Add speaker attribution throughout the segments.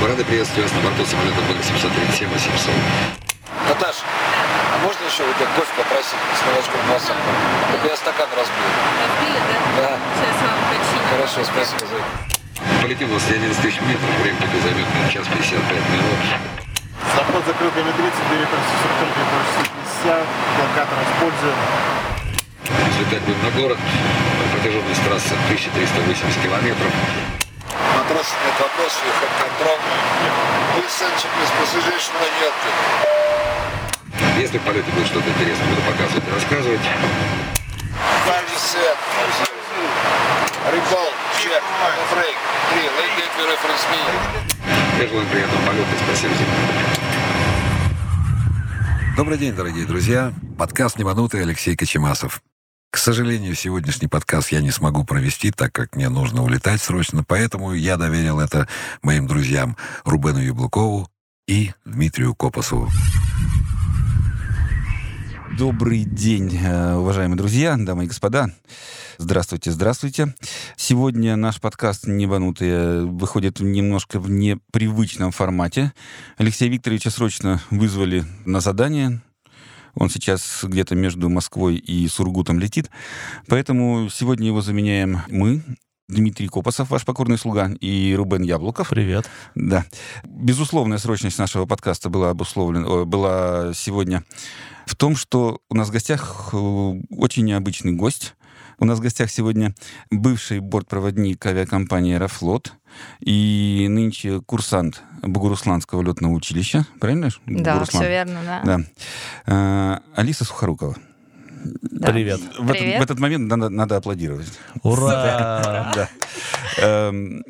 Speaker 1: Мы рады приветствовать вас на борту самолета Boeing 737 800.
Speaker 2: Наташа, а можно еще у тебя кофе попросить с молочком массом? Только я стакан разбил.
Speaker 3: Разбили, да?
Speaker 2: Да,
Speaker 3: Сейчас вам починим.
Speaker 2: хорошо, спасибо за это.
Speaker 1: Полетим на высоте 11 тысяч метров, время пути займет минут час 55 минут.
Speaker 4: Заход за кругами 30, двери такси 43, такси 50, блокатор используем.
Speaker 1: Взлетать будем на город. Протяженность трассы 1380 километров.
Speaker 2: Матрос нет вопросов, их контроль. Wilson без passengers на ветке.
Speaker 1: Если в полете будет что-то интересное, буду показывать и рассказывать.
Speaker 2: Каждый сет. Рыбол, чек, брейк, три, лейдит в референс
Speaker 1: Я желаю приятного полета и спасибо Добрый день, дорогие друзья. Подкаст «Неманутый» Алексей Кочемасов. К сожалению, сегодняшний подкаст я не смогу провести, так как мне нужно улетать срочно, поэтому я доверил это моим друзьям Рубену Яблукову и Дмитрию Копосову.
Speaker 5: Добрый день, э, уважаемые друзья, дамы и господа. Здравствуйте, здравствуйте. Сегодня наш подкаст «Небанутые» выходит в немножко в непривычном формате. Алексея Викторовича срочно вызвали на задание. Он сейчас где-то между Москвой и Сургутом летит. Поэтому сегодня его заменяем мы, Дмитрий Копосов, ваш покорный слуга, и Рубен Яблоков.
Speaker 6: Привет.
Speaker 5: Да. Безусловная срочность нашего подкаста была обусловлена, о, была сегодня в том, что у нас в гостях э, очень необычный гость. У нас в гостях сегодня бывший бортпроводник авиакомпании «Аэрофлот» и нынче курсант Богорусланского летного училища. Правильно? ж?
Speaker 3: Да,
Speaker 5: Богоруслан?
Speaker 3: все верно, да.
Speaker 5: Да. Э, Алиса Сухорукова.
Speaker 3: Да.
Speaker 6: Привет.
Speaker 5: В этот,
Speaker 3: Привет.
Speaker 5: в этот момент надо, надо аплодировать.
Speaker 6: Ура!
Speaker 5: Да. Эм,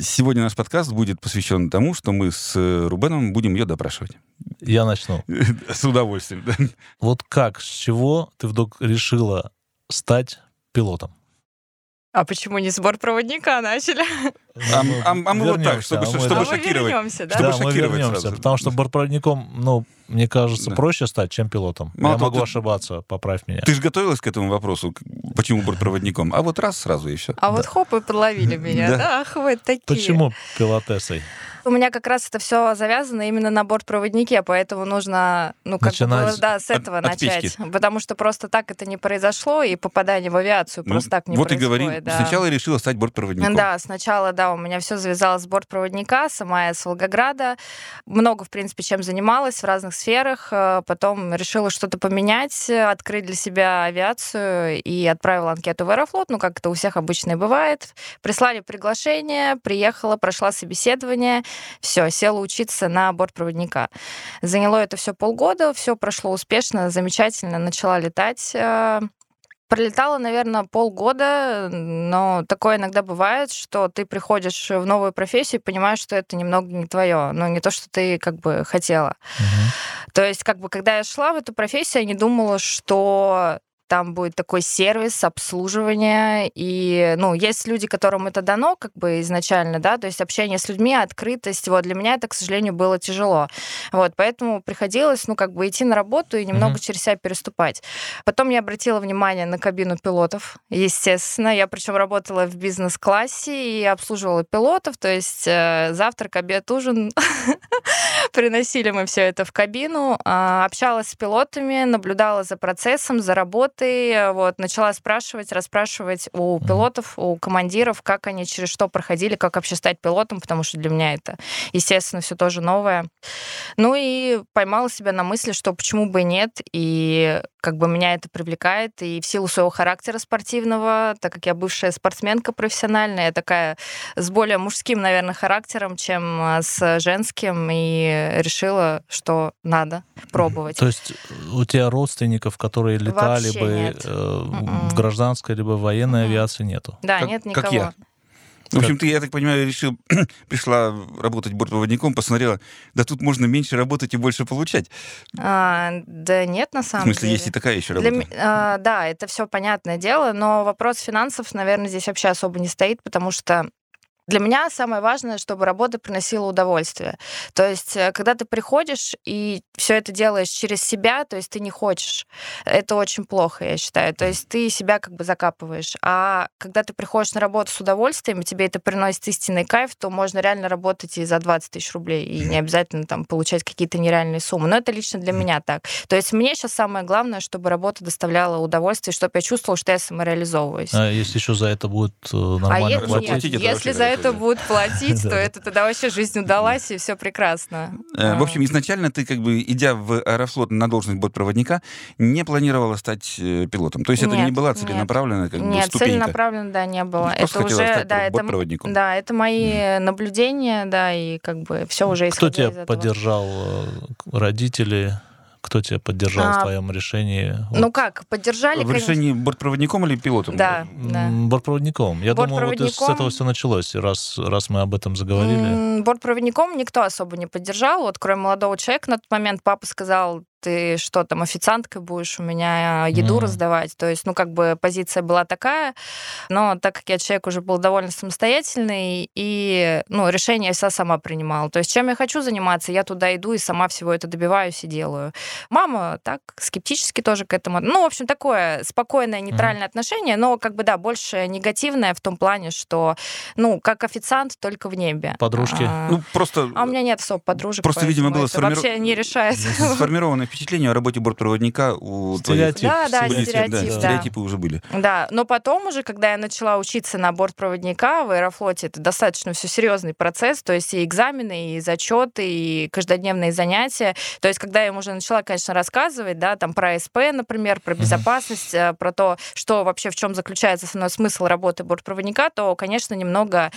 Speaker 5: Сегодня наш подкаст будет посвящен тому, что мы с э, Рубеном будем ее допрашивать.
Speaker 6: Я начну.
Speaker 5: С удовольствием. да.
Speaker 6: Вот как, с чего ты вдруг решила стать пилотом?
Speaker 3: А почему не сбор проводника начали?
Speaker 5: А м- а м- а мы вот так, чтобы-
Speaker 6: Вернемся, а мы-
Speaker 5: чтобы
Speaker 3: а мы
Speaker 5: шокировать.
Speaker 3: вернемся, да?
Speaker 5: чтобы
Speaker 6: Да, мы
Speaker 5: шокировать
Speaker 6: вернемся,
Speaker 5: сразу.
Speaker 6: потому что бортпроводником, ну, мне кажется,
Speaker 5: Да.
Speaker 6: проще стать, чем пилотом.
Speaker 5: Мало
Speaker 6: Я
Speaker 5: того,
Speaker 6: могу
Speaker 5: ты-
Speaker 6: ошибаться, поправь меня.
Speaker 5: Ты же готовилась к этому вопросу, к- почему бортпроводником? А вот раз сразу и все.
Speaker 3: А вот хоп, и подловили меня.
Speaker 5: Да.
Speaker 3: Да, ах вы такие.
Speaker 6: Почему пилотессой?
Speaker 3: У меня как раз это все завязано именно на бортпроводнике, поэтому нужно, ну, как бы
Speaker 6: Начинать
Speaker 3: было, да, с
Speaker 5: от-
Speaker 3: этого
Speaker 5: от
Speaker 3: начать.
Speaker 5: печки.
Speaker 3: Потому что просто так это не произошло, и попадание в авиацию
Speaker 5: Ну,
Speaker 3: просто так не
Speaker 5: вот и
Speaker 3: происходит.
Speaker 5: говори.
Speaker 3: да.
Speaker 5: Сначала решила стать бортпроводником.
Speaker 3: Да, сначала, да, у меня все завязалось с бортпроводника, сама я с Волгограда. Много, в принципе, чем занималась в разных сферах. Э, Потом решила что-то поменять, э, открыть для себя авиацию и отправила анкету в Аэрофлот, ну, как это у всех обычно и бывает. Прислали приглашение, приехала, прошла собеседование, все, села учиться на бортпроводника. Заняло это все полгода, все прошло успешно, замечательно, начала летать. э, Пролетала, наверное, полгода, но такое иногда бывает, что ты приходишь в новую профессию и понимаешь, что это немного не твое, но не то, что ты как бы хотела. То есть, как бы, когда я шла в эту профессию, я не думала, что там будет такой сервис, обслуживание, и, ну, есть люди, которым это дано, как бы, изначально, да, то есть общение с людьми, открытость, вот, для меня это, к сожалению, было тяжело, вот, поэтому приходилось, ну, как бы, идти на работу и немного
Speaker 6: Мгм.
Speaker 3: через себя переступать. Потом я обратила внимание на кабину пилотов, естественно, я, причем, работала в бизнес-классе и обслуживала пилотов, то есть э, завтрак, обед, ужин, приносили мы все это в кабину, а, общалась с пилотами, наблюдала за процессом, за работой, вот, начала спрашивать, расспрашивать у
Speaker 6: Мгм.
Speaker 3: пилотов, у командиров, как они через что проходили, как вообще стать пилотом, потому что для меня это, естественно, все тоже новое. Ну и поймала себя на мысли, что почему бы и нет, и как бы меня это привлекает, и в силу своего характера спортивного, так как я бывшая спортсменка профессиональная, я такая с более мужским, наверное, характером, чем а, с женским, и решила, что надо пробовать.
Speaker 6: То есть у тебя родственников, которые летали
Speaker 3: Вообще
Speaker 6: бы
Speaker 3: нет.
Speaker 6: э,
Speaker 3: Мгм.
Speaker 6: в гражданской либо военной
Speaker 3: Мгм.
Speaker 6: авиации нету?
Speaker 3: Да,
Speaker 5: Как-
Speaker 3: нет никого.
Speaker 5: как я. В общем, ты, я так понимаю, решил, пришла работать бортпроводником, посмотрела, да тут можно меньше работать и больше получать.
Speaker 3: А, да нет, на
Speaker 5: В
Speaker 3: самом
Speaker 5: смысле,
Speaker 3: деле.
Speaker 5: есть и такая еще
Speaker 3: Для
Speaker 5: работа.
Speaker 3: ме- а, да, это все понятное дело, но вопрос финансов, наверное, здесь вообще особо не стоит, потому что Для меня самое важное, чтобы работа приносила удовольствие. То есть, э, когда ты приходишь и все это делаешь через себя, то есть ты не хочешь, это очень плохо, я считаю. То есть ты себя как бы закапываешь. А когда ты приходишь на работу с удовольствием, и тебе это приносит истинный кайф, то можно реально работать и за 20 тысяч рублей, и не обязательно там получать какие-то нереальные суммы. Но это лично для меня так. То есть мне сейчас самое главное, чтобы работа доставляла удовольствие, чтобы я чувствовала, что я самореализовываюсь.
Speaker 6: А если еще за это будет э,
Speaker 3: А
Speaker 6: нормально
Speaker 3: если,
Speaker 5: платить.
Speaker 6: платить?
Speaker 3: нет,
Speaker 5: Платить это
Speaker 3: если
Speaker 5: вообще
Speaker 3: за это
Speaker 5: кайфово.
Speaker 3: будут платить, то
Speaker 6: Да.
Speaker 3: это тогда вообще жизнь удалась, и все прекрасно.
Speaker 5: Э, В
Speaker 3: А.
Speaker 5: общем, изначально ты, как бы, идя в Аэрофлот на должность бортпроводника, не планировала стать э, пилотом. То есть это
Speaker 3: Нет,
Speaker 5: не была
Speaker 3: нет.
Speaker 5: целенаправленная как бы,
Speaker 3: Нет,
Speaker 5: ступенька.
Speaker 3: целенаправленно, да, не было.
Speaker 5: Просто
Speaker 3: Это
Speaker 5: хотела
Speaker 3: уже,
Speaker 5: стать
Speaker 3: да, это, м-
Speaker 5: бортпроводником.
Speaker 3: да, это мои наблюдения, да, и как бы все уже
Speaker 6: Кто
Speaker 3: исходя из
Speaker 6: тебя
Speaker 3: этого.
Speaker 6: поддержал? э, к- Родители? Кто тебя поддержал в
Speaker 3: А,
Speaker 6: твоем решении?
Speaker 3: Ну
Speaker 6: Вот,
Speaker 3: как, поддержали,
Speaker 5: А В решении бортпроводником или пилотом?
Speaker 3: конечно. Да, да.
Speaker 6: м, Бортпроводником. Я думаю, вот из- с
Speaker 3: Бортпроводником.
Speaker 6: этого все началось, раз, раз мы об этом заговорили.
Speaker 3: М, Бортпроводником никто особо не поддержал, вот кроме молодого человека на тот момент папа сказал, ты что там, официанткой будешь у меня а, еду
Speaker 6: Мгм.
Speaker 3: раздавать. То есть, ну, как бы позиция была такая, но так как я человек уже был довольно самостоятельный, и, ну, решение я вся сама принимала. То есть, чем я хочу заниматься, я туда иду и сама всего это добиваюсь и делаю. Мама так скептически тоже к этому. Ну, в общем, такое спокойное, нейтральное отношение, но, как бы, да, больше негативное в том плане, что, ну, как официант, только в небе.
Speaker 6: Подружки?
Speaker 3: А,
Speaker 5: Ну, просто
Speaker 3: а у меня нет особо подружек.
Speaker 5: Просто, видимо,
Speaker 3: поэтому
Speaker 5: было
Speaker 3: это
Speaker 5: сформиру-
Speaker 3: Вообще не решает.
Speaker 5: сформированное впечатление о работе бортпроводника у твоих...
Speaker 6: Стереотип.
Speaker 3: Да, да,
Speaker 5: близких,
Speaker 3: стереотип, да.
Speaker 5: Стереотипы уже были.
Speaker 3: Да, но потом уже, когда я начала учиться на бортпроводника в Аэрофлоте, это достаточно все серьезный процесс, то есть и экзамены, и зачеты, и каждодневные занятия. То есть, когда я им уже начала, конечно, рассказывать, да, там про СП, например, про безопасность, э, про то, что вообще в чем заключается основной смысл работы бортпроводника, то, конечно, немного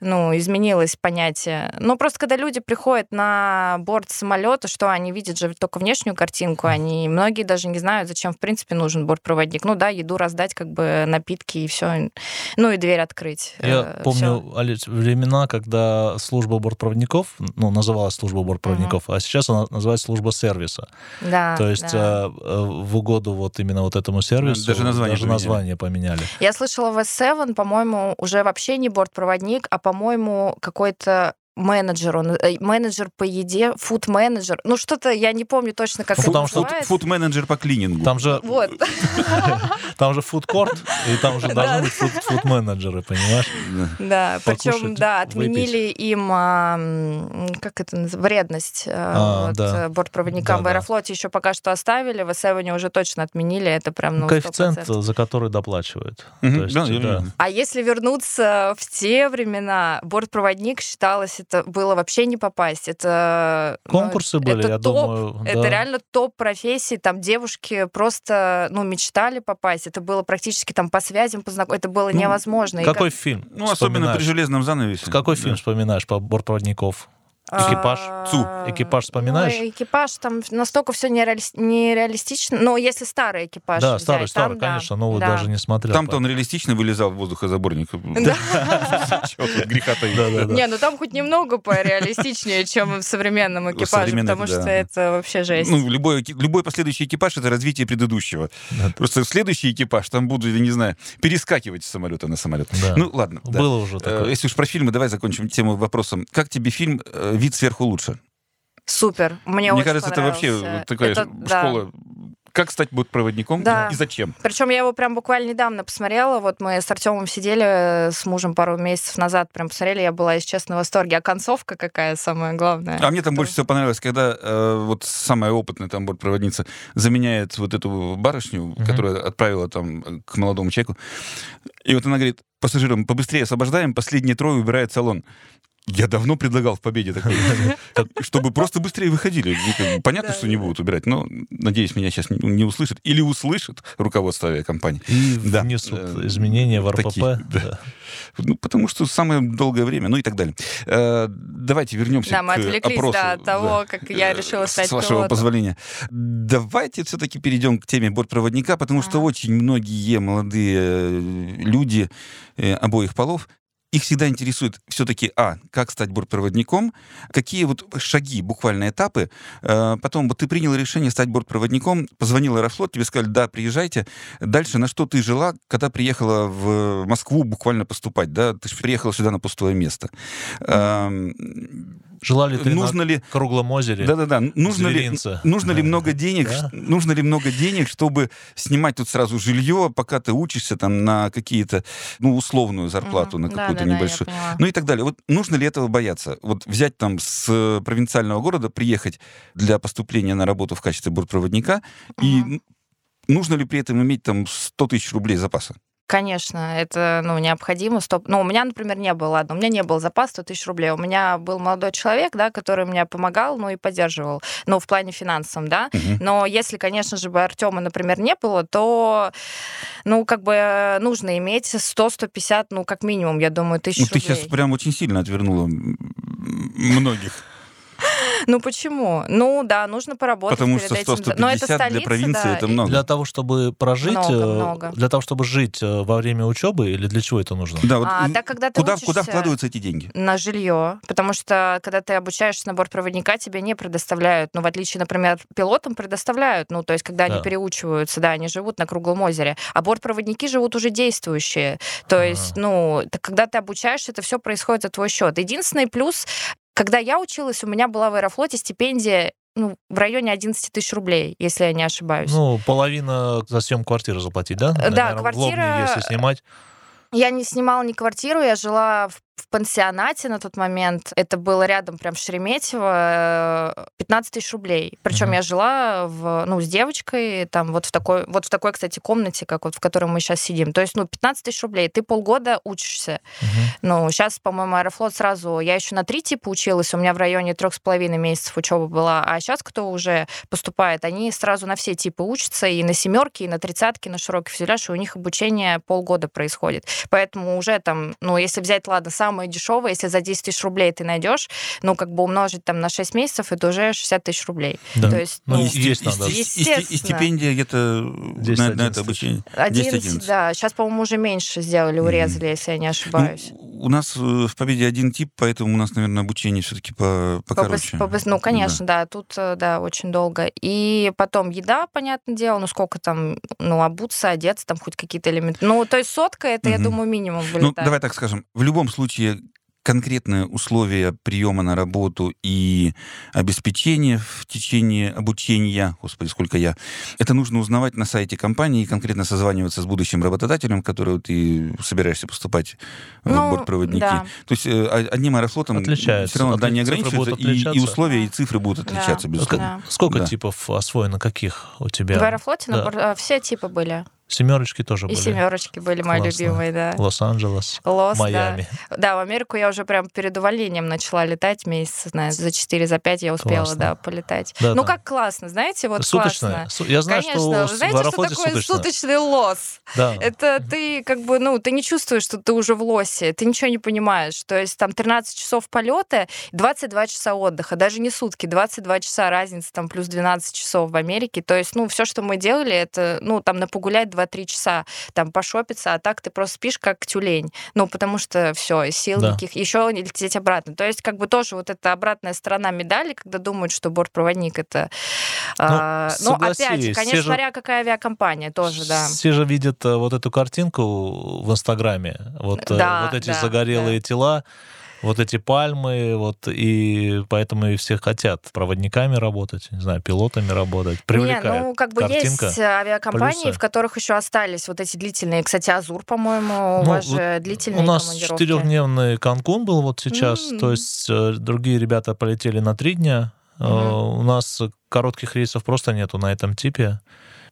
Speaker 3: ну, изменилось понятие. Ну, просто когда люди приходят на борт самолета, что они видят же только внешнюю картинку, они многие даже не знают, зачем, в принципе, нужен бортпроводник. Ну да, еду раздать, как бы напитки и все. Ну и дверь открыть.
Speaker 6: Я
Speaker 3: Э,
Speaker 6: помню,
Speaker 3: всё.
Speaker 6: Олесь, времена, когда служба бортпроводников, ну, называлась служба бортпроводников, а сейчас она называется служба сервиса.
Speaker 3: Да,
Speaker 6: То есть
Speaker 3: А, да.
Speaker 6: э, э, в угоду вот именно вот этому сервису
Speaker 5: Даже название
Speaker 6: даже
Speaker 5: поменяли.
Speaker 6: название поменяли.
Speaker 3: Я слышала в S7, по-моему, уже вообще не бортпроводник, а, по-моему, какой-то менеджер, он э, менеджер по еде, фуд-менеджер, ну что-то я не помню точно, как
Speaker 6: Ну,
Speaker 3: это
Speaker 6: потому что
Speaker 5: Фуд-
Speaker 3: называется.
Speaker 5: Фуд-менеджер по клинингу.
Speaker 6: Там же,
Speaker 3: Вот.
Speaker 6: там же фудкорт, и там же
Speaker 3: Да.
Speaker 6: должны быть фуд- фуд-менеджеры, понимаешь?
Speaker 5: Да.
Speaker 3: Да,
Speaker 6: покушать,
Speaker 3: причем, да, отменили им, а, м, как это, назыв- вредность а,
Speaker 6: А,
Speaker 3: вот,
Speaker 6: да.
Speaker 3: э, бортпроводникам
Speaker 6: Да,
Speaker 3: в
Speaker 6: да.
Speaker 3: Аэрофлоте еще пока что оставили, в Эсэвене уже точно отменили, это прям, ну,
Speaker 6: Коэффициент,
Speaker 3: 100%.
Speaker 6: за который доплачивают.
Speaker 5: Мгм,
Speaker 6: То есть,
Speaker 5: да,
Speaker 6: да.
Speaker 5: я понимаю.
Speaker 3: А если вернуться в те времена, бортпроводник считалось, это было вообще не попасть. Это ну,
Speaker 6: Конкурсы были,
Speaker 3: это
Speaker 6: я
Speaker 3: топ.
Speaker 6: думаю.
Speaker 3: Это
Speaker 6: да.
Speaker 3: реально топ профессии. Там девушки просто, ну, мечтали попасть. Это было практически там по связям, по знаком- Это было
Speaker 5: Ну,
Speaker 3: невозможно. И
Speaker 6: Какой фильм?
Speaker 5: Ну, особенно при
Speaker 6: вспоминаешь?
Speaker 5: железном занавесе.
Speaker 6: Какой
Speaker 5: Да.
Speaker 6: фильм вспоминаешь по бортпроводников?
Speaker 3: А,
Speaker 6: Экипаж?
Speaker 3: Цу.
Speaker 6: Экипаж вспоминаешь?
Speaker 3: ну, экипаж там настолько все нереалистично. Но если старый экипаж.
Speaker 6: да,
Speaker 3: взять,
Speaker 6: старый,
Speaker 3: там,
Speaker 6: старый,
Speaker 3: да,
Speaker 6: конечно, новый
Speaker 3: да.
Speaker 6: даже не смотрел.
Speaker 5: Там-то он реалистично вылезал в воздухозаборник.
Speaker 3: Да.
Speaker 5: Чего тут греха-то
Speaker 6: Да, да, да.
Speaker 3: Не, ну там хоть немного пореалистичнее, чем в современном экипаже,
Speaker 5: современных,
Speaker 3: потому
Speaker 5: да.
Speaker 3: что это вообще жесть.
Speaker 5: Ну, любой, эки- любой последующий экипаж — это развитие предыдущего.
Speaker 6: Да.
Speaker 5: Просто следующий экипаж, там буду, я не знаю, перескакивать с самолета на самолет.
Speaker 6: Да.
Speaker 5: Ну, ладно. да.
Speaker 6: Было уже
Speaker 5: Э,
Speaker 6: такое.
Speaker 5: Если уж про фильмы, давай закончим тему вопросом. Как тебе фильм э, «Вид сверху лучше»?
Speaker 3: Супер. Мне
Speaker 5: Мне
Speaker 3: очень
Speaker 5: кажется, это вообще
Speaker 3: понравился.
Speaker 5: вот такая
Speaker 3: Это-
Speaker 5: ш-
Speaker 3: да.
Speaker 5: школа. Как стать бортпроводником
Speaker 3: Да.
Speaker 5: и зачем?
Speaker 3: Причем я его прям буквально недавно посмотрела. Вот мы с Артемом сидели э, с мужем пару месяцев назад, прям посмотрели, я была, если честно, в восторге. А концовка какая самая главная?
Speaker 5: А мне там
Speaker 3: Кто?
Speaker 5: больше всего понравилось, когда э, вот самая опытная там бортпроводница заменяет вот эту барышню, которая отправила там э, к молодому человеку. И вот она говорит пассажирам, побыстрее освобождаем, последние трое убирает салон. Я давно предлагал в «Победе» такое, чтобы просто быстрее выходили. Ну, как бы Понятно,
Speaker 3: Да,
Speaker 5: что не
Speaker 3: да.
Speaker 5: будут убирать, но, надеюсь, меня сейчас не не услышат. Или услышат руководство авиакомпании.
Speaker 6: И
Speaker 5: да.
Speaker 6: внесут
Speaker 5: Э,
Speaker 6: изменения в РПП.
Speaker 5: такие, да.
Speaker 6: да.
Speaker 5: Ну, потому что самое долгое время, ну и так далее. Э, давайте вернемся
Speaker 3: Да, мы
Speaker 5: к
Speaker 3: отвлеклись
Speaker 5: опросу.
Speaker 3: да, от того,
Speaker 5: да.
Speaker 3: как я решила
Speaker 5: Э,
Speaker 3: стать
Speaker 5: С
Speaker 3: пилотом.
Speaker 5: вашего позволения. Давайте все-таки перейдем к теме бортпроводника, потому что
Speaker 3: Ага.
Speaker 5: очень многие молодые э, люди э, обоих полов Их всегда интересует все-таки, а, как стать бортпроводником, какие вот шаги, буквально этапы. Э, Потом вот ты принял решение стать бортпроводником, позвонил Аэрофлот, тебе сказали, да, приезжайте. Дальше на что ты жила, когда приехала в Москву буквально поступать, да? Ты же приехала сюда на пустое место. Эм,
Speaker 6: Жила ли ты
Speaker 5: Нужно
Speaker 6: на
Speaker 5: ли...
Speaker 6: круглом озере?
Speaker 5: Да-да-да, нужно ли,
Speaker 6: зверинца?
Speaker 5: нужно ли много денег,
Speaker 6: Да?
Speaker 5: ш- нужно ли много денег, чтобы снимать тут сразу жилье, пока ты учишься там на какие-то, ну, условную зарплату, на
Speaker 3: Мгм. Да, да,
Speaker 5: какую-то
Speaker 3: да, я
Speaker 5: небольшую.
Speaker 3: поняла.
Speaker 5: ну и так далее. Вот нужно ли этого бояться? Вот взять там с э, провинциального города, приехать для поступления на работу в качестве бортпроводника, и
Speaker 3: Мгм.
Speaker 5: н- нужно ли при этом иметь там 100 тысяч рублей запаса?
Speaker 3: Конечно, это ну, необходимо. Стоп. Ну, у меня, например, не было, ладно, у меня не был запас 100 тысяч рублей. У меня был молодой человек, да, который мне помогал, ну и поддерживал, ну, в плане финансовом, да.
Speaker 5: Мгм.
Speaker 3: Но если, конечно же, бы Артема, например, не было, то, ну, как бы нужно иметь 100-150, ну, как минимум, я думаю, тысяч
Speaker 5: Ну, ты
Speaker 3: рублей.
Speaker 5: сейчас прям очень сильно отвернула м, многих.
Speaker 3: Ну, почему? Ну, да, нужно поработать
Speaker 5: Потому
Speaker 3: перед
Speaker 5: что
Speaker 3: этим. да. Но это
Speaker 5: 100-150 для
Speaker 3: столица,
Speaker 5: провинции
Speaker 3: да,
Speaker 5: это
Speaker 3: и-
Speaker 5: много.
Speaker 6: Для того, чтобы прожить,
Speaker 3: Много,
Speaker 6: э,
Speaker 3: много.
Speaker 6: для того, чтобы жить э, во время учебы, или для чего это нужно?
Speaker 5: Да, вот
Speaker 3: А,
Speaker 5: э,
Speaker 3: так, когда ты
Speaker 5: куда, куда
Speaker 3: учишься-
Speaker 5: вкладываются эти деньги?
Speaker 3: на жилье, потому что когда ты обучаешься на бортпроводника, тебе не предоставляют, ну, в отличие, например, пилотам предоставляют, ну, то есть, когда
Speaker 6: Да.
Speaker 3: они переучиваются, да, они живут на круглом озере, а бортпроводники живут уже действующие, то есть,
Speaker 6: Ага.
Speaker 3: ну, так когда ты обучаешься, это все происходит за твой счет. Единственный плюс, когда я училась, у меня была в Аэрофлоте стипендия, ну, в районе 11 тысяч рублей, если я не ошибаюсь.
Speaker 6: Ну, половина за съем квартиры заплатить, да?
Speaker 3: Э, да,
Speaker 6: Наверно, в
Speaker 3: квартира-
Speaker 6: Лобне, если снимать.
Speaker 3: Я не снимала ни квартиру, я жила в в пансионате на тот момент. Это было рядом прям Шереметьево. э, 15 тысяч рублей. Причем
Speaker 6: Мгм.
Speaker 3: я жила в, ну, с девочкой, там вот в такой, вот в такой, кстати, комнате, как вот в которой мы сейчас сидим. То есть, ну, 15 тысяч рублей. Ты полгода учишься.
Speaker 6: Мгм.
Speaker 3: Ну, сейчас, по-моему, Аэрофлот сразу... Я еще на три типа училась, у меня в районе трех с половиной месяцев учеба была. А сейчас, кто уже поступает, они сразу на все типы учатся, и на семерки, и на тридцатки, и на широкий фюзеляж, и у них обучение полгода происходит. Поэтому уже там, ну, если взять, ладно, самое дешевое, если за 10 тысяч рублей ты найдешь, ну, как бы умножить там на 6 месяцев, это уже 60 тысяч рублей.
Speaker 6: Да.
Speaker 3: То есть,
Speaker 6: Ну,
Speaker 3: ну,
Speaker 6: и есть
Speaker 5: сти-
Speaker 6: надо.
Speaker 5: и сти- и сти- и
Speaker 3: Естественно.
Speaker 5: стипендия где-то на, на
Speaker 6: 10-11
Speaker 5: это
Speaker 6: тысяч.
Speaker 5: обучение.
Speaker 3: 11,
Speaker 5: 10-11.
Speaker 3: да. Сейчас, по-моему, уже меньше сделали, урезали, если я не
Speaker 5: Ну,
Speaker 3: ошибаюсь.
Speaker 5: у нас э, в победе один тип, поэтому у нас, наверное, обучение все-таки по
Speaker 3: Побыс-
Speaker 5: покороче.
Speaker 3: побыс- Ну, конечно, да. Тут, э, да, очень долго. И потом еда, понятное дело, ну, сколько там, ну, обуться, одеться, там хоть какие-то элементы. Ну, то есть сотка, это, я
Speaker 5: Мгм.
Speaker 3: думаю, минимум
Speaker 5: Да.
Speaker 3: вылетает.
Speaker 5: Ну, давай так скажем. В любом случае, конкретные условия приема на работу и обеспечения в течение обучения, господи, сколько я, это нужно узнавать на сайте компании и конкретно созваниваться с будущим работодателем, которого ты собираешься поступать в
Speaker 3: Ну,
Speaker 5: бортпроводники.
Speaker 3: да.
Speaker 5: То есть э, а- одним аэрофлотом
Speaker 6: Отличается.
Speaker 5: все равно да,
Speaker 6: Отли-
Speaker 5: не
Speaker 6: цифры
Speaker 5: ограничиваются,
Speaker 6: будут
Speaker 5: и, и
Speaker 6: отличаться. Ну,
Speaker 5: условия, и цифры будут
Speaker 3: Да.
Speaker 5: отличаться, безусловно.
Speaker 3: Да.
Speaker 6: Сколько
Speaker 5: Да.
Speaker 6: типов освоено? Каких у тебя?
Speaker 3: В Аэрофлоте на
Speaker 6: Да.
Speaker 3: бор- э, все типы были.
Speaker 6: Семерочки тоже
Speaker 3: И
Speaker 6: были.
Speaker 3: семерочки были мои
Speaker 6: Классно.
Speaker 3: любимые, да.
Speaker 6: Лос-Анджелес,
Speaker 3: Лос, да.
Speaker 6: Майами.
Speaker 3: Да, в Америку я уже прям перед увольнением начала летать месяца, знаешь, за 4, за 5 я успела,
Speaker 6: Классно.
Speaker 3: да, полетать.
Speaker 6: Да,
Speaker 3: ну,
Speaker 6: да.
Speaker 3: как классно, знаете, вот
Speaker 6: Суточная.
Speaker 3: классно.
Speaker 6: Су- Я знаю,
Speaker 3: Конечно,
Speaker 6: что
Speaker 3: вы
Speaker 6: с- в
Speaker 3: знаете, что
Speaker 6: Аэрофлоте
Speaker 3: такое
Speaker 6: суточная.
Speaker 3: суточный лос?
Speaker 6: Да.
Speaker 3: Это ты как бы, ну, ты не чувствуешь, что ты уже в лосе, ты ничего не понимаешь. То есть там 13 часов полета, 22 часа отдыха, даже не сутки, 22 часа разница, там плюс 12 часов в Америке. То есть, ну, все, что мы делали, это, ну, там на погулять 2-3 часа, там пошопиться, а так ты просто спишь как тюлень. Ну, потому что все, сил
Speaker 6: Да.
Speaker 3: никаких, еще не лететь обратно. То есть, как бы тоже вот эта обратная сторона медали, когда думают, что бортпроводник это... а, Ну, опять же,
Speaker 6: согласись,
Speaker 3: конечно,
Speaker 6: все же-
Speaker 3: смотря какая авиакомпания тоже, да.
Speaker 6: Все же видят э, вот эту картинку в Инстаграме. Вот, э,
Speaker 3: Да,
Speaker 6: вот эти
Speaker 3: да,
Speaker 6: загорелые тела, вот эти пальмы, вот и поэтому и все хотят проводниками работать, не знаю, пилотами работать. Привлекает
Speaker 3: Не, ну как бы
Speaker 6: картинка.
Speaker 3: есть э, авиакомпании,
Speaker 6: плюсы.
Speaker 3: в которых еще остались вот эти длительные, кстати, Азур, по-моему, у
Speaker 6: Ну,
Speaker 3: вас
Speaker 6: вот
Speaker 3: же длительные
Speaker 6: У нас
Speaker 3: командировки.
Speaker 6: четырехдневный Канкун был вот сейчас,
Speaker 3: М.
Speaker 6: то есть э, другие ребята полетели на три дня. Э,
Speaker 3: Мгм.
Speaker 6: У нас коротких рейсов просто нету на этом типе.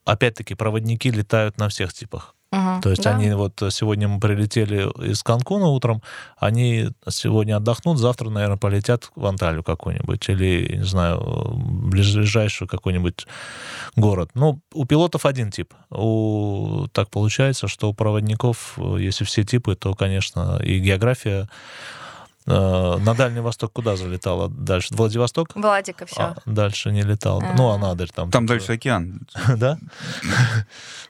Speaker 6: Опять-таки, проводники летают на всех типах.
Speaker 3: Мгм.
Speaker 6: То есть
Speaker 3: Да.
Speaker 6: они вот э, сегодня мы прилетели из Канкуна утром, они сегодня отдохнут, завтра, наверное, полетят в Анталию какую-нибудь или, не знаю, э, ближайший какой-нибудь город. Ну, у пилотов один тип. У... Так получается, что у проводников, э, если все типы, то, конечно, и география Э, На Дальний Восток куда залетала дальше? Владивосток?
Speaker 3: Владика, все.
Speaker 6: А, дальше не летал.
Speaker 3: А.
Speaker 6: Ну, а надо же там.
Speaker 5: Там дальше океан.
Speaker 6: Да?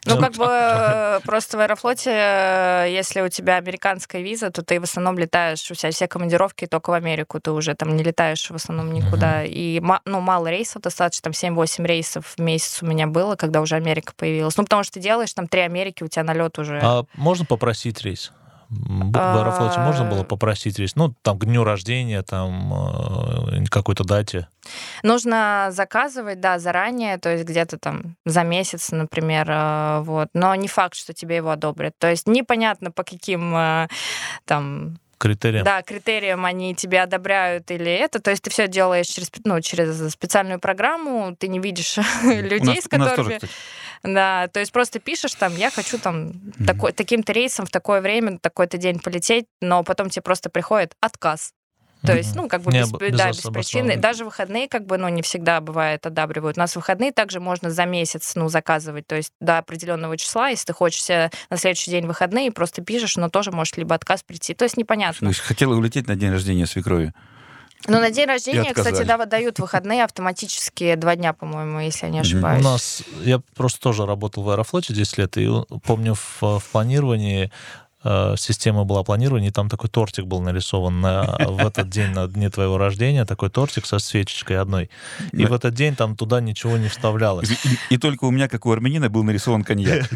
Speaker 3: Ну, как бы
Speaker 6: а,
Speaker 3: э, просто в Аэрофлоте, э, если у тебя американская виза, то ты в основном летаешь, у тебя все командировки только в Америку, ты уже там не летаешь в основном никуда. И ма- ну, мало рейсов достаточно, там 7-8 рейсов в месяц у меня было, когда уже Америка появилась. Ну, потому что ты делаешь там три Америки, у тебя налет уже.
Speaker 6: А можно попросить рейс? М, В Аэрофлоте можно было
Speaker 3: А.
Speaker 6: попросить рейс? Ну, там, к дню рождения, там, э, какой-то дате.
Speaker 3: Нужно заказывать, да, заранее, то есть где-то там за месяц, например, э, вот. Но не факт, что тебе его одобрят. То есть непонятно, по каким э, там
Speaker 6: Критериям.
Speaker 3: Да, критериям они тебе одобряют или это. То есть ты все делаешь через, спе- ну, через специальную программу, ты не видишь
Speaker 5: у нас,
Speaker 3: людей, с
Speaker 5: у нас тоже,
Speaker 3: которыми...
Speaker 5: кстати.
Speaker 3: Да, то есть просто пишешь там, я хочу там
Speaker 5: Мгм.
Speaker 3: такой, таким-то рейсом в такое время, на такой-то день полететь, но потом тебе просто приходит отказ. То есть, ну, как бы
Speaker 6: Не
Speaker 3: без,
Speaker 6: об-
Speaker 3: да,
Speaker 6: без
Speaker 3: без
Speaker 6: особо
Speaker 3: причины.
Speaker 6: оснований.
Speaker 3: Даже выходные, как бы, ну, не всегда бывает одабривают. У нас выходные также можно за месяц, ну, заказывать, то есть до определенного числа, если ты хочешь себе на следующий день выходные, просто пишешь, но тоже может либо отказ прийти. То есть непонятно.
Speaker 5: Ну, Хотела улететь на день рождения свекрови.
Speaker 3: Ну, на день рождения, кстати,
Speaker 5: отказали.
Speaker 3: да, вот дают выходные автоматически два дня, по-моему, если я не
Speaker 5: Мгм.
Speaker 3: ошибаюсь.
Speaker 6: У нас, я просто тоже работал в Аэрофлоте 10 лет, и у- помню, в, в планировании э, система была планирования, и там такой тортик был нарисован на, в этот день, на дне твоего рождения, такой тортик со свечечкой одной. И
Speaker 5: Да.
Speaker 6: в этот день там туда ничего не
Speaker 5: И,
Speaker 6: вставлялось.
Speaker 5: и- и только у меня, как у армянина, был нарисован коньяк.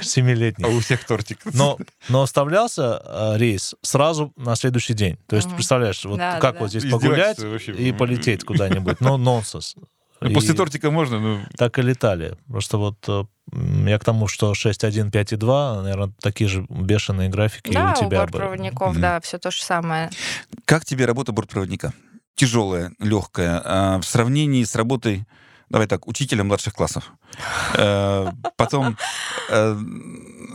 Speaker 6: Семилетний.
Speaker 5: А у всех тортик.
Speaker 6: Но, но вставлялся э, рейс сразу на следующий день. То есть,
Speaker 3: Мгм.
Speaker 6: представляешь, вот
Speaker 3: Да,
Speaker 6: как
Speaker 3: да,
Speaker 6: вот
Speaker 3: да.
Speaker 6: здесь погулять
Speaker 5: Издевательство вообще.
Speaker 6: и полететь куда-нибудь. Ну, нонсенс.
Speaker 5: Ну, После
Speaker 6: И-
Speaker 5: тортика можно, ну...
Speaker 6: так и летали. Просто вот э, м, я к тому, что 6.1, 5.2, наверное, такие же бешеные графики
Speaker 3: да,
Speaker 6: и у тебя были.
Speaker 3: бортпроводников,
Speaker 5: Мгм.
Speaker 3: да, все то же самое.
Speaker 5: Как тебе работа бортпроводника? Тяжелая, легкая. а, в сравнении с работой, давай так, учителя младших классов. Э, Потом э,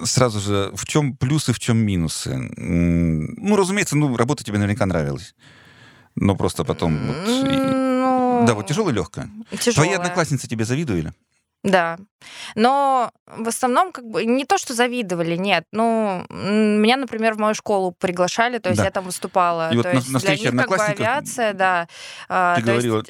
Speaker 5: сразу же, в чем плюсы, в чем минусы? М, Ну, разумеется, ну, работа тебе наверняка нравилась. Но просто потом... вот и-
Speaker 3: Ну,
Speaker 5: Да, вот тяжелая, легкая. Твои
Speaker 3: тяжёлое.
Speaker 5: одноклассницы тебе завидовали?
Speaker 3: Да. Но в основном, как бы, не то, что завидовали, нет. Ну, м, меня, например, в мою школу приглашали, то есть
Speaker 5: Да.
Speaker 3: я там выступала.
Speaker 5: И вот
Speaker 3: то
Speaker 5: на-
Speaker 3: есть
Speaker 5: на
Speaker 3: для
Speaker 5: встрече
Speaker 3: них как бы
Speaker 5: одноклассников
Speaker 3: авиация, да. а,
Speaker 5: Ты
Speaker 3: то есть-
Speaker 5: говорила,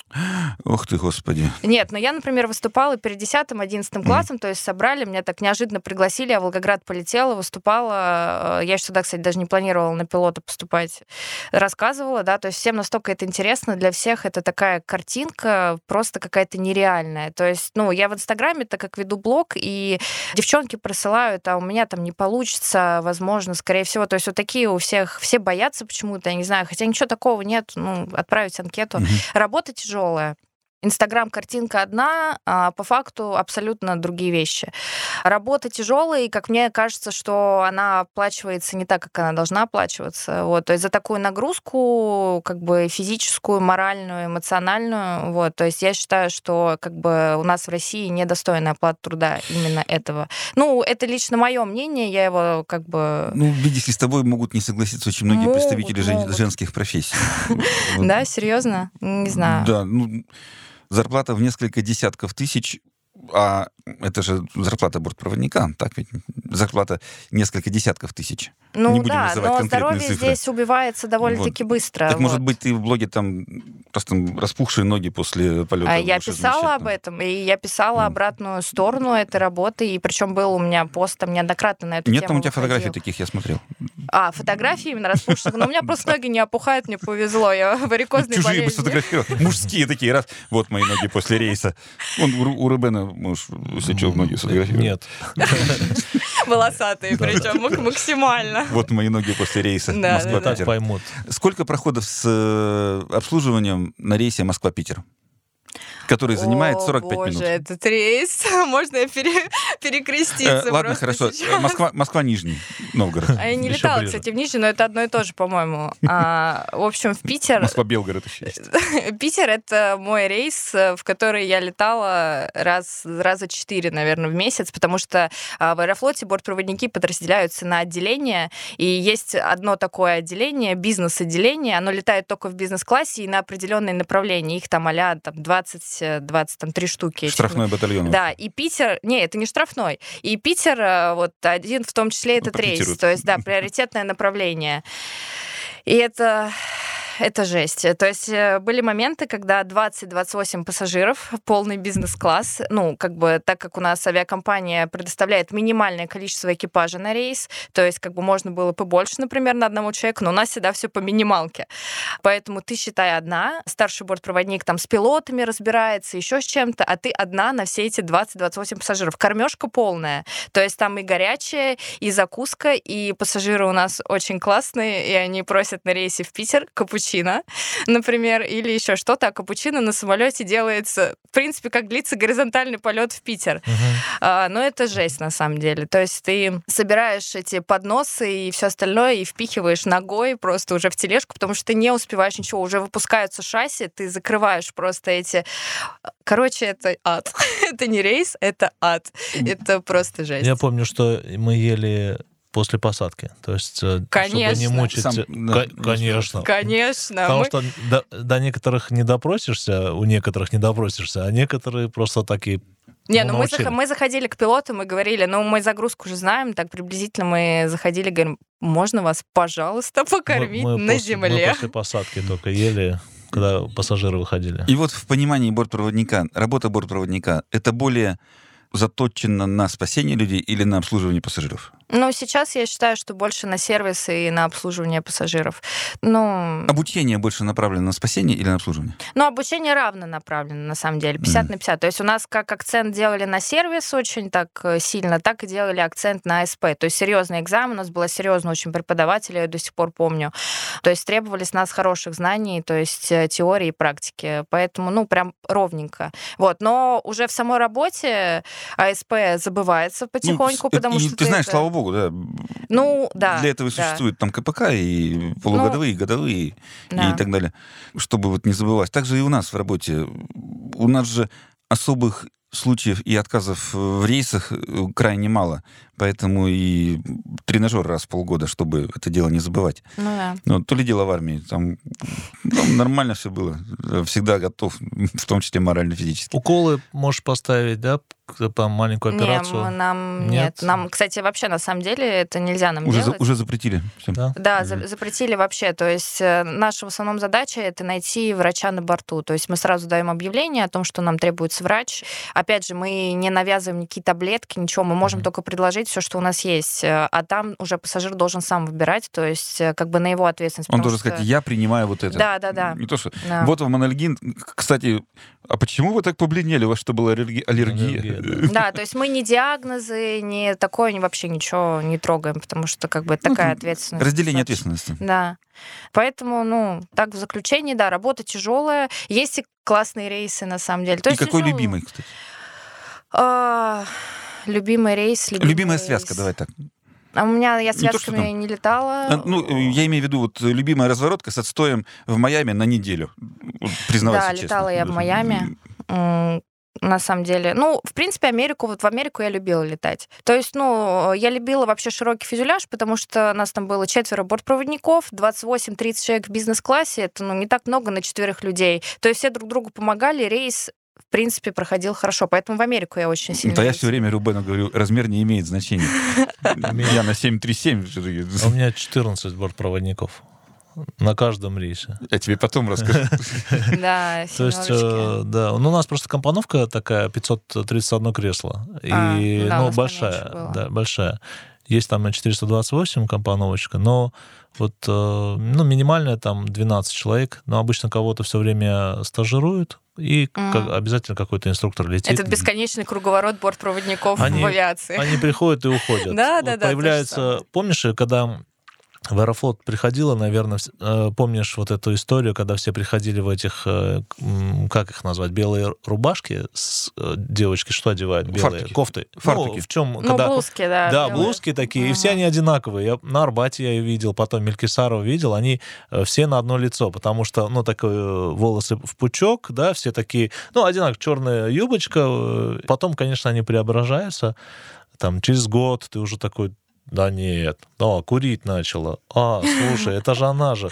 Speaker 5: ох ты, господи.
Speaker 3: Нет, но я, например, выступала перед 10-11 классом, то есть собрали, меня так неожиданно пригласили, я в Волгоград полетела, выступала. э, Я еще тогда, кстати, даже не планировала на пилота поступать. Рассказывала, да, то есть всем настолько это интересно, для всех это такая картинка просто какая-то нереальная. То есть, ну, я в Инстаграме, так как веду блог, и девчонки присылают, а у меня там не получится, возможно, скорее всего. То есть вот такие у всех, все боятся почему-то, я не знаю, хотя ничего такого нет, ну, отправить анкету.
Speaker 5: Мгм.
Speaker 3: Работа тяжелая. Инстаграм картинка одна, а по факту абсолютно другие вещи. Работа тяжелая, и, как мне кажется, что она оплачивается не так, как она должна оплачиваться. Вот. То есть за такую нагрузку, как бы физическую, моральную, эмоциональную, вот. То есть я считаю, что как бы у нас в России недостойная оплата труда именно этого. Ну, это лично мое мнение, я его как бы...
Speaker 5: Ну, видишь ли, с тобой могут не согласиться очень многие
Speaker 3: Могут,
Speaker 5: представители жен-
Speaker 3: Ну, могут.
Speaker 5: женских профессий. Вот.
Speaker 3: Да, серьезно? Не знаю.
Speaker 5: Да, ну, зарплата в несколько десятков тысяч, а это же зарплата бортпроводника, так ведь? Зарплата несколько десятков тысяч.
Speaker 3: Ну
Speaker 5: Не будем
Speaker 3: да,
Speaker 5: называть
Speaker 3: но
Speaker 5: конкретные
Speaker 3: здоровье
Speaker 5: цифры.
Speaker 3: здесь убивается довольно-таки быстро.
Speaker 5: так, может
Speaker 3: вот.
Speaker 5: быть, ты в блоге там просто распухшие ноги после полета.
Speaker 3: А Я
Speaker 5: будешь
Speaker 3: писала
Speaker 5: размещать,
Speaker 3: об
Speaker 5: там.
Speaker 3: этом, и я писала
Speaker 5: Мгм.
Speaker 3: обратную сторону этой работы, и причем был у меня пост там неоднократно на эту
Speaker 5: Нет
Speaker 3: тему.
Speaker 5: там у тебя
Speaker 3: выходил.
Speaker 5: фотографий таких, я смотрел.
Speaker 3: А, фотографии именно распушенных. Но у меня просто ноги не опухают, мне повезло, я варикозной
Speaker 5: Чужие бы
Speaker 3: болезни.
Speaker 5: сфотографировал. Мужские такие, раз. Вот мои ноги после рейса. Он у, Ру- у Рубена, можешь, если что, в ноги сфотографировал.
Speaker 6: Нет.
Speaker 3: Волосатые
Speaker 6: Да,
Speaker 3: причем, мак- максимально.
Speaker 5: Вот мои ноги после рейса.
Speaker 3: Да, да,
Speaker 6: Вот так
Speaker 5: Москва-Питер.
Speaker 6: поймут.
Speaker 5: Сколько проходов с э, обслуживанием на рейсе Москва-Питер? Который занимает 45
Speaker 3: О, боже,
Speaker 5: минут.
Speaker 3: этот рейс. Можно я пере-
Speaker 5: Э,
Speaker 3: перекреститься
Speaker 5: ладно,
Speaker 3: просто
Speaker 5: хорошо. Э,
Speaker 3: сейчас?
Speaker 5: Москва, Москва, Нижний Новгород.
Speaker 3: А я не
Speaker 6: Ещё
Speaker 3: летала,
Speaker 6: ближе.
Speaker 3: кстати, в Нижний, но это одно и то же, по-моему. А, в общем, в Питер
Speaker 5: Москва, Белгород еще есть.
Speaker 3: Питер — это мой рейс, э, в который я летала раз, раза четыре, наверное, в месяц, потому что а, в Аэрофлоте бортпроводники подразделяются на отделения, и есть одно такое отделение, бизнес-отделение, оно летает только в бизнес-классе и на определенные направления, их там а-ля там, э, 20-23 штуки. этих
Speaker 5: Штрафной батальон.
Speaker 3: да, и Питер, не, это не штрафной, и Питер, э, вот один в том числе
Speaker 5: Ну,
Speaker 3: этот
Speaker 5: по
Speaker 3: рейс,
Speaker 5: Питеру.
Speaker 3: то есть, да, приоритетное направление. И это это жесть. То есть э, были моменты, когда 20-28 пассажиров, полный бизнес-класс, ну, как бы так как у нас авиакомпания предоставляет минимальное количество экипажа на рейс, то есть как бы можно было побольше, например, на одного человека, но у нас всегда все по минималке. Поэтому ты, считай, одна, старший бортпроводник там с пилотами разбирается, еще с чем-то, а ты одна на все эти 20-28 пассажиров. Кормежка полная. То есть там и горячая, и закуска, и пассажиры у нас очень классные, и они просят на рейсе в Питер капучино капучино, например, или еще что-то, а капучино на самолете делается, в принципе, как длится горизонтальный полет в Питер. Uh-huh. А, но это жесть на самом деле. То есть ты собираешь эти подносы и все остальное и впихиваешь ногой просто уже в тележку, потому что ты не успеваешь ничего, уже выпускаются шасси, ты закрываешь просто эти. а, Короче, это ад. это не рейс, это ад. это просто жесть.
Speaker 6: Я помню, что мы ели после посадки. То есть, э,
Speaker 3: конечно.
Speaker 6: чтобы не мучить... э,
Speaker 5: Сам, да,
Speaker 6: Ко- конечно.
Speaker 3: Конечно.
Speaker 6: Потому
Speaker 3: А мы-
Speaker 6: что до, до некоторых не допросишься, у некоторых не допросишься, а некоторые просто такие...
Speaker 3: Не, ну, мы,
Speaker 6: научили.
Speaker 3: зах- мы заходили к пилотам и говорили, ну, мы загрузку уже знаем, так приблизительно мы заходили, говорим, можно вас, пожалуйста, покормить
Speaker 6: Мы- мы
Speaker 3: на
Speaker 6: после-
Speaker 3: земле?
Speaker 6: Мы после посадки только ели, когда пассажиры выходили.
Speaker 5: И вот в понимании бортпроводника, работа бортпроводника, это более заточено на спасение людей или на обслуживание пассажиров?
Speaker 3: Ну, сейчас я считаю, что больше на сервисы и на обслуживание пассажиров. Ну,
Speaker 5: Обучение больше направлено на спасение или на обслуживание?
Speaker 3: ну обучение равно направлено, на самом деле, 50 на 50. То есть у нас как акцент делали на сервис очень так э, сильно, так и делали акцент на СП. То есть серьезный экзамен, у нас была серьезно очень преподаватель, я ее до сих пор помню. То есть требовались нас хороших знаний, то есть э, теории и практики. Поэтому, ну, прям ровненько. Вот, но уже в самой работе АСП забывается
Speaker 5: Ну,
Speaker 3: потихоньку,
Speaker 5: с-
Speaker 3: потому
Speaker 5: и
Speaker 3: что...
Speaker 5: ты знаешь,
Speaker 3: это-
Speaker 5: слава богу, да.
Speaker 3: Ну, да.
Speaker 5: Для этого и
Speaker 3: да, Ну,
Speaker 5: существует там КПК и полугодовые, и годовые
Speaker 3: да.
Speaker 5: и так далее, чтобы вот не забывать. Также и у нас в работе. У нас же особых случаев и отказов в рейсах э, крайне мало, поэтому и тренажер раз в полгода, чтобы это дело не забывать.
Speaker 3: Ну, да.
Speaker 5: Ну, то ли дело в армии. Там, там нормально все было. Всегда готов, в том числе морально-физически.
Speaker 6: Уколы можешь поставить, да, к- там маленькую
Speaker 3: Не,
Speaker 6: операцию.
Speaker 3: мы- нам
Speaker 6: Нет?
Speaker 3: нет. Нам, кстати, вообще на самом деле это нельзя нам
Speaker 5: Уже, за-
Speaker 3: делать.
Speaker 5: уже запретили. Всё.
Speaker 6: Да.
Speaker 3: Да, за- запретили вообще. То есть э, наша в основном задача это найти врача на борту. То есть мы сразу даем объявление о том, что нам требуется врач. Опять же, мы не навязываем никакие таблетки, ничего. Мы можем только предложить все, что у нас есть. Э, А там уже пассажир должен сам выбирать. То есть э, как бы на его ответственность.
Speaker 5: Он
Speaker 3: потому
Speaker 5: должен
Speaker 3: что-
Speaker 5: сказать, я принимаю вот это.
Speaker 3: Да, да, да.
Speaker 5: Не то, что...
Speaker 3: Да.
Speaker 5: Вот вам анальгин. Кстати, а почему вы так побледнели? У вас что, была аллерги- аллергия?
Speaker 6: Аллергия,
Speaker 3: Да, то есть мы не диагнозы, не такое ни- вообще ничего не трогаем, потому что как бы
Speaker 5: Ну,
Speaker 3: такая
Speaker 5: это
Speaker 3: ответственность.
Speaker 5: Разделение
Speaker 3: достаточно.
Speaker 5: ответственности.
Speaker 3: Да. Поэтому, ну, так в заключении, да, работа тяжелая. Есть и классные рейсы, на самом деле. То
Speaker 5: И
Speaker 3: есть ну,
Speaker 5: какой
Speaker 3: тяжёлый.
Speaker 5: любимый, кстати?
Speaker 3: А, любимый рейс, любимый
Speaker 5: Любимая
Speaker 3: рейс.
Speaker 5: связка, давай так.
Speaker 3: А у меня я
Speaker 5: Не то, что
Speaker 3: связками не,
Speaker 5: там.
Speaker 3: летала.
Speaker 5: А, Ну, э, я имею в виду вот э, любимая разворотка с отстоем в Майами на неделю. Вот, Признавайся
Speaker 3: Да,
Speaker 5: честно.
Speaker 3: летала я в Майами. М, на самом деле. Ну, в принципе, Америку, вот в Америку я любила летать. То есть, ну, я любила вообще широкий фюзеляж, потому что нас там было четверо бортпроводников, 28-30 человек в бизнес-классе, это, ну, не так много на четверых людей. То есть все друг другу помогали, рейс, в принципе, проходил хорошо. Поэтому в Америку я очень сильно
Speaker 5: ну, Да я
Speaker 3: летела.
Speaker 5: все время Рубену говорю, размер не имеет значения. Я на 737 всё-таки.
Speaker 6: да. А У меня 14 бортпроводников на каждом рейсе.
Speaker 5: Я тебе потом расскажу.
Speaker 3: Да,
Speaker 6: То есть,
Speaker 3: семерочки.
Speaker 6: э, да, ну, у нас просто компоновка такая, 531 кресло, и,
Speaker 3: А, ну да, у
Speaker 6: ну,
Speaker 3: нас поменьше
Speaker 6: большая,
Speaker 3: было.
Speaker 6: да, большая. Есть там и 428 компоновочка, но вот, э, ну, минимальная там 12 человек, но обычно кого-то все время стажируют, и
Speaker 3: Мгм.
Speaker 6: как- обязательно какой-то инструктор летит.
Speaker 3: Этот бесконечный круговорот бортпроводников
Speaker 6: Они-
Speaker 3: в авиации.
Speaker 6: Они приходят и уходят.
Speaker 3: Да,
Speaker 6: Вот
Speaker 3: да, да, то же
Speaker 6: Появляется,
Speaker 3: самое.
Speaker 6: помнишь, э, когда в Аэрофлот приходила, наверное, вс- э, помнишь вот эту историю, когда все приходили в этих, э, к- м, как их назвать, белые рубашки, с, э, девочки что одевают? Белые
Speaker 5: Фартуки.
Speaker 6: кофты. Ну,
Speaker 5: Фартуки.
Speaker 6: в чем,
Speaker 3: Ну,
Speaker 6: когда...
Speaker 3: блузки, да.
Speaker 6: Да,
Speaker 3: белые.
Speaker 6: блузки такие, и
Speaker 3: Мгм.
Speaker 6: все они одинаковые. Я на Арбате я ее видел, потом Мелькисарова видел, они э, все на одно лицо, потому что, ну, такое э, волосы в пучок, да, все такие, ну, одинаково, черная юбочка, э, потом, конечно, они преображаются, там, через год ты уже такой, да нет, а, курить начала, а, слушай, это же она же.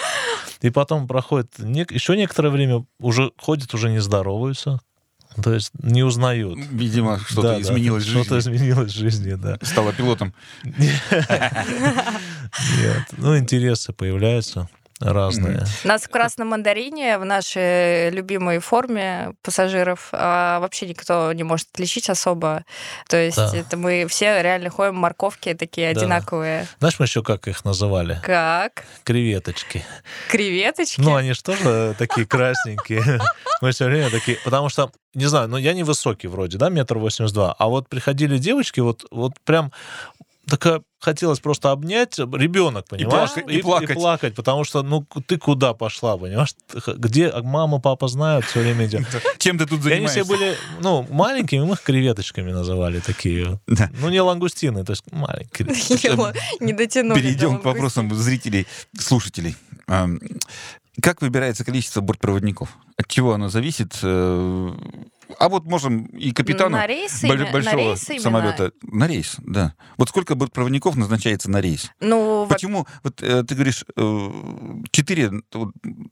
Speaker 6: И потом проходит нек- еще некоторое время, уже ходят, уже не здороваются, то есть не узнают.
Speaker 5: Видимо,
Speaker 6: Да,
Speaker 5: что-то
Speaker 6: да,
Speaker 5: изменилось в
Speaker 6: Что-то
Speaker 5: жизни.
Speaker 6: изменилось в жизни, да.
Speaker 5: Стала пилотом.
Speaker 6: Нет. Ну, интересы появляются. разные.
Speaker 3: Нас в красном мандарине, в нашей любимой форме пассажиров, а, вообще никто не может отличить особо. То есть
Speaker 6: Да.
Speaker 3: это мы все реально ходим, морковки такие
Speaker 6: Да.
Speaker 3: одинаковые.
Speaker 6: Знаешь, мы еще как их называли?
Speaker 3: Как?
Speaker 6: Креветочки.
Speaker 3: Креветочки?
Speaker 5: а
Speaker 6: Ну, они же тоже такие красненькие. Мы все время такие... Потому что, не знаю, ну, я невысокий вроде, да, метр восемьдесят два. А вот приходили девочки, вот, вот прям такая хотелось просто обнять ребенок, понимаешь?
Speaker 5: плака- и плакать.
Speaker 6: потому что, ну, к- ты куда пошла, понимаешь? Ты х- Где а мама, папа знают, все время идет.
Speaker 5: Чем ты тут
Speaker 6: И они все
Speaker 5: занимаешься?
Speaker 6: были, ну, маленькими, мы их креветочками называли такие.
Speaker 5: Да.
Speaker 6: Ну, не лангустины, то есть маленькие.
Speaker 3: Его Не дотянули. до
Speaker 5: Перейдем к
Speaker 3: лангустина.
Speaker 5: вопросам зрителей, слушателей. Ам, Как выбирается количество бортпроводников? От чего оно зависит? Э, А вот можем и капитану
Speaker 3: На рейсы,
Speaker 5: боль-
Speaker 3: именно- на
Speaker 5: большого
Speaker 3: рейсы именно.
Speaker 5: самолета на рейс, да. Вот сколько бортпроводников назначается на рейс?
Speaker 3: Ну, во-
Speaker 5: Почему? Вот э, ты говоришь э, четыре вот,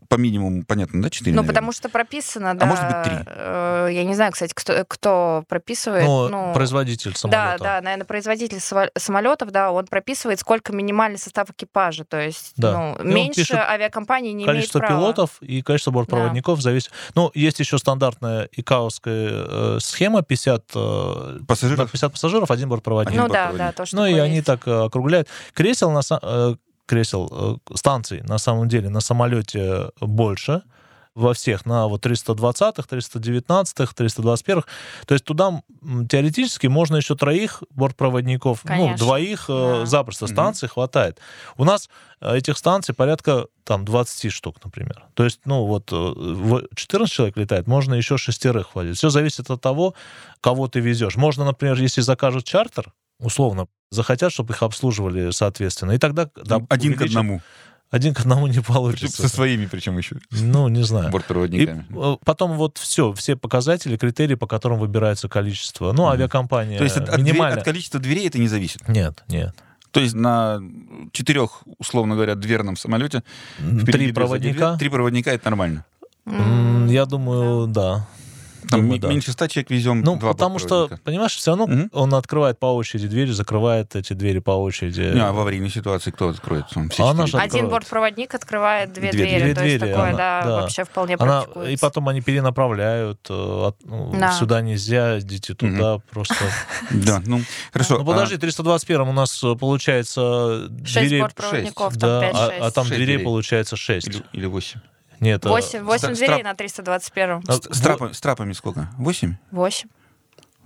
Speaker 5: по минимуму, понятно, да, четыре.
Speaker 3: ну, потому что прописано, да.
Speaker 5: А может быть, три?
Speaker 3: э, Я не знаю, кстати, кто, кто прописывает.
Speaker 6: Ну,
Speaker 3: ну,
Speaker 6: производитель
Speaker 3: Да,
Speaker 6: самолета.
Speaker 3: да, наверное, производитель сва- самолетов, да, он прописывает, сколько минимальный состав экипажа. То есть,
Speaker 6: Да.
Speaker 3: ну,
Speaker 6: И он
Speaker 3: меньше
Speaker 6: пишет
Speaker 3: авиакомпаний не
Speaker 6: количество
Speaker 3: имеет права.
Speaker 6: пилотов и количество бортпроводников зависит. Ну, есть еще стандартная икаовская э, схема 50, э, на
Speaker 5: Пассажиров?
Speaker 6: 50 пассажиров, один бортпроводник.
Speaker 5: Один
Speaker 3: Ну да,
Speaker 5: бортпроводник.
Speaker 3: да, то, что
Speaker 6: Ну и
Speaker 3: такое
Speaker 6: они
Speaker 3: есть.
Speaker 6: так э, округляют. Кресел, на, са- э, кресел э, станций на самом деле на самолете больше во всех, на вот 320-х, 319-х, 321-х. То есть туда м, теоретически можно еще троих бортпроводников, ну,
Speaker 3: Конечно,
Speaker 6: двоих э,
Speaker 3: да.
Speaker 6: запросто
Speaker 5: Мгм.
Speaker 6: станций хватает. У нас э, этих станций порядка там 20 штук, например. То есть, ну, вот э, в- 14 человек летает, можно еще шестерых водить. Все зависит от того, кого ты везешь. Можно, например, если закажут чартер, условно, захотят, чтобы их обслуживали соответственно. И тогда... да,
Speaker 5: Там один к
Speaker 6: увеличат-
Speaker 5: одному.
Speaker 6: Один к одному не
Speaker 5: Причем Со
Speaker 6: получится.
Speaker 5: своими причем еще.
Speaker 6: Ну, не знаю. И
Speaker 5: Бортпроводниками.
Speaker 6: э, потом вот все, все показатели, критерии, по которым выбирается количество. Ну,
Speaker 5: Мгм.
Speaker 6: авиакомпания
Speaker 5: То есть от, от дверей-
Speaker 6: минимально.
Speaker 5: от количества дверей это не зависит.
Speaker 6: Нет, нет.
Speaker 5: То есть на четырех, условно говоря, дверном самолете впереди
Speaker 6: Три
Speaker 5: две,
Speaker 6: проводника.
Speaker 5: сзади две, три проводника это нормально.
Speaker 6: М,
Speaker 3: М,
Speaker 6: Я думаю, да.
Speaker 5: Там
Speaker 6: Думаю,
Speaker 5: м-
Speaker 6: да.
Speaker 5: меньше ста человек везем.
Speaker 6: Ну,
Speaker 5: два
Speaker 6: потому что,
Speaker 5: бортпроводника.
Speaker 6: понимаешь, все равно
Speaker 5: Мгм.
Speaker 6: он открывает по очереди двери, закрывает эти двери по очереди.
Speaker 5: Не, а в аварийной ситуации кто откроет? Там все
Speaker 6: А она
Speaker 5: четыре.
Speaker 6: же
Speaker 3: Один
Speaker 6: откроют.
Speaker 3: бортпроводник открывает две,
Speaker 5: Две
Speaker 3: двери,
Speaker 6: двери.
Speaker 3: то есть
Speaker 6: Две двери,
Speaker 3: такое,
Speaker 6: она-
Speaker 3: да,
Speaker 6: да.
Speaker 3: вообще вполне
Speaker 6: Она, и
Speaker 3: практикуется.
Speaker 6: потом они перенаправляют. э, от- ну,
Speaker 3: Да.
Speaker 6: Сюда нельзя, идите
Speaker 5: Мгм.
Speaker 6: туда просто.
Speaker 5: Да, ну хорошо.
Speaker 6: Ну подожди, 321 у нас э, получается
Speaker 3: Шесть
Speaker 6: дверей...
Speaker 3: бортпроводников, там
Speaker 6: Да, а-
Speaker 3: пять-шесть.
Speaker 6: а, там
Speaker 5: Шесть
Speaker 6: дверей
Speaker 5: дверей.
Speaker 6: получается 6.
Speaker 5: Или, или восемь.
Speaker 6: Нет, э,
Speaker 3: Восемь, восемь
Speaker 5: стра-
Speaker 3: дверей
Speaker 5: страп-
Speaker 3: на 321.
Speaker 6: А,
Speaker 5: С, с трапа- с трапами сколько? Восемь?
Speaker 3: Восемь.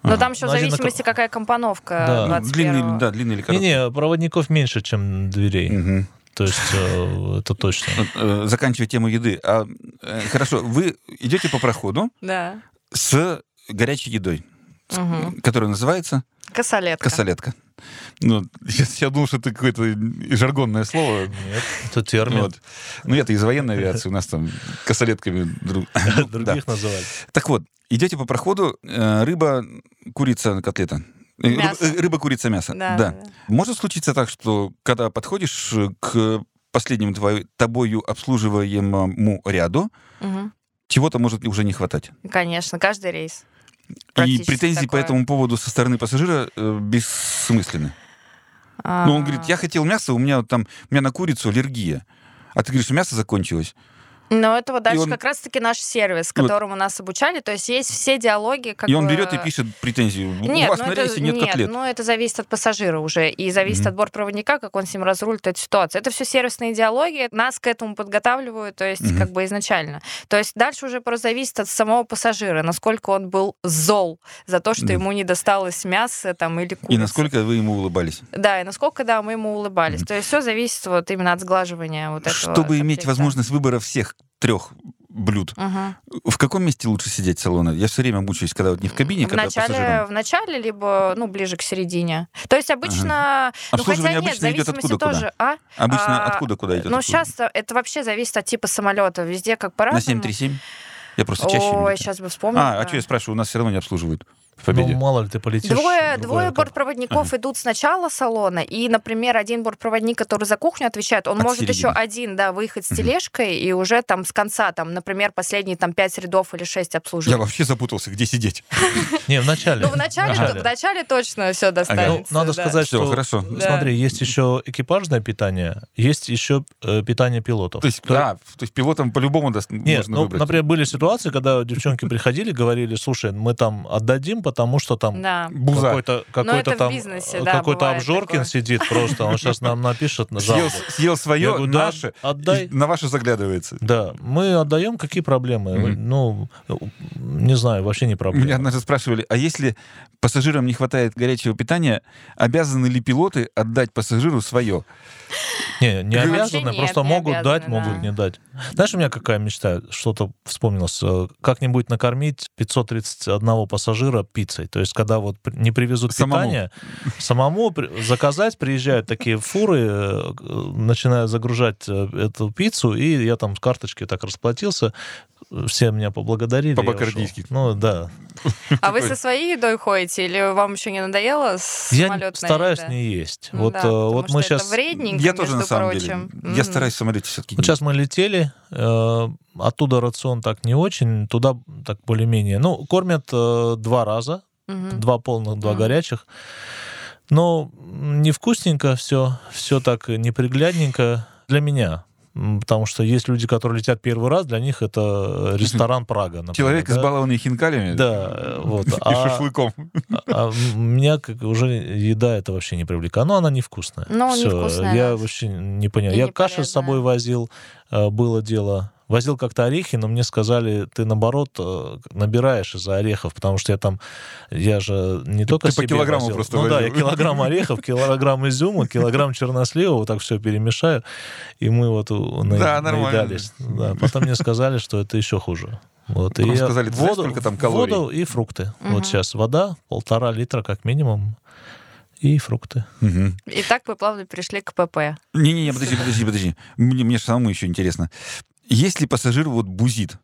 Speaker 5: А,
Speaker 3: Но там еще в
Speaker 6: ну, один на
Speaker 3: зависимости,
Speaker 6: круг.
Speaker 3: какая компоновка
Speaker 6: Да.
Speaker 5: ну,
Speaker 3: 21
Speaker 5: длинный, да, длинный или короткий.
Speaker 6: Не-не, проводников меньше, чем дверей.
Speaker 5: Мгм.
Speaker 6: То есть э, это точно.
Speaker 5: Вот, э, заканчивая тему еды. А, э, хорошо, вы идете по проходу
Speaker 3: Да.
Speaker 5: с горячей едой,
Speaker 3: Мгм.
Speaker 5: которая называется
Speaker 3: Косолетка.
Speaker 5: косолетка. Ну, я, я думал, что это какое-то жаргонное слово.
Speaker 6: Нет, это термин.
Speaker 5: Вот. Ну, это из военной авиации, у нас там косолетками друг... ну, да.
Speaker 6: Других называли.
Speaker 5: Так вот, идете по проходу, э, рыба, курица, котлета. Э, рыба-
Speaker 3: Мясо.
Speaker 5: э, Рыба, курица, мясо.
Speaker 3: Да,
Speaker 5: да.
Speaker 3: да, да.
Speaker 5: Может случиться так, что когда подходишь э, к последнему твою- тобою обслуживаемому ряду,
Speaker 3: Мгм.
Speaker 5: чего-то может уже не хватать.
Speaker 3: Конечно, каждый рейс.
Speaker 5: И
Speaker 3: Практически
Speaker 5: претензии по
Speaker 3: такое.
Speaker 5: этому поводу со стороны пассажира э, бессмысленны. Ну,
Speaker 3: А.
Speaker 5: он говорит, я хотел мясо, у меня вот там, у меня на курицу аллергия. А ты говоришь, мясо закончилось.
Speaker 3: Но этого дальше
Speaker 5: он-
Speaker 3: как раз-таки наш сервис,
Speaker 5: Вот.
Speaker 3: которому нас обучали. То есть есть все диалоги, как
Speaker 5: и он
Speaker 3: бы-
Speaker 5: берет и пишет претензию. У
Speaker 3: Нет,
Speaker 5: вас
Speaker 3: ну
Speaker 5: на
Speaker 3: это,
Speaker 5: рейсе нет, котлет.
Speaker 3: ну это зависит от пассажира уже, и зависит
Speaker 5: Мгм.
Speaker 3: от бортпроводника, как он с ним разрулит эту ситуацию. Это все сервисные идеологии, нас к этому подготавливают, то есть
Speaker 5: Мгм.
Speaker 3: как бы изначально. То есть дальше уже просто зависит от самого пассажира, насколько он был зол за то, что
Speaker 5: Мгм.
Speaker 3: ему не досталось мяса там или курицы.
Speaker 5: И насколько вы ему улыбались.
Speaker 3: Да, и насколько, да, мы ему улыбались.
Speaker 5: Мгм.
Speaker 3: То есть все зависит вот именно от сглаживания вот этого.
Speaker 5: Чтобы иметь
Speaker 3: конфликта.
Speaker 5: возможность выбора всех трех блюд,
Speaker 3: Мгм.
Speaker 5: в каком месте лучше сидеть салона? Я все время мучаюсь, когда вот не в кабине,
Speaker 3: в
Speaker 5: когда
Speaker 3: начале,
Speaker 5: пассажирам.
Speaker 3: в начале, либо ну ближе к середине. То есть обычно,
Speaker 5: А
Speaker 3: ну хотя
Speaker 5: Обслуживание
Speaker 3: нет,
Speaker 5: обычно идет
Speaker 3: зависимости
Speaker 5: откуда
Speaker 3: тоже, а?
Speaker 5: куда? Обычно
Speaker 3: А,
Speaker 5: откуда куда идет?
Speaker 3: Ну
Speaker 5: откуда?
Speaker 3: сейчас это вообще зависит от типа самолета, везде как
Speaker 5: На
Speaker 3: по-разному.
Speaker 5: 737? Я просто чаще... А,
Speaker 3: Ой,
Speaker 5: люблю.
Speaker 3: сейчас бы вспомнила.
Speaker 5: А, а что я спрашиваю? У нас все равно не обслуживают. в победе?
Speaker 6: Ну, мало ли ты полетишь.
Speaker 3: Двое,
Speaker 6: другое
Speaker 3: двое
Speaker 6: как.
Speaker 3: бортпроводников идут с начала салона, и, например, один бортпроводник, который за кухню отвечает, он
Speaker 5: От
Speaker 3: может
Speaker 5: середины.
Speaker 3: еще один, да, выехать с
Speaker 5: Мгм.
Speaker 3: тележкой и уже там с конца, там, например, последние там пять рядов или шесть
Speaker 5: Я
Speaker 3: обслуживать.
Speaker 5: вообще запутался, где сидеть.
Speaker 6: Не, вначале.
Speaker 3: Ну, вначале,
Speaker 6: Вначале.
Speaker 3: вначале точно все достанется.
Speaker 6: Ну, надо
Speaker 3: да.
Speaker 6: сказать,
Speaker 5: Все,
Speaker 6: что...
Speaker 5: хорошо.
Speaker 3: Да.
Speaker 6: Смотри, есть еще экипажное питание, есть еще э, питание пилотов.
Speaker 5: То есть, да, то есть пилотам по-любому даст,
Speaker 6: Нет,
Speaker 5: можно
Speaker 6: ну,
Speaker 5: выбрать.
Speaker 6: например, были ситуации, когда девчонки приходили, говорили, слушай, мы там отдадим, потому что там
Speaker 3: Да.
Speaker 5: Буза.
Speaker 6: какой-то какой-то
Speaker 3: это в
Speaker 6: там
Speaker 3: бизнесе,
Speaker 6: э,
Speaker 3: да,
Speaker 6: какой-то
Speaker 3: бывает
Speaker 6: обжоркин
Speaker 3: такое.
Speaker 6: сидит просто, он сейчас нам напишет на
Speaker 5: Съел,
Speaker 6: жалобу.
Speaker 5: съел свое,
Speaker 6: Я говорю, да,
Speaker 5: наше,
Speaker 6: отдай.
Speaker 5: и на ваше заглядывается.
Speaker 6: Да, мы отдаем, какие проблемы?
Speaker 5: Мгм.
Speaker 6: Ну, не знаю, вообще не проблема.
Speaker 5: Меня однажды спрашивали, а если пассажирам не хватает горячего питания, обязаны ли пилоты отдать пассажиру свое?
Speaker 6: Не, не
Speaker 5: Вообще
Speaker 6: обязаны,
Speaker 3: нет,
Speaker 6: просто
Speaker 3: не
Speaker 6: могут
Speaker 3: обязаны,
Speaker 6: дать, могут
Speaker 3: да.
Speaker 6: не дать. Знаешь, у меня какая мечта? Что-то вспомнилось. Э, Как-нибудь накормить 531 пассажира пиццей. То есть, когда вот при- не привезут
Speaker 5: Самому.
Speaker 6: питание, самому при- заказать, приезжают такие фуры, э, к- э, начинают загружать э, эту пиццу, и я там с карточки так расплатился, все меня поблагодарили. я
Speaker 5: По-бакардийски.
Speaker 6: ушел. Ну, да.
Speaker 3: А вы со своей едой ходите, или вам еще не надоело с
Speaker 6: Я
Speaker 3: самолетной
Speaker 6: стараюсь
Speaker 3: еды?
Speaker 6: не есть.
Speaker 3: Ну
Speaker 6: вот
Speaker 3: да,
Speaker 6: э,
Speaker 3: потому
Speaker 6: вот
Speaker 3: что
Speaker 6: мы
Speaker 3: это
Speaker 6: сейчас...
Speaker 3: вредненько,
Speaker 5: Я тоже, на
Speaker 3: между
Speaker 5: самом
Speaker 3: прочим.
Speaker 5: деле.
Speaker 3: М.
Speaker 5: Я стараюсь в самолете все-таки...
Speaker 6: Вот сейчас мы летели, э, оттуда рацион так не очень, туда так более-менее. Ну, кормят э, два раза,
Speaker 3: Мгм.
Speaker 6: два полных, два
Speaker 3: Мгм.
Speaker 6: горячих. Но м, невкусненько все, все так неприглядненько для меня. М, Потому что есть люди, которые летят первый раз, для них это ресторан Прага, например.
Speaker 5: Человек,
Speaker 6: да?
Speaker 5: избалованный хинкалями
Speaker 6: Да, э, вот.
Speaker 5: и
Speaker 6: А-
Speaker 5: шашлыком.
Speaker 6: а меня как уже еда это вообще не привлекла. Но она невкусная.
Speaker 3: Ну,
Speaker 6: Всё,
Speaker 3: невкусная,
Speaker 6: Я
Speaker 3: да.
Speaker 6: вообще не понял.
Speaker 3: И
Speaker 6: я кашу с
Speaker 3: непорядная.
Speaker 6: собой возил, э, было дело. Возил как-то орехи, но мне сказали, ты наоборот э, набираешь из-за орехов, потому что я там, я же не только
Speaker 5: ты по
Speaker 6: себе
Speaker 5: килограмму
Speaker 6: возил.
Speaker 5: просто
Speaker 6: ну, да, я
Speaker 5: возил.
Speaker 6: килограмм орехов, килограмм изюма, килограмм чернослива, вот так все перемешаю, и мы вот у- на-
Speaker 5: Да, нормально.
Speaker 6: наедались. Да, потом мне сказали, что это еще хуже. Вот,
Speaker 5: Потом
Speaker 6: я
Speaker 5: сказали, «Ты знаешь, сколько там калорий?»
Speaker 6: воду и фрукты.
Speaker 3: Мгм.
Speaker 6: Вот сейчас вода, полтора литра как минимум, и фрукты.
Speaker 5: Мгм.
Speaker 3: И так вы плавно перешли к ПП.
Speaker 5: Не-не-не, подожди, подожди, подожди. Мне, мне же самому еще интересно. Если пассажир вот бузит,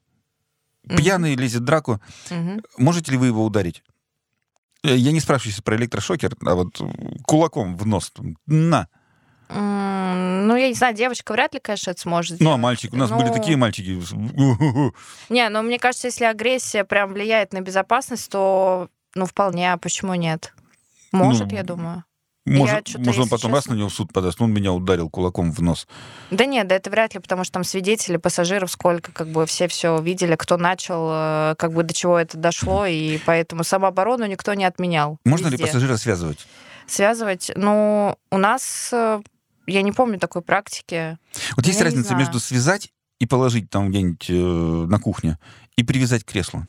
Speaker 3: Мгм.
Speaker 5: пьяный лезет в драку,
Speaker 3: Мгм.
Speaker 5: можете ли вы его ударить? Э, Я не спрашиваю сейчас про электрошокер, а вот э, кулаком в нос. там, На.
Speaker 3: М, Ну, я не знаю, девочка вряд ли, конечно, это сможет.
Speaker 5: Ну, а мальчик? У нас были
Speaker 3: Ну.
Speaker 5: такие мальчики. У-ху-ху.
Speaker 3: Не, но мне кажется, если агрессия прям влияет на безопасность, то, ну, вполне, а почему нет? Может,
Speaker 5: Ну,
Speaker 3: я думаю.
Speaker 5: Может,
Speaker 3: чё-то,
Speaker 5: может, он
Speaker 3: если
Speaker 5: потом раз на него в суд подаст, он меня ударил кулаком в нос.
Speaker 3: Да нет, да это вряд ли, потому что там свидетели, пассажиров сколько, как бы все все видели, кто начал, э, как бы до чего это дошло, и поэтому самооборону никто не отменял.
Speaker 5: Можно ли
Speaker 3: Везде.
Speaker 5: пассажира связывать?
Speaker 3: Связывать? Ну, у нас, э, я не помню такой практики.
Speaker 5: Вот есть
Speaker 3: Я не
Speaker 5: разница
Speaker 3: знаю.
Speaker 5: между связать и положить там где-нибудь э, на кухне и привязать к креслу.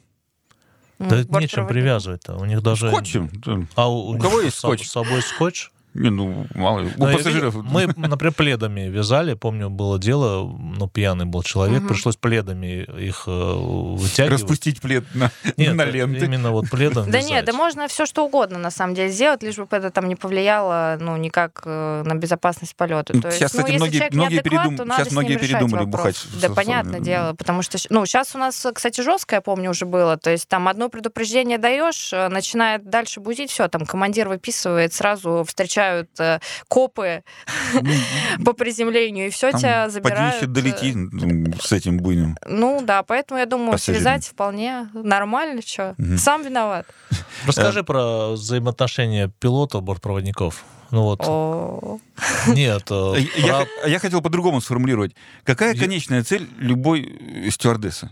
Speaker 3: М,
Speaker 6: Да нечем
Speaker 3: бортпроводник.
Speaker 6: привязывать-то. У них даже...
Speaker 5: Скотчем. Да.
Speaker 6: А у,
Speaker 5: У
Speaker 6: них
Speaker 5: кого есть
Speaker 6: с-
Speaker 5: скотч?
Speaker 6: С собой скотч?
Speaker 5: Не, ну, мало ли.
Speaker 6: Ну,
Speaker 5: У
Speaker 6: я
Speaker 5: пассажиров...
Speaker 6: видел, Мы, например, пледами вязали. Помню, было дело, ну, пьяный был человек,
Speaker 3: Мгм.
Speaker 6: пришлось пледами их э, вытягивать.
Speaker 5: Распустить плед на,
Speaker 6: Нет,
Speaker 5: на ленты.
Speaker 6: Именно вот пледом
Speaker 3: Да
Speaker 6: вязать.
Speaker 3: нет, да можно все что угодно на самом деле сделать, лишь бы это там не повлияло, ну, никак э, на безопасность полета.
Speaker 5: Ну,
Speaker 3: То
Speaker 5: сейчас,
Speaker 3: есть, ну,
Speaker 5: кстати,
Speaker 3: если
Speaker 5: многие-
Speaker 3: человек
Speaker 5: многие
Speaker 3: неадекват,
Speaker 5: передум-
Speaker 3: то надо
Speaker 5: сейчас
Speaker 3: с ним
Speaker 5: многие
Speaker 3: решать
Speaker 5: передумали
Speaker 3: вопрос.
Speaker 5: бухать в-
Speaker 3: Да,
Speaker 5: в- в-
Speaker 3: понятное
Speaker 5: в-
Speaker 3: дело, потому что, щ- ну, сейчас у нас, кстати, жесткое, я помню, уже было, то есть там одно предупреждение даешь, э, начинает дальше бузить, все, там командир выписывает, сразу встречают э, копы по приземлению, и все
Speaker 5: Ну, Там
Speaker 3: тебя
Speaker 5: поди
Speaker 3: забирают.
Speaker 5: еще
Speaker 3: э,
Speaker 5: долети ну, с этим буйным.
Speaker 3: Ну да, поэтому я думаю,
Speaker 5: Пассажирами.
Speaker 3: связать вполне нормально, что.
Speaker 5: Мгм.
Speaker 3: Сам виноват.
Speaker 6: Расскажи про взаимоотношения пилотов, бортпроводников. Ну вот,
Speaker 3: О.
Speaker 6: нет, э, про-
Speaker 5: Я, х- я хотел по-другому сформулировать. Какая
Speaker 6: Я-
Speaker 5: конечная цель любой э, стюардессы?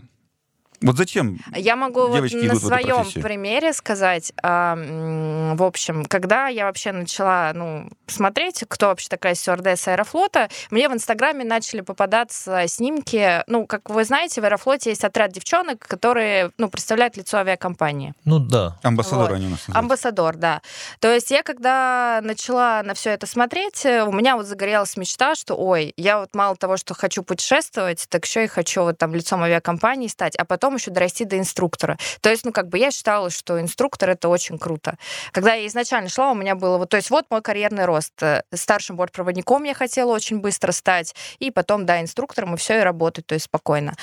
Speaker 5: Вот зачем?
Speaker 3: Я могу вот
Speaker 5: Девочки идут
Speaker 3: на
Speaker 5: в эту
Speaker 3: своем
Speaker 5: профессию.
Speaker 3: примере сказать, а, м, в общем, когда я вообще начала ну, смотреть, кто вообще такая стюардесса Аэрофлота, мне в Инстаграме начали попадаться снимки, ну, как вы знаете, в Аэрофлоте есть отряд девчонок, которые, ну, представляют лицо авиакомпании.
Speaker 6: ну да.
Speaker 5: Амбассадоры
Speaker 3: Вот.
Speaker 5: они у нас называются.
Speaker 3: Амбассадор, да. То есть я когда начала на все это смотреть, э, у меня вот загорелась мечта, что, ой, я вот мало того, что хочу путешествовать, так еще и хочу вот там лицом авиакомпании стать, а потом потом еще дорасти до инструктора. То есть, ну, как бы я считала, что инструктор — это очень круто. Когда я изначально шла, у меня было вот... То есть вот мой карьерный рост. Э, Старшим бортпроводником я хотела очень быстро стать, и потом, да, инструктором, и все, и работать, то есть спокойно.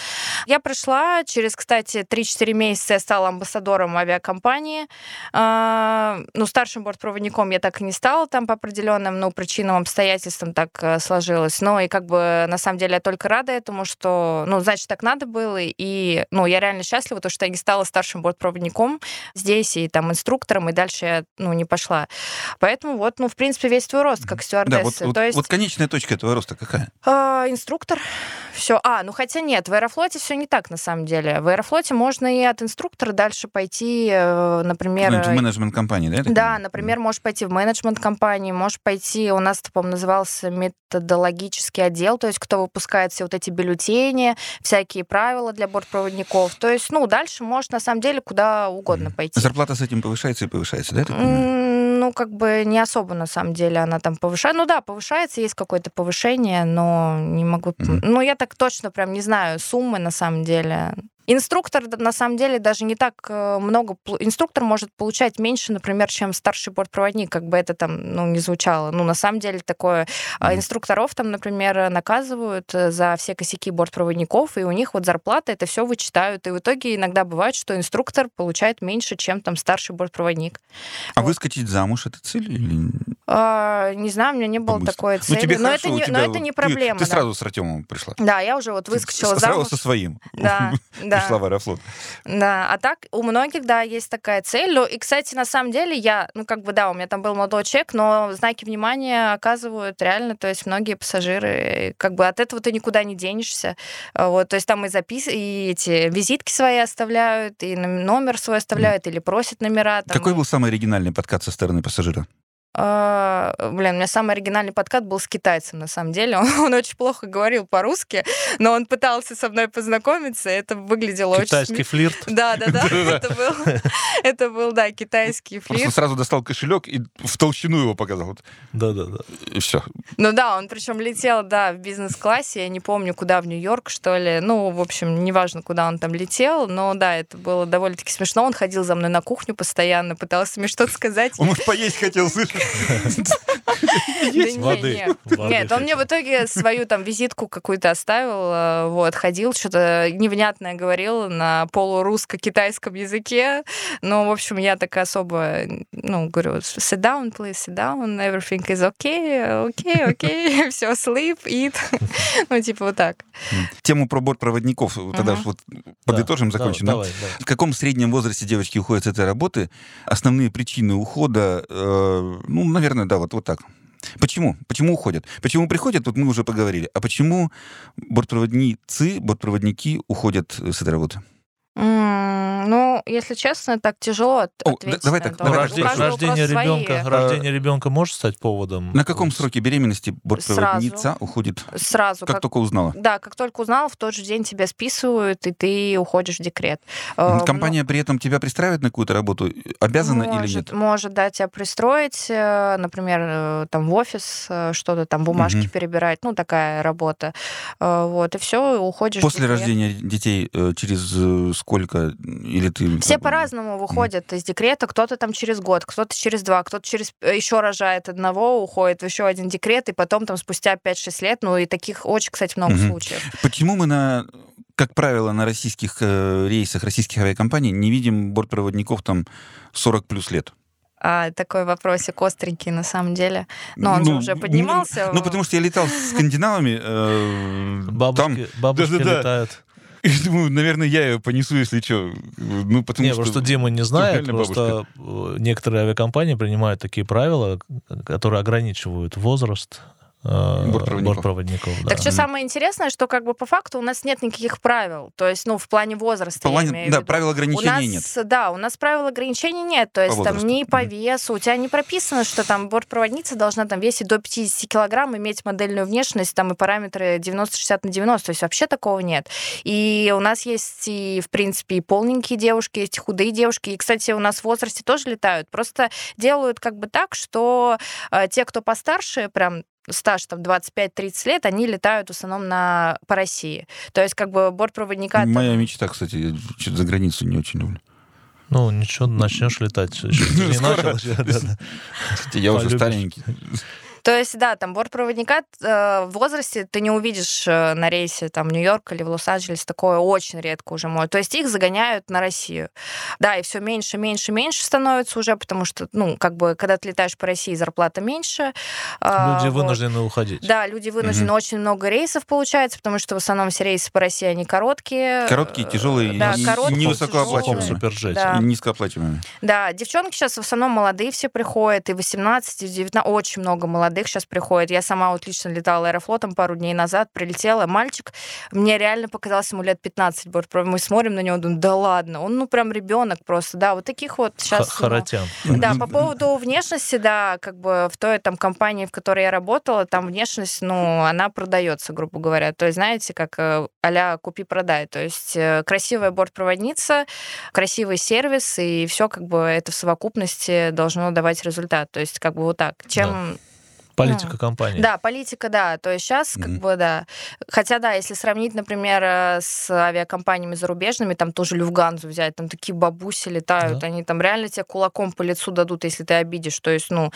Speaker 3: Я пришла, через, кстати, 3-4 месяца я стала амбассадором авиакомпании. А, Ну, старшим бортпроводником я так и не стала, там по определенным, ну, причинам, обстоятельствам так э, сложилось. Но и как бы, на самом деле, я только рада этому, что, ну, значит, так надо было, и, ну, я реально счастлива, потому что я не стала старшим бортпроводником здесь и там инструктором, и дальше я, ну, не пошла. Поэтому вот, ну, в принципе, весь твой рост как
Speaker 5: Да, вот,
Speaker 3: стюардессы.
Speaker 5: вот-
Speaker 3: То есть...
Speaker 5: вот конечная точка этого роста какая?
Speaker 3: А, инструктор. Все. А, ну хотя нет, в Аэрофлоте все не так на самом деле. В Аэрофлоте можно и от инструктора дальше пойти, э, например.
Speaker 5: Какой-нибудь
Speaker 3: э,
Speaker 5: Ну, менеджмент компании, да? я так
Speaker 3: Да,
Speaker 5: понимаю?
Speaker 3: например, можешь пойти в менеджмент компании, можешь пойти, у нас, это, по-моему, назывался методологический отдел, то есть кто выпускает все вот эти бюллетени, всякие правила для бортпроводников. То есть, ну, дальше можешь, на самом деле, куда угодно пойти.
Speaker 5: Зарплата с этим повышается и повышается, да? я так понимаю?
Speaker 3: М, Ну, как бы не особо, на самом деле, она там повышает. Ну да, повышается, есть какое-то повышение, но не могу...
Speaker 5: Мгм.
Speaker 3: Ну, я так точно прям не знаю суммы, на самом деле. Инструктор, да, на самом деле, даже не так э, много... пл- Инструктор может получать меньше, например, чем старший бортпроводник, как бы это там, ну, не звучало. Ну, на самом деле, такое... а,
Speaker 5: Мгм.
Speaker 3: Инструкторов там, например, э, наказывают э, за все косяки бортпроводников, и у них вот зарплата, это все вычитают. И в итоге иногда бывает, что инструктор получает меньше, чем там старший бортпроводник.
Speaker 5: А
Speaker 3: вот.
Speaker 5: выскочить замуж это цель или
Speaker 3: А, не знаю, у меня не было
Speaker 5: побыстро?
Speaker 3: такой цели.
Speaker 5: Ну, тебе
Speaker 3: но
Speaker 5: хорошо,
Speaker 3: это не,
Speaker 5: у тебя
Speaker 3: но это
Speaker 5: вот-
Speaker 3: не
Speaker 5: ты-
Speaker 3: проблема.
Speaker 5: Ты,
Speaker 3: да.
Speaker 5: сразу с Артемом пришла.
Speaker 3: Да, я уже вот
Speaker 5: Ты
Speaker 3: выскочила
Speaker 5: с- Сразу
Speaker 3: замуж.
Speaker 5: со своим.
Speaker 3: Да, да.
Speaker 5: Пришла в Аэрофлот.
Speaker 3: Да, а так у многих, да, есть такая цель. Ну, и, кстати, на самом деле я, ну, как бы, да, у меня там был молодой человек, но знаки внимания оказывают реально, то есть многие пассажиры, как бы, от этого ты никуда не денешься. А, Вот, то есть там и запис, и эти визитки свои оставляют, и ном- номер свой оставляют, или просят номера. Там,
Speaker 5: Какой был самый оригинальный подкат со стороны пассажира?
Speaker 3: А, Блин, у меня самый оригинальный подкат был с китайцем, на самом деле. Он, он очень плохо говорил по-русски, но он пытался со мной познакомиться, и это выглядело
Speaker 6: Китайский
Speaker 3: очень... смеш-
Speaker 6: флирт.
Speaker 3: Да, да, да,
Speaker 5: Да-да-да.
Speaker 3: это был, это был, да, китайский
Speaker 5: Просто
Speaker 3: флирт.
Speaker 5: сразу достал кошелек и в толщину его показал. Вот.
Speaker 6: Да-да-да.
Speaker 5: И все.
Speaker 3: Ну да, он причем летел, да, в бизнес-классе, я не помню, куда, в Нью-Йорк, что ли. Ну, в общем, неважно, куда он там летел, но да, это было довольно-таки смешно. Он ходил за мной на кухню постоянно, пытался мне что-то сказать.
Speaker 5: Он может поесть хотел, слышишь?
Speaker 3: Да не,
Speaker 6: воды.
Speaker 3: не.
Speaker 6: Воды
Speaker 3: Нет, он мне в итоге свою там визитку какую-то оставил, э, вот, ходил, что-то невнятное говорил на полурусско-китайском языке, но, в общем, я такая особо, ну, говорю, sit down, please, sit down, everything is okay, okay, okay, все, sleep, eat, ну, типа вот так.
Speaker 5: Тему про бортпроводников тогда
Speaker 3: Мгм.
Speaker 5: уж вот подытожим,
Speaker 6: Да,
Speaker 5: закончим. да?
Speaker 6: Давай, да.
Speaker 5: В каком среднем возрасте девочки уходят с этой работы? Основные причины ухода, э, ну, наверное, да, вот, вот так. Почему? Почему уходят? Почему приходят? Вот мы уже поговорили. А почему бортпроводницы, бортпроводники уходят э, с этой работы?
Speaker 3: М, Ну, если честно, так тяжело от-
Speaker 5: О, да-
Speaker 3: ответить.
Speaker 5: давай
Speaker 3: на
Speaker 5: так,
Speaker 3: это.
Speaker 6: Ну,
Speaker 5: давай
Speaker 3: У
Speaker 5: так,
Speaker 6: рожде-
Speaker 3: каждого
Speaker 5: хорошо.
Speaker 6: рождение
Speaker 3: просто свои.
Speaker 6: ребенка, рождение ребенка может стать поводом.
Speaker 5: На каком сроке беременности бортпроводница
Speaker 3: Сразу.
Speaker 5: уходит?
Speaker 3: Сразу,
Speaker 5: Как, только узнала.
Speaker 3: Да, как только узнал, в тот же день тебя списывают, и ты уходишь в декрет. Э,
Speaker 5: Компания при этом тебя пристраивает на какую-то работу? Обязана или
Speaker 3: может,
Speaker 5: нет?
Speaker 3: Может, да, тебя пристроить, э, например, э, там в офис э, что-то там, бумажки
Speaker 5: Мгм.
Speaker 3: перебирать, ну, такая работа. Э, Вот, и все, уходишь. в
Speaker 5: После
Speaker 3: декрет.
Speaker 5: рождения детей э, через э, сколько? Или ты...
Speaker 3: Все
Speaker 5: как бы,
Speaker 3: по-разному выходят из декрета. Кто-то там через год, кто-то через два, кто-то через еще рожает одного, уходит в еще один декрет, и потом там спустя 5-6 лет, ну и таких очень, кстати, много
Speaker 5: Мгм.
Speaker 3: случаев.
Speaker 5: Почему мы на, как правило, на российских э, рейсах российских авиакомпаний не видим бортпроводников там 40 плюс лет?
Speaker 3: А, такой вопросик остренький на самом деле. Но он же уже
Speaker 5: м-
Speaker 3: поднимался.
Speaker 5: Ну, потому что я летал с скандинавами. э, Там,
Speaker 6: Бабушки, бабушки
Speaker 5: Да-да-да.
Speaker 6: летают.
Speaker 5: и думаю, наверное, я ее понесу, если что. Ну, потому
Speaker 6: не,
Speaker 5: что...
Speaker 6: просто Дима не знает,
Speaker 5: реально
Speaker 6: просто э, некоторые авиакомпании принимают такие правила, которые ограничивают возраст э,
Speaker 5: Бортпроводников.
Speaker 6: бортпроводников. да.
Speaker 3: Так что самое интересное, что как бы по факту у нас нет никаких правил, то есть, ну, в плане возраста.
Speaker 5: По
Speaker 3: я
Speaker 5: плане-
Speaker 3: имею в
Speaker 5: да,
Speaker 3: виду.
Speaker 5: правил
Speaker 3: у
Speaker 5: ограничений
Speaker 3: нас,
Speaker 5: нет.
Speaker 3: Да, у нас правил ограничений нет, то есть там
Speaker 5: возрасту.
Speaker 3: ни по
Speaker 5: Мгм.
Speaker 3: весу, у тебя не прописано, что там бортпроводница должна там весить до 50 килограмм, иметь модельную внешность, там и параметры 90-60 на 90, то есть вообще такого нет. И у нас есть и, в принципе, и полненькие девушки, есть и худые девушки, и, кстати, у нас в возрасте тоже летают, просто делают как бы так, что э, те, кто постарше, прям стаж там 25-30 лет, они летают в основном на, по России. То есть как бы бортпроводника... там-
Speaker 5: Моя мечта, кстати, я чё-то за границу не очень люблю.
Speaker 6: Ну, ничего, начнешь летать. Ещё не
Speaker 5: Ну, Скоро.
Speaker 6: начал, да, да.
Speaker 5: Кстати, я уже
Speaker 6: Полюбишь.
Speaker 5: старенький.
Speaker 3: То есть, да, там бортпроводника э, в возрасте ты не увидишь э, на рейсе там в Нью-Йорк или в Лос-Анджелес, такое очень редко уже может. То есть их загоняют на Россию. Да, и все меньше, меньше, меньше становится уже, потому что, ну, как бы, когда ты летаешь по России, зарплата меньше. А,
Speaker 6: Люди
Speaker 3: вот.
Speaker 6: вынуждены уходить.
Speaker 3: Да, люди вынуждены. Очень много рейсов получается, потому что в основном все рейсы по России, они короткие.
Speaker 5: Короткие,
Speaker 3: Э,
Speaker 5: тяжелые и
Speaker 3: да,
Speaker 5: не-
Speaker 3: короткие,
Speaker 5: невысокооплачиваемые.
Speaker 3: тяжелые.
Speaker 6: Супержете.
Speaker 3: Да.
Speaker 5: И Низкооплачиваемый.
Speaker 3: Да, девчонки сейчас в основном молодые все приходят, и 18, и 19, очень много молодых сейчас приходит. Я сама вот лично летала аэрофлотом пару дней назад, прилетела, мальчик, мне реально показалось, ему лет 15 будет, мы смотрим на него, думаем, да ладно, он ну прям ребенок просто, да, вот таких вот
Speaker 6: Х-
Speaker 3: сейчас... ну,
Speaker 6: Харатян.
Speaker 3: да,
Speaker 5: Ну,
Speaker 3: по поводу внешности, да, как бы в той там компании, в которой я работала, там внешность, ну, она продается, грубо говоря. То есть, знаете, как э, а-ля купи-продай. То есть э, красивая бортпроводница, красивый сервис, и все как бы это в совокупности должно давать результат. То есть как бы вот так. Чем...
Speaker 6: Политика компании.
Speaker 3: Да, политика, да. То есть сейчас как
Speaker 5: Мгм.
Speaker 3: бы, да. Хотя, да, если сравнить, например, э, с авиакомпаниями зарубежными, там тоже Люфганзу взять, там такие бабуси летают,
Speaker 6: Да.
Speaker 3: они там реально тебе кулаком по лицу дадут, если ты обидишь. То есть, ну,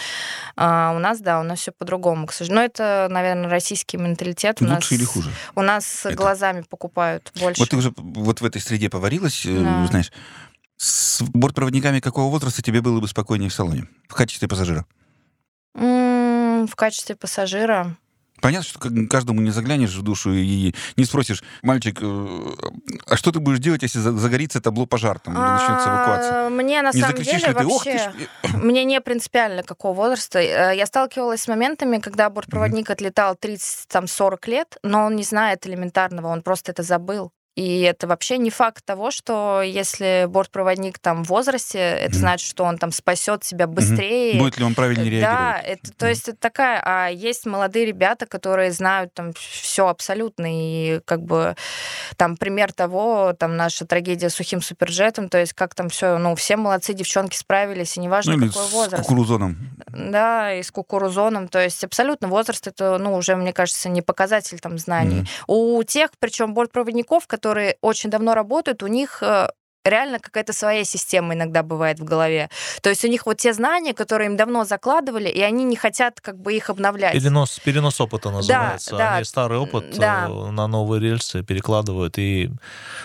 Speaker 3: а у нас, да, у нас все по-другому, к сожалению. Но это, наверное, российский менталитет. У нас,
Speaker 5: Ну, Лучше или хуже?
Speaker 3: У нас
Speaker 5: Это.
Speaker 3: глазами покупают больше.
Speaker 5: Вот ты уже вот в этой среде поварилась, э,
Speaker 3: Да.
Speaker 5: знаешь, с бортпроводниками какого возраста тебе было бы спокойнее в салоне в качестве пассажира?
Speaker 3: М, в качестве пассажира.
Speaker 5: Понятно, что к- каждому не заглянешь в душу и не спросишь, мальчик, э, а что ты будешь делать, если за- загорится табло пожар, там, или начнется эвакуация?
Speaker 3: А, Мне на
Speaker 5: Не
Speaker 3: самом
Speaker 5: закричишь
Speaker 3: деле
Speaker 5: ли ты, ох
Speaker 3: вообще...
Speaker 5: ты ж, э,
Speaker 3: Мне не принципиально, какого возраста. Э, Я сталкивалась с моментами, когда бортпроводник отлетал 30-40 лет, но он не знает элементарного, он просто это забыл. И это вообще не факт того, что если бортпроводник там в возрасте, это
Speaker 5: Мгм.
Speaker 3: значит, что он там спасет себя быстрее.
Speaker 5: Будет ли он правильно
Speaker 3: Да,
Speaker 5: реагировать?
Speaker 3: это, то есть это такая, а есть молодые ребята, которые знают там все абсолютно, и как бы там пример того, там наша трагедия с сухим суперджетом, то есть как там все, ну, все молодцы, девчонки справились, и неважно,
Speaker 5: Ну или
Speaker 3: какой
Speaker 5: с
Speaker 3: возраст.
Speaker 5: кукурузоном.
Speaker 3: Да, и с кукурузоном, то есть абсолютно возраст это, ну, уже, мне кажется, не показатель там знаний.
Speaker 5: Мгм.
Speaker 3: У тех, причем бортпроводников, которые очень давно работают, у них э, реально какая-то своя система иногда бывает в голове. То есть у них вот те знания, которые им давно закладывали, и они не хотят как бы их обновлять.
Speaker 6: Перенос, перенос опыта называется.
Speaker 3: да.
Speaker 6: Они старый опыт
Speaker 3: Да.
Speaker 6: э, на новые рельсы перекладывают. И,
Speaker 5: И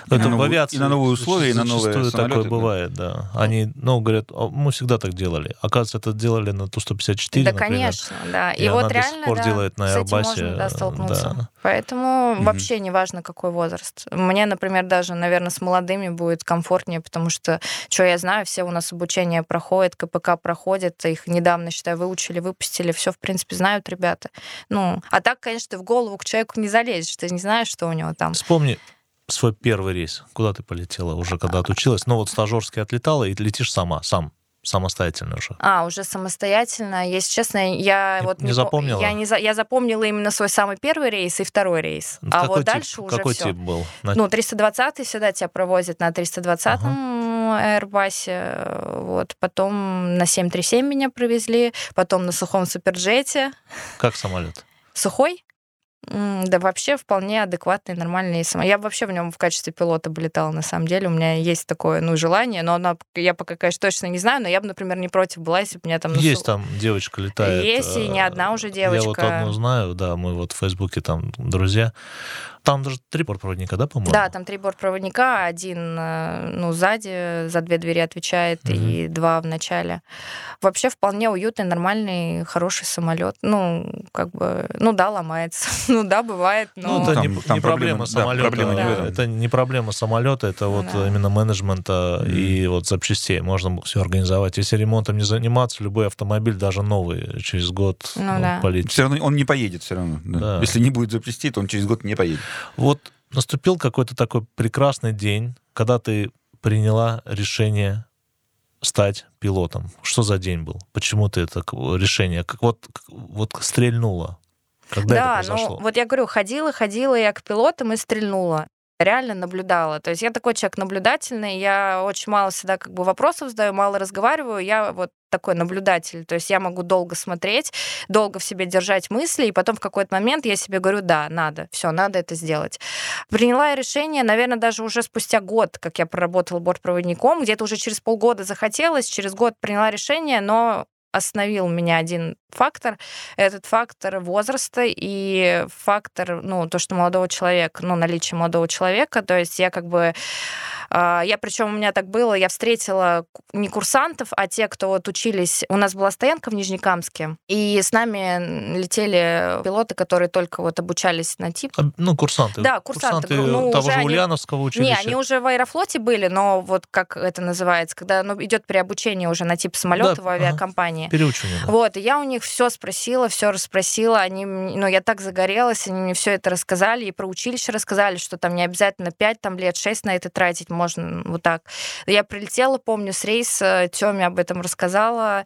Speaker 6: это
Speaker 5: на
Speaker 6: в
Speaker 5: новые-
Speaker 6: авиации.
Speaker 5: и на новые условия, и на новые
Speaker 6: зачастую такое
Speaker 5: самолеты, да.
Speaker 6: бывает, да. Они, ну, говорят, «А мы всегда так делали. Оказывается, это делали на Ту-154,
Speaker 3: да,
Speaker 6: например.
Speaker 3: конечно, да. И,
Speaker 6: И
Speaker 3: вот
Speaker 6: она до сих
Speaker 3: реально
Speaker 6: пор
Speaker 3: да,
Speaker 6: делает на
Speaker 3: с этим
Speaker 6: Airbus,
Speaker 3: можно
Speaker 6: э,
Speaker 3: да, столкнуться.
Speaker 6: да.
Speaker 3: Поэтому
Speaker 5: Мгм.
Speaker 3: вообще не важно, какой возраст. Мне, например, даже, наверное, с молодыми будет комфортнее, потому что, что я знаю, все у нас обучение проходит, КПК проходит, их недавно, считаю, выучили, выпустили, все, в принципе, знают ребята. Ну, а так, конечно, ты в голову к человеку не залезешь, ты не знаешь, что у него там.
Speaker 6: Вспомни свой первый рейс. Куда ты полетела уже, когда отучилась? Ну, вот стажерский отлетала, и летишь сама, сам, самостоятельно уже.
Speaker 3: А, уже самостоятельно. Если честно, я
Speaker 6: Не-
Speaker 3: вот
Speaker 6: не
Speaker 3: по-
Speaker 6: запомнила?
Speaker 3: Я, не за- я запомнила именно свой самый первый рейс и второй рейс. а
Speaker 6: Ну, Какой
Speaker 3: вот
Speaker 6: тип-
Speaker 3: дальше уже
Speaker 6: Какой
Speaker 3: всё.
Speaker 6: тип был? На-
Speaker 3: Ну, 320 всегда тебя провозят на 320-м Airbus. э, Вот. Потом на 737 меня провезли, потом на сухом суперджете.
Speaker 6: Как самолет?
Speaker 3: Сухой? М, Да вообще вполне адекватный, нормальный сам. Я вообще в нем в качестве пилота бы летала, на самом деле. У меня есть такое, ну, желание, но она, я пока, конечно, точно не знаю, но я бы, например, не против была, если бы меня там... на
Speaker 6: Есть
Speaker 3: су-
Speaker 6: там девочка летает.
Speaker 3: Есть, и не
Speaker 6: э,
Speaker 3: одна уже
Speaker 6: Я вот
Speaker 3: девочка.
Speaker 6: одну знаю, да, мы вот в Фейсбуке там друзья. Там даже три бортпроводника, да, по-моему?
Speaker 3: Да, там три бортпроводника, один э, ну, сзади за две двери отвечает, и два в начале. Вообще вполне уютный, нормальный, хороший самолет. Ну, как бы, ну да, ломается. ну да, бывает, но...
Speaker 6: Ну, это
Speaker 5: там-
Speaker 6: не,
Speaker 5: там проблема,
Speaker 6: не проблема,
Speaker 5: да,
Speaker 6: самолета.
Speaker 5: проблема
Speaker 3: не в
Speaker 5: этом.
Speaker 6: Это не проблема самолета, это вот
Speaker 3: Да.
Speaker 6: именно менеджмента
Speaker 5: Мгм.
Speaker 6: и вот запчастей. Можно все организовать. Если ремонтом не заниматься, любой автомобиль, даже новый, через год
Speaker 3: Ну да.
Speaker 6: полетит.
Speaker 5: Все равно он не поедет, все равно. да.
Speaker 6: Да.
Speaker 5: Если не будет запчастей, то он через год не поедет.
Speaker 6: Вот наступил какой-то такой прекрасный день, когда ты приняла решение стать пилотом. Что за день был? Почему ты это к- решение как вот как- вот стрельнуло? Когда это
Speaker 3: Да,
Speaker 6: произошло?
Speaker 3: ну вот я говорю, ходила, ходила я к пилотам и стрельнула. реально наблюдала. То есть я такой человек наблюдательный, я очень мало всегда как бы вопросов задаю, мало разговариваю, я вот такой наблюдатель, то есть я могу долго смотреть, долго в себе держать мысли, и потом в какой-то момент я себе говорю, да, надо, все, надо это сделать. Приняла я решение, наверное, даже уже спустя год, как я проработала бортпроводником, где-то уже через полгода захотелось, через год приняла решение, но остановил меня один фактор. Этот фактор возраста и фактор, ну, то, что молодого человека, ну, наличие молодого человека. То есть я как бы... э, Я, причем у меня так было, я встретила не курсантов, а те, кто вот учились. У нас была стоянка в Нижнекамске, и с нами летели пилоты, которые только вот обучались на тип.
Speaker 6: А, Ну, курсанты.
Speaker 3: Да, курсанты, ну,
Speaker 6: того
Speaker 3: уже
Speaker 6: же
Speaker 3: они-
Speaker 6: Ульяновского училища.
Speaker 3: Не, они уже в аэрофлоте были, но вот как это называется, когда ну, идет переобучение уже на тип самолета
Speaker 6: Да,
Speaker 3: в
Speaker 6: ага.
Speaker 3: авиакомпании.
Speaker 6: Переучены, да.
Speaker 3: Вот, и я у них все спросила, все расспросила, они, м- ну, я так загорелась, они мне все это рассказали, и про училище рассказали, что там не обязательно 5 там, лет, 6 на это тратить, можно вот так. Я прилетела, помню, с рейса, Тёме об этом рассказала,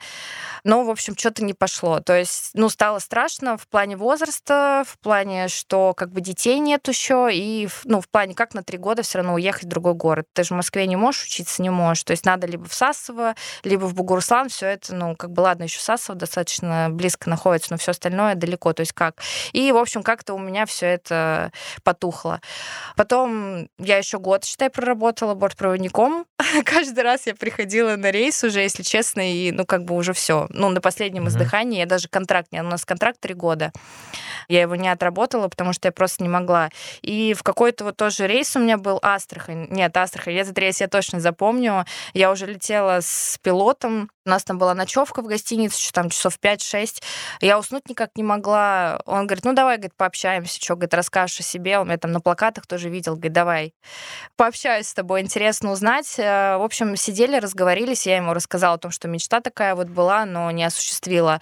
Speaker 3: но, в общем, что-то не пошло. То есть, ну, стало страшно в плане возраста, в плане, что как бы детей нет еще, и, в- ну, в плане, как на три года все равно уехать в другой город. Ты же в Москве не можешь учиться, не можешь. То есть надо либо в Сасово, либо в Бугурслан, все это, ну, как бы, ладно, еще Сасово достаточно близко находится, но все остальное далеко, то есть как. И, в общем, как-то у меня все это потухло. Потом я еще год, считай, проработала бортпроводником. Каждый раз я приходила на рейс уже, если честно, и, ну, как бы уже все. Ну, на последнем
Speaker 6: Мгм.
Speaker 3: издыхании я даже контракт, не- у нас контракт три года. Я его не отработала, потому что я просто не могла. И в какой-то вот тоже рейс у меня был Астрахань. Нет, Астрахань. Этот рейс я точно запомню. Я уже летела с пилотом. У нас там была ночевка в гостинице, еще там часов 5-6. Я уснуть никак не могла. Он говорит, ну давай, говорит, пообщаемся, что, говорит, расскажешь о себе. Он меня там на плакатах тоже видел, говорит, давай. Пообщаюсь с тобой, интересно узнать. Э, В общем, сидели, разговорились. Я ему рассказала о том, что мечта такая вот была, но не осуществила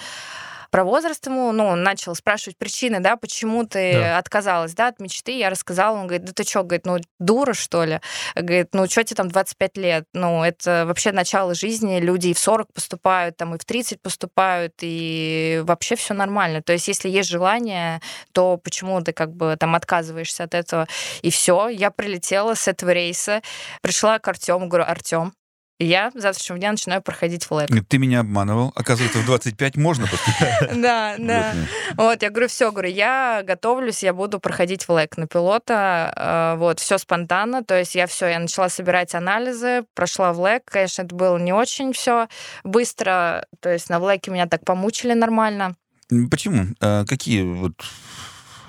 Speaker 3: про возраст ему, ну, он начал спрашивать причины, да, почему ты
Speaker 6: Да.
Speaker 3: отказалась, да, от мечты. Я рассказала, он говорит, да ты что, говорит, ну, дура, что ли? Говорит, ну, что тебе там 25 лет? Ну, это вообще начало жизни, люди и в 40 поступают, там, и в 30 поступают, и вообще все нормально. То есть, если есть желание, то почему ты как бы там отказываешься от этого? И все, я прилетела с этого рейса, пришла к Артему, говорю, Артем, я с завтрашнего дня начинаю проходить флэк.
Speaker 5: Говорит, Ты меня обманывал. Оказывается, в 25 можно поступить.
Speaker 3: Да,
Speaker 5: Ну,
Speaker 3: да. Вот, я говорю, все, говорю, я готовлюсь, я буду проходить в ЛЭК на пилота, э, вот, все спонтанно, то есть я все, я начала собирать анализы, прошла в ЛЭК, конечно, это было не очень все быстро, то есть на ВЛЭКе меня так помучили нормально.
Speaker 5: М, Почему? А, Какие вот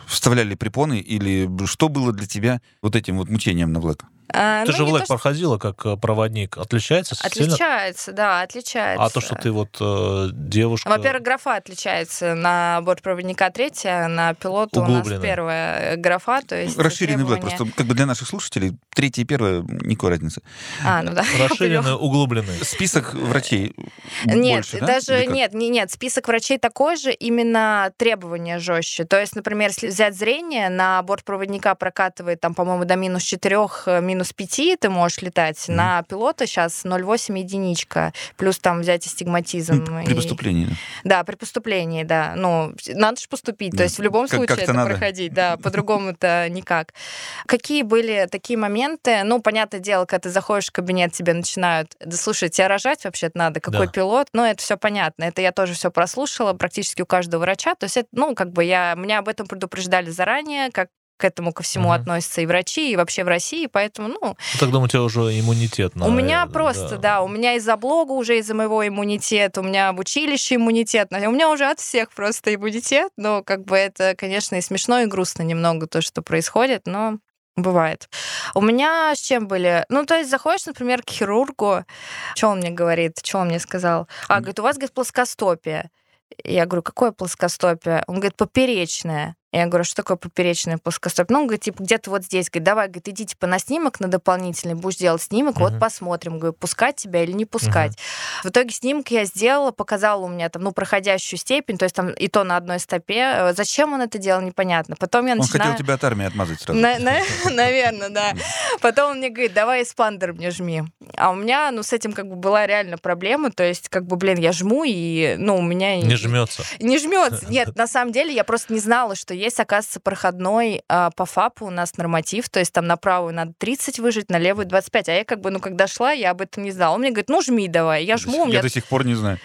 Speaker 5: вставляли препоны или что было для тебя вот этим вот мучением на Блэк?
Speaker 3: Э,
Speaker 6: Ты
Speaker 3: ну,
Speaker 6: же в
Speaker 3: не
Speaker 6: ЛЭК
Speaker 3: то, что-
Speaker 6: проходила как э, проводник. Отличается сильно?
Speaker 3: Отличается, да, отличается.
Speaker 6: А то, что ты вот э, девушка...
Speaker 3: Во-первых, графа отличается на бортпроводника третья, на пилота у
Speaker 6: Углубленная.
Speaker 3: нас первая графа, то есть
Speaker 5: Ну, Расширенный Блэк.
Speaker 3: требования-
Speaker 5: Просто как бы для наших слушателей третье и первое никакой разницы.
Speaker 3: А, ну да.
Speaker 6: расширенный, углубленный.
Speaker 5: Список врачей
Speaker 3: Нет,
Speaker 5: больше, да?
Speaker 3: даже
Speaker 5: Или как?
Speaker 3: нет, не, нет, список врачей такой же, именно требования жестче. То есть, например, если взять зрение, на борт проводника прокатывает там, по-моему, до минус 4, минус 5 ты можешь летать.
Speaker 5: Мгм.
Speaker 3: На пилота сейчас 0,8 единичка, плюс там взять
Speaker 5: Ну,
Speaker 3: астигматизм.
Speaker 5: При
Speaker 3: и-
Speaker 5: поступлении. да.
Speaker 3: Да, при поступлении, да. Ну, надо же поступить,
Speaker 5: Да.
Speaker 3: то есть в любом
Speaker 5: Как-
Speaker 3: случае
Speaker 5: как-то
Speaker 3: это
Speaker 5: надо.
Speaker 3: проходить, да, по-другому-то никак. Какие были такие моменты? Ну, понятное дело, когда ты заходишь в кабинет, тебе начинают, да слушай, тебя рожать вообще-то надо, какой
Speaker 6: Да.
Speaker 3: пилот? Ну, это все понятно, это я тоже все прослушала практически у каждого врача, то есть это, ну, как бы я, меня об этом предупреждали заранее, как к этому ко всему
Speaker 6: Мгм.
Speaker 3: относятся и врачи, и вообще в России, поэтому, ну,
Speaker 6: Ну, так думаю, у тебя уже иммунитет. на- э,
Speaker 3: у меня просто, да. у меня из-за блога уже из-за моего иммунитета, у меня в училище иммунитет, но у меня уже от всех просто иммунитет, но как бы это, конечно, и смешно, и грустно немного то, что происходит, но бывает. У меня с чем были? Ну, то есть заходишь, например, к хирургу, что он мне говорит, что он мне сказал? А, говорит, у вас, говорит, плоскостопие. Я говорю, какое плоскостопие? Он говорит, поперечное. Я говорю, «А что такое поперечное плоскостопие? Ну, он говорит, типа, где-то вот здесь. Говорит, давай, говорит, иди, типа, на снимок на дополнительный, будешь делать снимок, вот
Speaker 6: Мгм.
Speaker 3: посмотрим, говорю, пускать тебя или не пускать. В итоге снимок я сделала, показала у меня там, ну, проходящую степень, то есть там и то на одной стопе. Э, Зачем он это делал, непонятно. Потом я
Speaker 5: Он
Speaker 3: начинаю...
Speaker 5: хотел тебя от армии отмазать сразу.
Speaker 3: наверное, да. Потом он мне говорит, давай эспандер мне жми. А у меня, ну, с этим как бы была реально проблема. То есть, как бы, блин, я жму, и, ну, у меня...
Speaker 6: Не жмется.
Speaker 3: Не жмется. Нет, на самом деле я просто не знала, что есть, оказывается, проходной а, по ФАПу у нас норматив, то есть там на правую надо 30 выжить, на левую 25. А я как бы, ну, когда шла, я об этом не знала. Он мне говорит, ну, жми давай. Я жму, у меня
Speaker 5: Я до сих пор не знаю.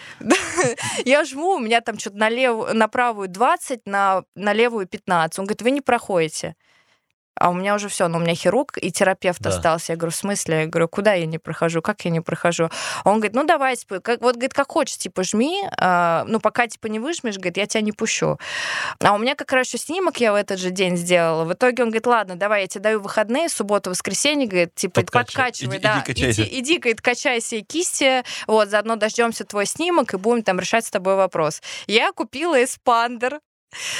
Speaker 3: я жму, у меня там что-то на, лев... на правую 20, на... на левую 15. Он говорит, вы не проходите. А у меня уже все, ну, у меня хирург и терапевт
Speaker 6: Да.
Speaker 3: остался. Я говорю, в смысле? Я говорю, куда я не прохожу, как я не прохожу? А Он говорит, ну, давай, типа, как... вот, говорит, как хочешь, типа, жми, а, ну, пока, типа, не выжмешь, говорит, я тебя не пущу. А у меня как раз еще снимок я в этот же день сделала. В итоге он говорит, ладно, давай, я тебе даю выходные, субботу, воскресенье, говорит, типа,
Speaker 6: Подкачай.
Speaker 3: подкачивай,
Speaker 5: Иди-
Speaker 3: да,
Speaker 5: иди качайся.
Speaker 3: иди, иди, говорит, качайся и кисти, вот, заодно дождемся твой снимок и будем там решать с тобой вопрос. Я купила эспандер,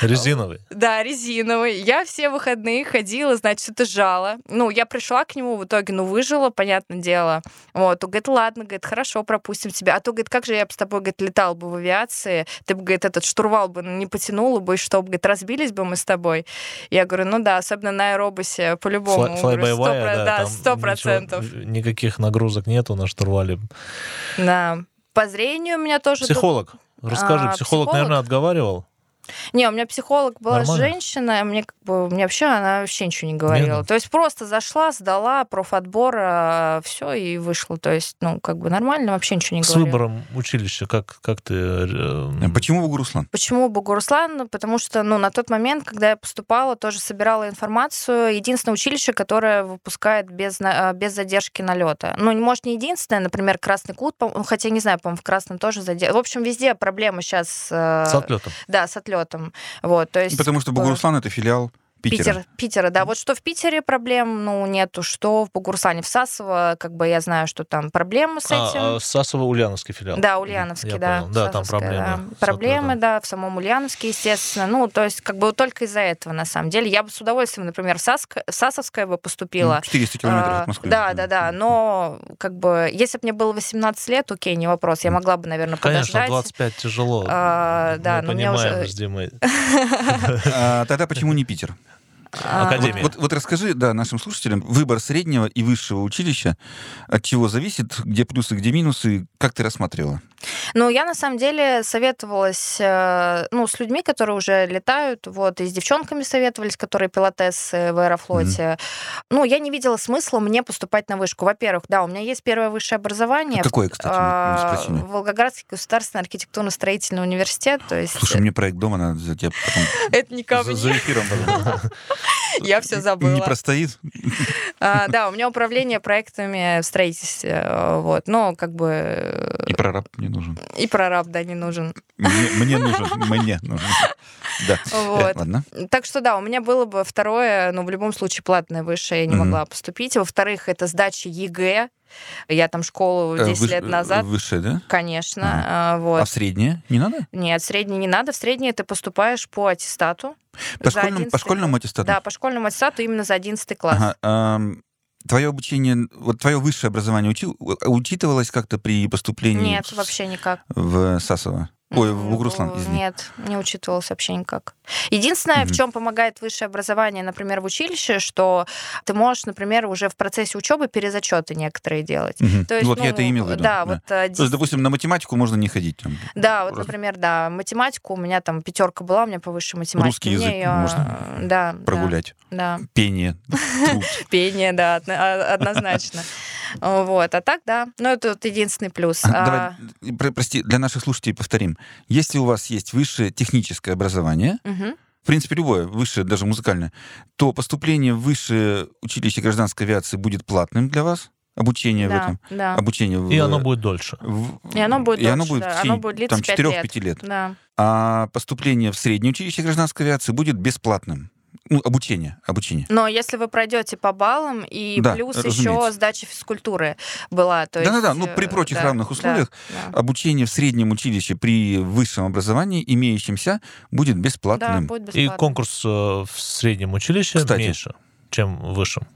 Speaker 6: Резиновый.
Speaker 3: да, резиновый. Я все выходные ходила, значит, это жало. Ну, я пришла к нему в итоге, ну, выжила, понятное дело. Вот, он говорит, ладно, говорит, хорошо, пропустим тебя. А то, говорит, как же я бы с тобой, говорит, летал бы в авиации, ты бы, говорит, этот штурвал бы не потянула бы, и что, бы, говорит, разбились бы мы с тобой. Я говорю, ну да, особенно на аэробусе, по-любому.
Speaker 6: Фла-
Speaker 3: Говорю,
Speaker 6: fly-by-wire,
Speaker 3: ну, «Сто про- да,
Speaker 6: там
Speaker 3: сто
Speaker 6: ничего, э,
Speaker 3: процентов.
Speaker 6: Никаких нагрузок нету на штурвале.
Speaker 3: Да. По зрению у меня тоже... тут-
Speaker 6: Психолог. Расскажи,
Speaker 3: А,
Speaker 6: психолог,
Speaker 3: психолог?
Speaker 6: наверное, отговаривал.
Speaker 3: Не, у меня психолог была
Speaker 6: Нормально?
Speaker 3: женщина, мне как бы, мне вообще она вообще ничего не говорила.
Speaker 6: Не, ну.
Speaker 3: То есть просто зашла, сдала профотбор, все и вышла. То есть, ну, как бы нормально, вообще ничего не
Speaker 6: С
Speaker 3: говорила.
Speaker 6: выбором училища, как, как ты... э,
Speaker 5: А Почему Бугуруслан?
Speaker 3: Почему Бугуруслан? Потому что, ну, на тот момент, когда я поступала, тоже собирала информацию. Единственное училище, которое выпускает без, на- а, без задержки налета. Ну, не- может, не единственное, например, Красный Кут, по- ну, хотя не знаю, по-моему, в Красном тоже задержка. В общем, везде э, проблемы сейчас
Speaker 6: С отлетом.
Speaker 3: Да, с отлетом. Вот, то есть...
Speaker 5: Потому что
Speaker 3: как бы-
Speaker 5: Бугуруслан — это филиал Питера.
Speaker 3: Питер, Питера, да. Вот что в Питере проблем, ну, нету, что в Бугурсане, в Сасово, как бы я знаю, что там проблемы с этим.
Speaker 6: А, а, Сасово-Ульяновский филиал.
Speaker 3: Да,
Speaker 6: Я
Speaker 3: Ульяновский, да.
Speaker 6: понял. Да, там
Speaker 3: Сасовская,
Speaker 6: проблемы.
Speaker 3: да. Проблемы, да, в самом Ульяновске, естественно. Ну, то есть, как бы только из-за этого, на самом деле. Я бы с удовольствием, например, в Саск- в Сасовское бы поступила.
Speaker 5: Ну, 400 километров
Speaker 3: А,
Speaker 5: от Москвы.
Speaker 3: Да, да, да. Но как бы, если бы мне было 18 лет, окей, не вопрос. Я могла бы, наверное,
Speaker 6: Конечно,
Speaker 3: подождать.
Speaker 6: 25 тяжело.
Speaker 3: А, да,
Speaker 6: Мы
Speaker 3: но у меня уже-
Speaker 6: понимаем с Димой.
Speaker 5: А Тогда почему не Питер?
Speaker 3: А,
Speaker 6: Академия.
Speaker 5: Вот, вот расскажи, да, нашим слушателям, выбор среднего и высшего училища, от чего зависит, где плюсы, где минусы, как ты рассматривала?
Speaker 3: Ну, я на самом деле советовалась, э, ну, с людьми, которые уже летают, вот, и с девчонками советовались, которые пилотессы в аэрофлоте. Ну, я не видела смысла мне поступать на вышку. Во-первых, да, у меня есть первое
Speaker 5: А
Speaker 3: высшее образование.
Speaker 5: Какое, кстати, мы- мы не
Speaker 3: А,
Speaker 5: спросили?
Speaker 3: Волгоградский государственный архитектурно-строительный университет, то есть
Speaker 5: Слушай, мне проект дома надо за тебя потом...
Speaker 3: это не ко
Speaker 5: за-
Speaker 3: мне,
Speaker 5: За эфиром. потом.
Speaker 3: я все
Speaker 5: Не
Speaker 3: забыла.
Speaker 5: простоит?
Speaker 3: А, да, у меня управление проектами в строительстве, э, вот, но как бы э,
Speaker 5: И прораб мне нужен.
Speaker 3: и прораб, да, не нужен.
Speaker 5: Мне мне нужен, мне нужен. Да. Э,
Speaker 3: Вот.
Speaker 5: Ладно.
Speaker 3: Так что да, у меня было бы второе, но в любом случае платное высшее, я не
Speaker 5: Мгм.
Speaker 3: могла поступить. Во-вторых, это сдача ЕГЭ. Я там школу
Speaker 5: Э,
Speaker 3: 10
Speaker 5: выш-
Speaker 3: лет назад,
Speaker 5: э, Высшее, да?
Speaker 3: конечно.
Speaker 5: Ага.
Speaker 3: а, Вот.
Speaker 5: А в среднее не надо?
Speaker 3: Нет, средний не надо. В средний ты поступаешь по аттестату.
Speaker 5: По
Speaker 3: За
Speaker 5: школьному,
Speaker 3: 11
Speaker 5: по школьному аттестату?
Speaker 3: Да, по школьному аттестату именно за 11 класс.
Speaker 5: Ага, ам, Твое обучение, вот твое высшее образование учи- учитывалось как-то при поступлении
Speaker 3: Нет,
Speaker 5: в-
Speaker 3: вообще никак.
Speaker 5: в Сасово? Ой, в
Speaker 3: М, ну,
Speaker 5: Бугуруслан, извини.
Speaker 3: Нет, не учитывалось вообще никак. Единственное,
Speaker 5: Мгм.
Speaker 3: в чем помогает высшее образование, например, в училище, что ты можешь, например, уже в процессе учебы перезачеты некоторые делать.
Speaker 5: Мгм.
Speaker 3: То есть,
Speaker 5: вот я
Speaker 3: ну,
Speaker 5: это и имел в виду.
Speaker 3: Да,
Speaker 5: да.
Speaker 3: вот, э,
Speaker 5: То есть, допустим, на математику можно не ходить. Там,
Speaker 3: Да, вот,
Speaker 5: Раз-
Speaker 3: например, да, математику у меня там пятерка была, у меня повыше математики.
Speaker 5: Русский
Speaker 3: Мне
Speaker 5: язык
Speaker 3: её,
Speaker 5: можно
Speaker 3: э, да, да,
Speaker 5: прогулять.
Speaker 3: Да,
Speaker 5: Пение. труд.
Speaker 3: пение, да, одно- а- однозначно. Вот, а так, да, ну это вот единственный плюс. А,
Speaker 5: А, Давай, про- прости, для наших слушателей повторим. Если у вас есть высшее техническое образование,
Speaker 3: А, мгм.
Speaker 5: в принципе, любое, высшее, даже музыкальное, то поступление в высшее училище гражданской авиации будет платным для вас. Обучение в
Speaker 3: Да,
Speaker 5: этом. А
Speaker 3: да,
Speaker 5: Обучение в...
Speaker 6: И оно будет дольше.
Speaker 5: в-
Speaker 3: И оно будет
Speaker 5: и оно
Speaker 3: дольше,
Speaker 5: будет,
Speaker 3: да.
Speaker 5: в
Speaker 3: Оно
Speaker 5: течение,
Speaker 3: будет длиться
Speaker 5: там,
Speaker 3: пять
Speaker 5: 4-5 лет.
Speaker 3: да.
Speaker 5: А поступление в среднее училище гражданской авиации будет бесплатным. Ну, обучение, обучение.
Speaker 3: Но если вы пройдете по баллам, и
Speaker 5: Да,
Speaker 3: плюс
Speaker 5: разумеется.
Speaker 3: еще сдача физкультуры была. то есть,
Speaker 5: Да-да-да, ну, при
Speaker 3: э,
Speaker 5: прочих
Speaker 3: да,
Speaker 5: равных
Speaker 3: да,
Speaker 5: условиях
Speaker 3: да.
Speaker 5: Обучение в среднем училище при высшем образовании, имеющемся, будет
Speaker 3: Да,
Speaker 5: бесплатным.
Speaker 3: будет
Speaker 6: И
Speaker 3: бесплатно.
Speaker 6: конкурс э, в среднем училище
Speaker 5: Кстати.
Speaker 6: меньше, чем в высшем.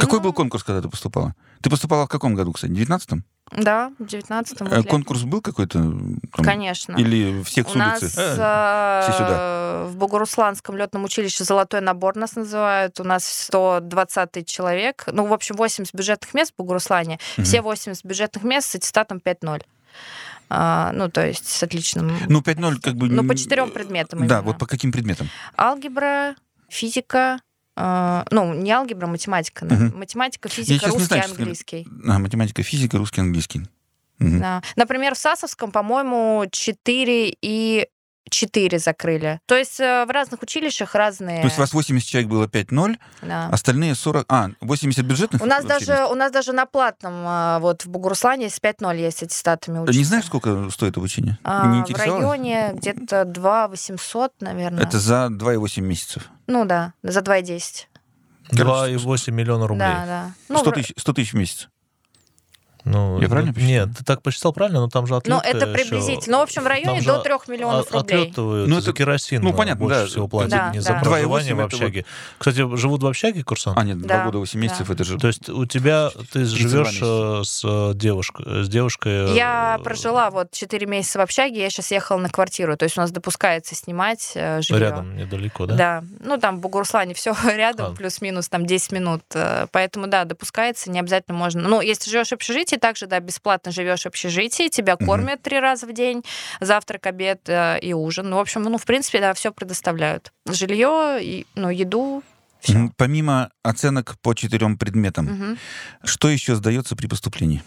Speaker 5: Какой
Speaker 3: Ну,
Speaker 5: был конкурс, когда ты поступала? Ты поступала в каком году, кстати? В 19
Speaker 3: Да, в 19
Speaker 5: Э, Конкурс был какой-то? там?
Speaker 3: Конечно.
Speaker 5: Или всех
Speaker 3: У
Speaker 5: с улицы?
Speaker 3: нас
Speaker 5: Э,
Speaker 3: э,
Speaker 5: все
Speaker 3: в Богорусланском летном училище «Золотой набор» нас называют. У нас 120 человек. Ну, в общем, 80 бюджетных мест в Богоруслане.
Speaker 5: Мгм.
Speaker 3: Все 80 бюджетных мест с аттестатом 5-0. А, ну, то есть с отличным...
Speaker 5: Ну, 5-0 как бы...
Speaker 3: э, Ну, по
Speaker 5: м,
Speaker 3: четырем предметам
Speaker 5: Да,
Speaker 3: именно.
Speaker 5: вот по каким предметам?
Speaker 3: Алгебра, физика, э, ну, не алгебра, математика. но
Speaker 5: Мгм.
Speaker 3: Математика,
Speaker 5: Я
Speaker 3: физика,
Speaker 5: щас не
Speaker 3: русский,
Speaker 5: знаю, честно говоря.
Speaker 3: английский.
Speaker 5: А, математика, физика, русский, английский. Мгм.
Speaker 3: Да. Например, в Сасовском, по-моему, 4 и 4 закрыли. То есть э, в разных училищах разные.
Speaker 5: То есть у вас 80 человек было 5-0,
Speaker 3: да.
Speaker 5: остальные 40... А, 80 бюджетных?
Speaker 3: У нас
Speaker 5: вообще
Speaker 3: даже у нас даже на платном, а, вот в Бугуруслане, есть 5-0 есть аттестатами
Speaker 5: есть?
Speaker 3: учатся.
Speaker 5: Не знаешь, сколько стоит обучение?
Speaker 3: А,
Speaker 5: Не
Speaker 3: в
Speaker 5: интересовалось?
Speaker 3: районе где-то 2 800, наверное.
Speaker 5: Это за 2,8 месяцев.
Speaker 3: Ну да, за 2,10.
Speaker 6: 2,8 миллиона рублей.
Speaker 3: Да, да. Ну,
Speaker 5: 100
Speaker 3: в-
Speaker 5: тысяч, 100 тысяч в месяц.
Speaker 6: Ну,
Speaker 5: Я правильно
Speaker 6: ну,
Speaker 5: посчитал?
Speaker 6: Нет, ты так посчитал правильно, но там же отлет.
Speaker 3: Ну, это приблизительно. Ну, в общем, в районе до 3 миллионов рублей.
Speaker 6: Отлетывают
Speaker 5: Ну,
Speaker 6: за
Speaker 5: это-
Speaker 6: керосин. э,
Speaker 5: ну, понятно,
Speaker 6: больше
Speaker 5: да.
Speaker 6: всего платят
Speaker 3: Да,
Speaker 6: не
Speaker 3: да.
Speaker 6: за
Speaker 5: 2,8
Speaker 6: проживание в
Speaker 5: это
Speaker 6: общаге. Кстати, живут в общаге курсанты?
Speaker 5: А, нет, 2
Speaker 3: Да,
Speaker 5: года 8 месяцев,
Speaker 3: да.
Speaker 5: это же...
Speaker 6: То есть у тебя ты
Speaker 5: 32
Speaker 6: живешь
Speaker 5: месяца.
Speaker 6: э, с э, девушкой, с девушкой. э,
Speaker 3: Я прожила вот 4 месяца в общаге, я сейчас ехала на квартиру. То есть у нас допускается снимать э, жилье.
Speaker 6: рядом, недалеко, да?
Speaker 3: Да. Ну, там в Бугурслане все рядом,
Speaker 6: А.
Speaker 3: плюс-минус там 10 минут. Э, Поэтому, да, допускается, не обязательно можно. Ну, если живешь в общежитии, также, да, бесплатно живешь в общежитии, тебя
Speaker 5: Мгм.
Speaker 3: кормят три раза в день, завтрак, обед э, и ужин. Ну, в общем, ну, в принципе, да, все предоставляют. Жилье, и, ну, еду, все.
Speaker 5: М, Помимо оценок по четырем предметам, что еще сдается при поступлении?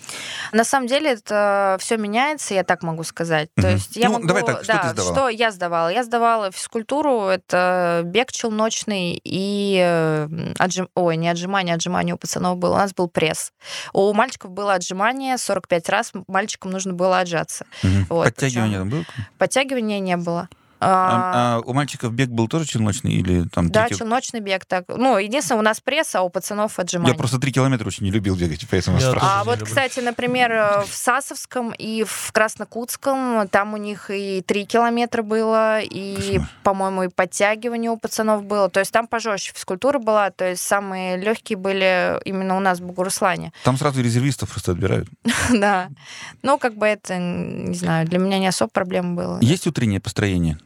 Speaker 3: А На самом деле это все меняется, я так могу сказать. То
Speaker 5: Мгм.
Speaker 3: есть я
Speaker 5: Ну,
Speaker 3: могу...
Speaker 5: давай так, что
Speaker 3: да,
Speaker 5: ты сдавала?
Speaker 3: что я сдавала? Я сдавала физкультуру, это бег челночный и э, м, отжим... Ой, не отжимание, отжимание у пацанов было, у нас был пресс. У мальчиков было отжимание 45 раз, мальчикам нужно было отжаться.
Speaker 5: Мгм.
Speaker 3: Вот,
Speaker 5: Подтягивание там было?
Speaker 3: Подтягивания не было. А,
Speaker 5: А, а у мальчиков бег был тоже челночный или там
Speaker 3: да,
Speaker 5: три ки-
Speaker 3: челночный бег так. Ну, единственное, у нас пресс, а у пацанов отжимание.
Speaker 5: Я просто три километра очень не любил бегать, поэтому
Speaker 6: Я
Speaker 5: спрашиваю.
Speaker 6: тоже
Speaker 3: А
Speaker 6: не
Speaker 3: вот,
Speaker 6: люблю.
Speaker 3: кстати, например, э, в Сасовском и в Краснокутском, там у них и 3 километра было, и,
Speaker 5: Кошмар.
Speaker 3: по-моему, и подтягивание у пацанов было. То есть там пожестче физкультура была, то есть самые легкие были именно у нас в Бугуруслане.
Speaker 5: Там сразу резервистов просто отбирают.
Speaker 3: да. Ну, как бы это, не знаю, для меня не особо проблем было.
Speaker 5: Есть утреннее построение?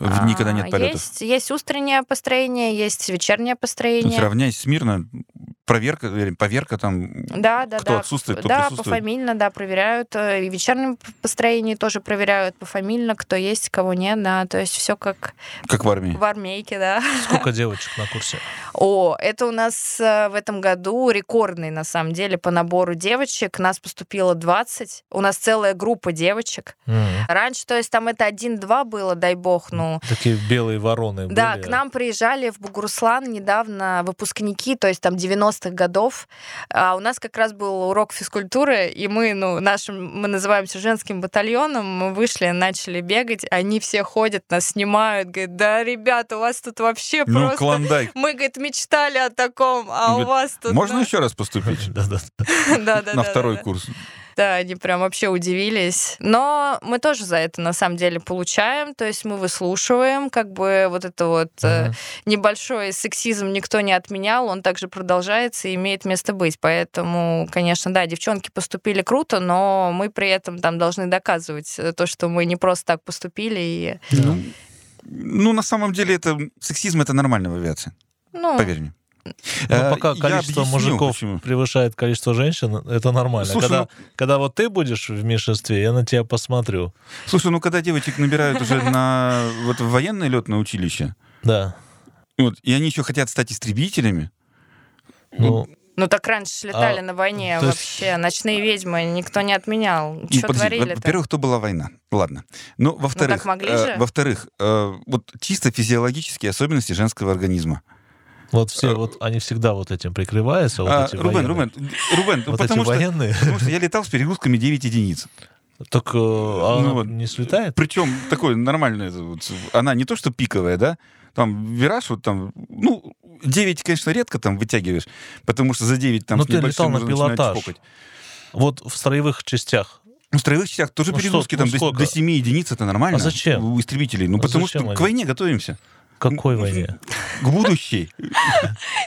Speaker 5: В дни, когда
Speaker 3: А,
Speaker 5: нет Ну, полетов?
Speaker 3: Есть, есть утреннее построение, есть вечернее
Speaker 5: То есть
Speaker 3: построение.
Speaker 5: равняйсь смирно, проверка, или поверка там...
Speaker 3: Да, да,
Speaker 5: Кто
Speaker 3: да.
Speaker 5: отсутствует, кто
Speaker 3: да,
Speaker 5: присутствует.
Speaker 3: пофамильно, да, проверяют. Э, И в вечернем п- построении тоже проверяют пофамильно, кто есть, кого нет, да. То есть все как
Speaker 5: Как в армии.
Speaker 3: в армейке, да.
Speaker 6: Сколько девочек на курсе?
Speaker 3: О, это у нас э, в этом году рекордный, на самом деле, по набору девочек. Нас поступило 20. У нас целая группа девочек.
Speaker 6: М.
Speaker 3: Раньше, то есть там это 1-2 было, дай бог, ну,
Speaker 6: Такие белые вороны
Speaker 3: Да,
Speaker 6: были.
Speaker 3: к нам приезжали в Бугуруслан недавно выпускники, то есть там 90-х годов. А у нас как раз был урок физкультуры, и мы, ну, нашим, мы называемся женским батальоном, мы вышли, начали бегать, они все ходят, нас снимают, говорят, да, ребята, у вас тут вообще
Speaker 5: Ну,
Speaker 3: просто...
Speaker 5: клондайк.
Speaker 3: Мы, говорит, мечтали о таком, а
Speaker 5: Говорит,
Speaker 3: у вас тут...
Speaker 5: Можно
Speaker 3: ну,
Speaker 5: еще раз поступить?
Speaker 6: Да-да.
Speaker 3: да, да, да,
Speaker 5: На второй
Speaker 3: да, да.
Speaker 5: курс.
Speaker 3: Да, они прям вообще удивились. Но мы тоже за это, на самом деле, получаем. То есть мы выслушиваем, как бы вот это вот... э,
Speaker 6: Мгм.
Speaker 3: небольшой сексизм никто не отменял, он также продолжается и имеет место быть. Поэтому, конечно, да, девчонки поступили круто, но мы при этом там должны доказывать э, то, что мы не просто так поступили. И,
Speaker 5: Ну, ну, на самом деле, это сексизм это нормально в авиации,
Speaker 3: ну,
Speaker 5: поверь мне.
Speaker 6: Ну,
Speaker 5: Э,
Speaker 6: пока
Speaker 5: я объясню,
Speaker 6: количество мужиков
Speaker 5: почему.
Speaker 6: превышает количество женщин, это нормально.
Speaker 5: Слушай,
Speaker 6: когда,
Speaker 5: ну-
Speaker 6: когда вот ты будешь в меньшинстве, я на тебя посмотрю.
Speaker 5: Слушай, ну когда девочек набирают уже на вот в военное летное училище,
Speaker 6: Да.
Speaker 5: вот, и они еще хотят стать истребителями,
Speaker 6: Ну,
Speaker 3: ну так раньше ж летали
Speaker 6: А,
Speaker 3: на войне
Speaker 6: то есть-
Speaker 3: вообще. Ночные ведьмы никто не отменял.
Speaker 5: Ну,
Speaker 3: Что
Speaker 5: подожди, во-
Speaker 3: творили-то? Ну,
Speaker 5: во-первых, то была война. Ладно. Но во-вторых,
Speaker 3: так могли
Speaker 5: э,
Speaker 3: же.
Speaker 5: во-вторых, э, вот чисто физиологические особенности женского организма.
Speaker 6: вот все,
Speaker 5: а-
Speaker 6: вот они всегда вот этим прикрываются. Вот
Speaker 5: А,
Speaker 6: эти
Speaker 5: Рубен,
Speaker 6: военные.
Speaker 5: Рубен, Рубен,
Speaker 6: Вот эти
Speaker 5: потому, что,
Speaker 6: военные.
Speaker 5: потому что я летал с перегрузками 9 единиц.
Speaker 6: Так э, а она
Speaker 5: Ну, вот.
Speaker 6: не слетает?
Speaker 5: Причем такой нормальный, вот, она не то что пиковая, да, там вираж вот там, ну, 9, конечно, редко там вытягиваешь, потому что за 9 там
Speaker 6: Ну,
Speaker 5: с
Speaker 6: ты
Speaker 5: небольшим
Speaker 6: летал на
Speaker 5: уже начинает
Speaker 6: пилотаж.
Speaker 5: скокать.
Speaker 6: Вот в строевых частях.
Speaker 5: Ну, в строевых частях тоже
Speaker 6: Ну,
Speaker 5: перегрузки
Speaker 6: что, ну,
Speaker 5: там до,
Speaker 6: сколько?
Speaker 5: до 7 единиц, это нормально.
Speaker 6: А зачем?
Speaker 5: У истребителей. Ну,
Speaker 6: А
Speaker 5: потому
Speaker 6: зачем
Speaker 5: что к
Speaker 6: они?
Speaker 5: войне готовимся.
Speaker 6: Какой
Speaker 5: Ну,
Speaker 6: войне?
Speaker 5: к будущей.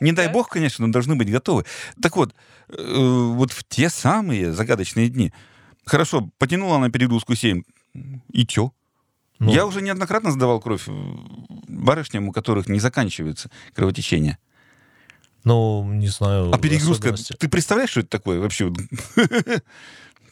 Speaker 5: Не дай бог, конечно, но должны быть готовы. Так вот, э, вот в те самые загадочные дни. Хорошо, потянула она перегрузку 7. И чё?
Speaker 6: Ну,
Speaker 5: Я уже неоднократно сдавал кровь э, барышням, у которых не заканчивается кровотечение.
Speaker 6: ну, не знаю.
Speaker 5: А перегрузка...
Speaker 6: Ну, особенности.
Speaker 5: Ты представляешь, что это такое вообще? Вот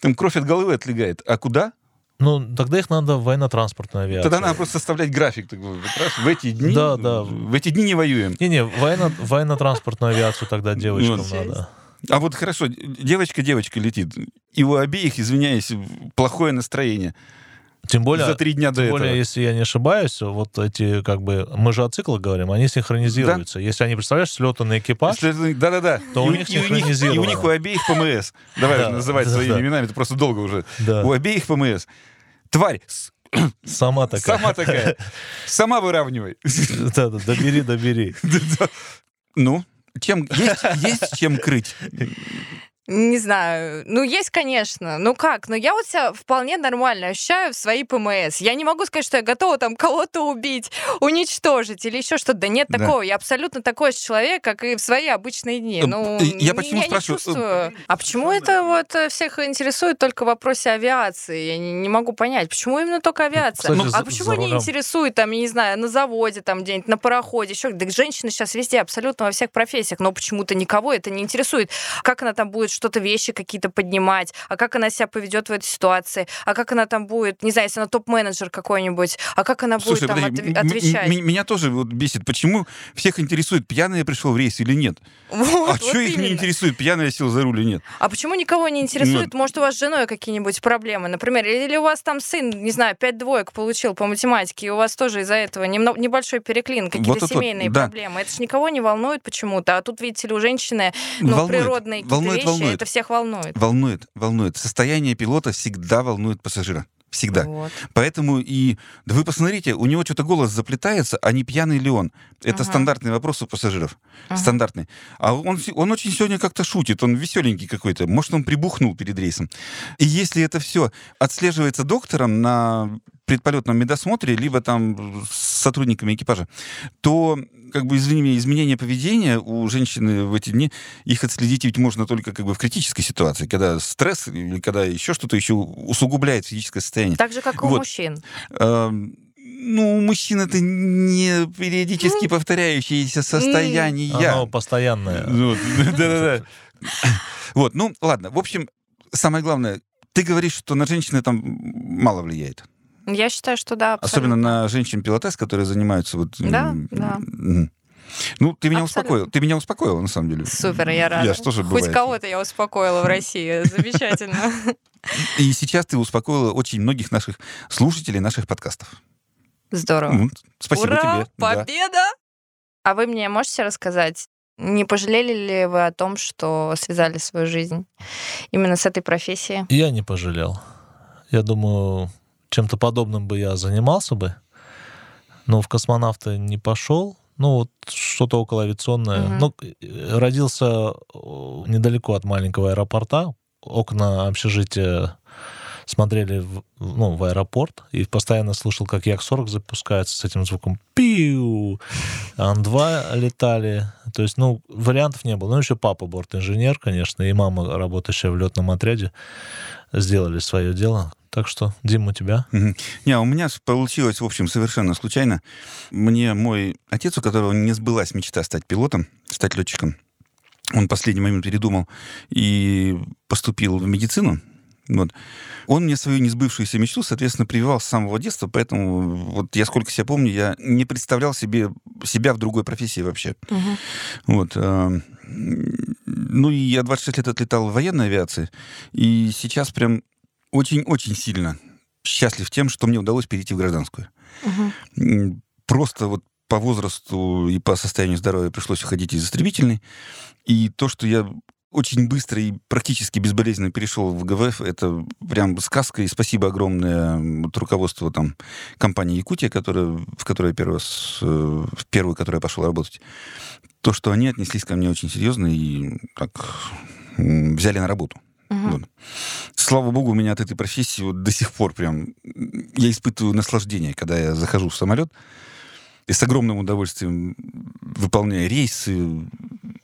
Speaker 5: Им кровь от головы отлегает. А куда?
Speaker 6: Ну, тогда их надо в военно-транспортную авиацию.
Speaker 5: Тогда надо просто составлять график. так вот, раз, В эти дни,
Speaker 6: Да, да.
Speaker 5: в эти дни не воюем.
Speaker 6: Не-не, военно, военно-транспортную авиацию тогда девочкам
Speaker 5: Ну,
Speaker 6: надо.
Speaker 5: А вот хорошо, девочка-девочка летит. И у обеих, извиняюсь, плохое настроение.
Speaker 6: Тем более,
Speaker 5: За три дня до
Speaker 6: тем более,
Speaker 5: этого.
Speaker 6: если я не ошибаюсь, вот эти, как бы, мы же о циклах говорим, они синхронизируются. Если они, представляешь, слетанный экипаж,
Speaker 5: Если- Да-да-да.
Speaker 6: То
Speaker 5: И
Speaker 6: у
Speaker 5: у-
Speaker 6: них
Speaker 5: и у них- и у них у
Speaker 6: синхронизировано.
Speaker 5: обеих ПМС. Давай
Speaker 6: Да,
Speaker 5: называть
Speaker 6: да,
Speaker 5: своими
Speaker 6: да.
Speaker 5: именами, это просто долго уже.
Speaker 6: Да.
Speaker 5: У обеих ПМС. Тварь, с-
Speaker 6: сама такая.
Speaker 5: сама такая. Сама выравнивай.
Speaker 6: Да, да, добери, добери.
Speaker 5: Ну, чем есть, есть чем крыть.
Speaker 3: Не знаю. Ну, есть, конечно. Ну как? Но я вот себя вполне нормально ощущаю в своей ПМС. Я не могу сказать, что я готова там кого-то убить, уничтожить или еще что-то. Да нет
Speaker 5: Да.
Speaker 3: такого. Я абсолютно такой же человек, как и в свои обычные дни.
Speaker 5: Э,
Speaker 3: Ну,
Speaker 5: э, я
Speaker 3: н-
Speaker 5: почему
Speaker 3: не
Speaker 5: спрашиваю? Э,
Speaker 3: чувствую. А почему это вот э, всех интересует только в вопросе авиации? Я не, не могу понять, почему именно
Speaker 5: Ну,
Speaker 3: только авиация?
Speaker 6: кстати, за-
Speaker 3: а почему
Speaker 6: за
Speaker 3: не
Speaker 6: рулем.
Speaker 3: интересует, там, я не знаю, на заводе, там, где-нибудь, на пароходе, еще? Да женщины сейчас везде, абсолютно во всех профессиях, но почему-то никого это не интересует А как она там будет что-то вещи какие-то поднимать, а как она себя поведет в этой ситуации, а как она там будет, не знаю, если она топ-менеджер какой-нибудь, а как она будет там
Speaker 5: подожди,
Speaker 3: отв-
Speaker 5: м- м-
Speaker 3: отвечать.
Speaker 5: м- меня тоже вот бесит. Почему всех интересует, пьяный я пришел в рейс или нет?
Speaker 3: Вот,
Speaker 5: а
Speaker 3: вот
Speaker 5: что их не
Speaker 3: именно.
Speaker 5: интересует, пьяный я сел за руль или нет?
Speaker 3: А почему никого не интересует?
Speaker 5: Ну,
Speaker 3: Может, у вас с женой какие-нибудь проблемы, например, или у вас там сын, не знаю, пять двоек получил по математике, и у вас тоже из-за этого немно- небольшой переклин, какие-то
Speaker 5: Вот тут вот,
Speaker 3: семейные
Speaker 5: да.
Speaker 3: проблемы. Это ж никого не волнует почему-то. А тут, видите ли, у женщины ну,
Speaker 5: Волнует,
Speaker 3: природные какие-то
Speaker 5: волнует,
Speaker 3: вещи,
Speaker 5: волнует.
Speaker 3: это всех волнует.
Speaker 5: Волнует, волнует. Состояние пилота всегда волнует пассажира. Всегда.
Speaker 3: Вот.
Speaker 5: Поэтому и... Да вы посмотрите, у него что-то голос заплетается, а не пьяный ли он. Это
Speaker 3: Ага.
Speaker 5: стандартный вопрос у пассажиров.
Speaker 3: Ага.
Speaker 5: Стандартный. А он, се- он очень сегодня как-то шутит, он веселенький какой-то. Может, он прибухнул перед рейсом. И если это все отслеживается доктором на предполетном медосмотре, либо там с сотрудниками экипажа, то, как бы, извини меня, изменения поведения у женщины в эти дни, их отследить ведь можно только как бы в критической ситуации, когда стресс или когда еще что-то еще усугубляет физическое состояние.
Speaker 3: Так же, как и у
Speaker 5: Вот.
Speaker 3: мужчин.
Speaker 5: Эм, Ну, у мужчин это не
Speaker 3: Ну,
Speaker 5: периодически повторяющиеся
Speaker 6: Оно
Speaker 5: состояния.
Speaker 6: постоянное.
Speaker 5: Ну, Да-да-да. Вот, ну, ладно. В общем, самое главное, ты говоришь, что на женщины там мало влияет.
Speaker 3: Я считаю, что да, абсолютно.
Speaker 5: Особенно на женщин-пилотес, которые занимаются вот... м,
Speaker 3: Да, да.
Speaker 5: м. Ну, ты
Speaker 3: Абсолютно.
Speaker 5: меня успокоил. Ты меня успокоил, на самом деле.
Speaker 3: Супер, я рада.
Speaker 5: Я ж тоже
Speaker 3: Хоть
Speaker 5: бывает.
Speaker 3: кого-то я успокоила в России. Замечательно.
Speaker 5: И сейчас ты успокоила очень многих наших слушателей наших подкастов.
Speaker 3: Здорово.
Speaker 5: М, Спасибо
Speaker 3: Ура!
Speaker 5: тебе. Да.
Speaker 3: Победа! А вы мне можете рассказать, не пожалели ли вы о том, что связали свою жизнь именно с этой профессией?
Speaker 6: Я не пожалел. Я думаю, чем-то подобным бы я занимался бы, но в космонавта не пошел. Ну, вот что-то около
Speaker 3: Мгм.
Speaker 6: авиационное. Ну, э, родился э, недалеко от маленького аэропорта. Окна общежития смотрели в, ну, в аэропорт и постоянно слышал, как Як-40 запускается с этим звуком пиу, Ан-2 летали. То есть, ну, вариантов не было. Ну, еще папа борт-инженер, конечно, и мама, работающая в летном отряде, сделали свое дело. Так что, Дим, у тебя?
Speaker 5: Мгм. Не, а у меня с- получилось, в общем, совершенно случайно. Мне мой отец, у которого не сбылась мечта стать пилотом, стать летчиком, он в последний момент передумал и поступил в медицину. Вот. Он мне свою несбывшуюся мечту, соответственно, прививал с самого детства, поэтому вот я сколько себя помню, я не представлял себе себя в другой профессии вообще. Вот. а, м, Ну и я 26 лет отлетал в военной авиации, и сейчас прям очень-очень сильно счастлив тем, что мне удалось перейти в гражданскую. М, Просто вот по возрасту и по состоянию здоровья пришлось уходить из истребительной. И то, что я очень быстро и практически безболезненно перешел в ГВФ, это прям сказка. И спасибо огромное м, вот руководству там компании «Якутия», которая, в которой я первый раз, э, в первую, в которой я пошел работать. То, что они отнеслись ко мне очень серьезно и так м, взяли на работу. Вот. Слава богу, у меня от этой профессии вот до сих пор прям... м, Я испытываю наслаждение, когда я захожу в самолет и с огромным удовольствием выполняю рейсы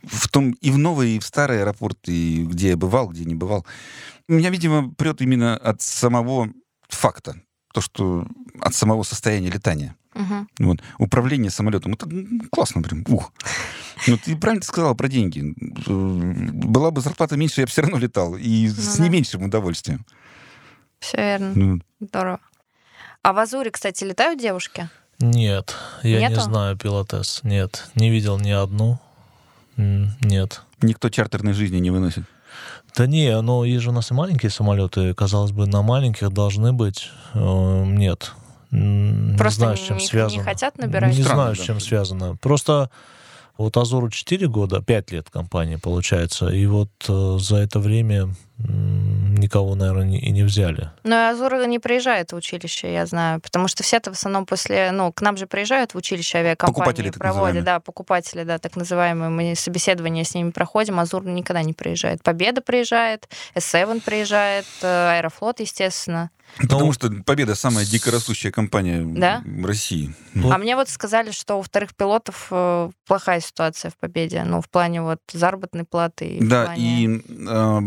Speaker 5: в том и в новый, и в старый аэропорт, и где я бывал, где не бывал. Меня, видимо, прет именно от самого факта, то, что от самого состояния летания.
Speaker 3: Мгм.
Speaker 5: Вот. Управление самолетом. Это м, классно прям. Ух. Ну, ты правильно сказала про деньги. Была бы зарплата меньше, я бы все равно летал. И с
Speaker 3: да.
Speaker 5: не меньшим удовольствием.
Speaker 3: Все верно.
Speaker 5: Ну,
Speaker 3: Здорово. А в Азуре, кстати, летают девушки?
Speaker 6: Нет, я не
Speaker 3: Нету?
Speaker 6: знаю пилотес. Нет, не видел ни одну. М, Нет.
Speaker 5: Никто чартерной жизни не выносит.
Speaker 6: Да не, но есть же у нас и маленькие самолеты. Казалось бы, на маленьких должны быть. Э, Нет. М,
Speaker 3: Просто
Speaker 6: не знаю, с
Speaker 3: не-
Speaker 6: чем
Speaker 3: не- не
Speaker 6: связано.
Speaker 3: хотят набирать?
Speaker 6: Не
Speaker 5: Странно,
Speaker 6: знаю,
Speaker 5: да.
Speaker 6: с чем связано. Просто вот Азору 4 года, 5 лет компании получается, и вот э, за это время м, никого, наверное, и не взяли.
Speaker 3: Но и Азура не приезжает в училище, я знаю, потому что все-то в основном после, ну, к нам же приезжают в училище авиакомпании,
Speaker 5: Покупатели, так называемые.
Speaker 3: проводят, да, покупатели, да, так называемые, мы собеседование с ними проходим, Азур никогда не приезжает. Победа приезжает, С7 приезжает, э, Аэрофлот, естественно.
Speaker 5: Потому что Победа самая дикорастущая компания
Speaker 3: Да?
Speaker 5: в России.
Speaker 6: Вот.
Speaker 3: А мне вот сказали, что у вторых пилотов э, плохая ситуация в Победе, ну, в плане вот заработной платы. И в
Speaker 5: Да,
Speaker 3: плане-
Speaker 5: и э,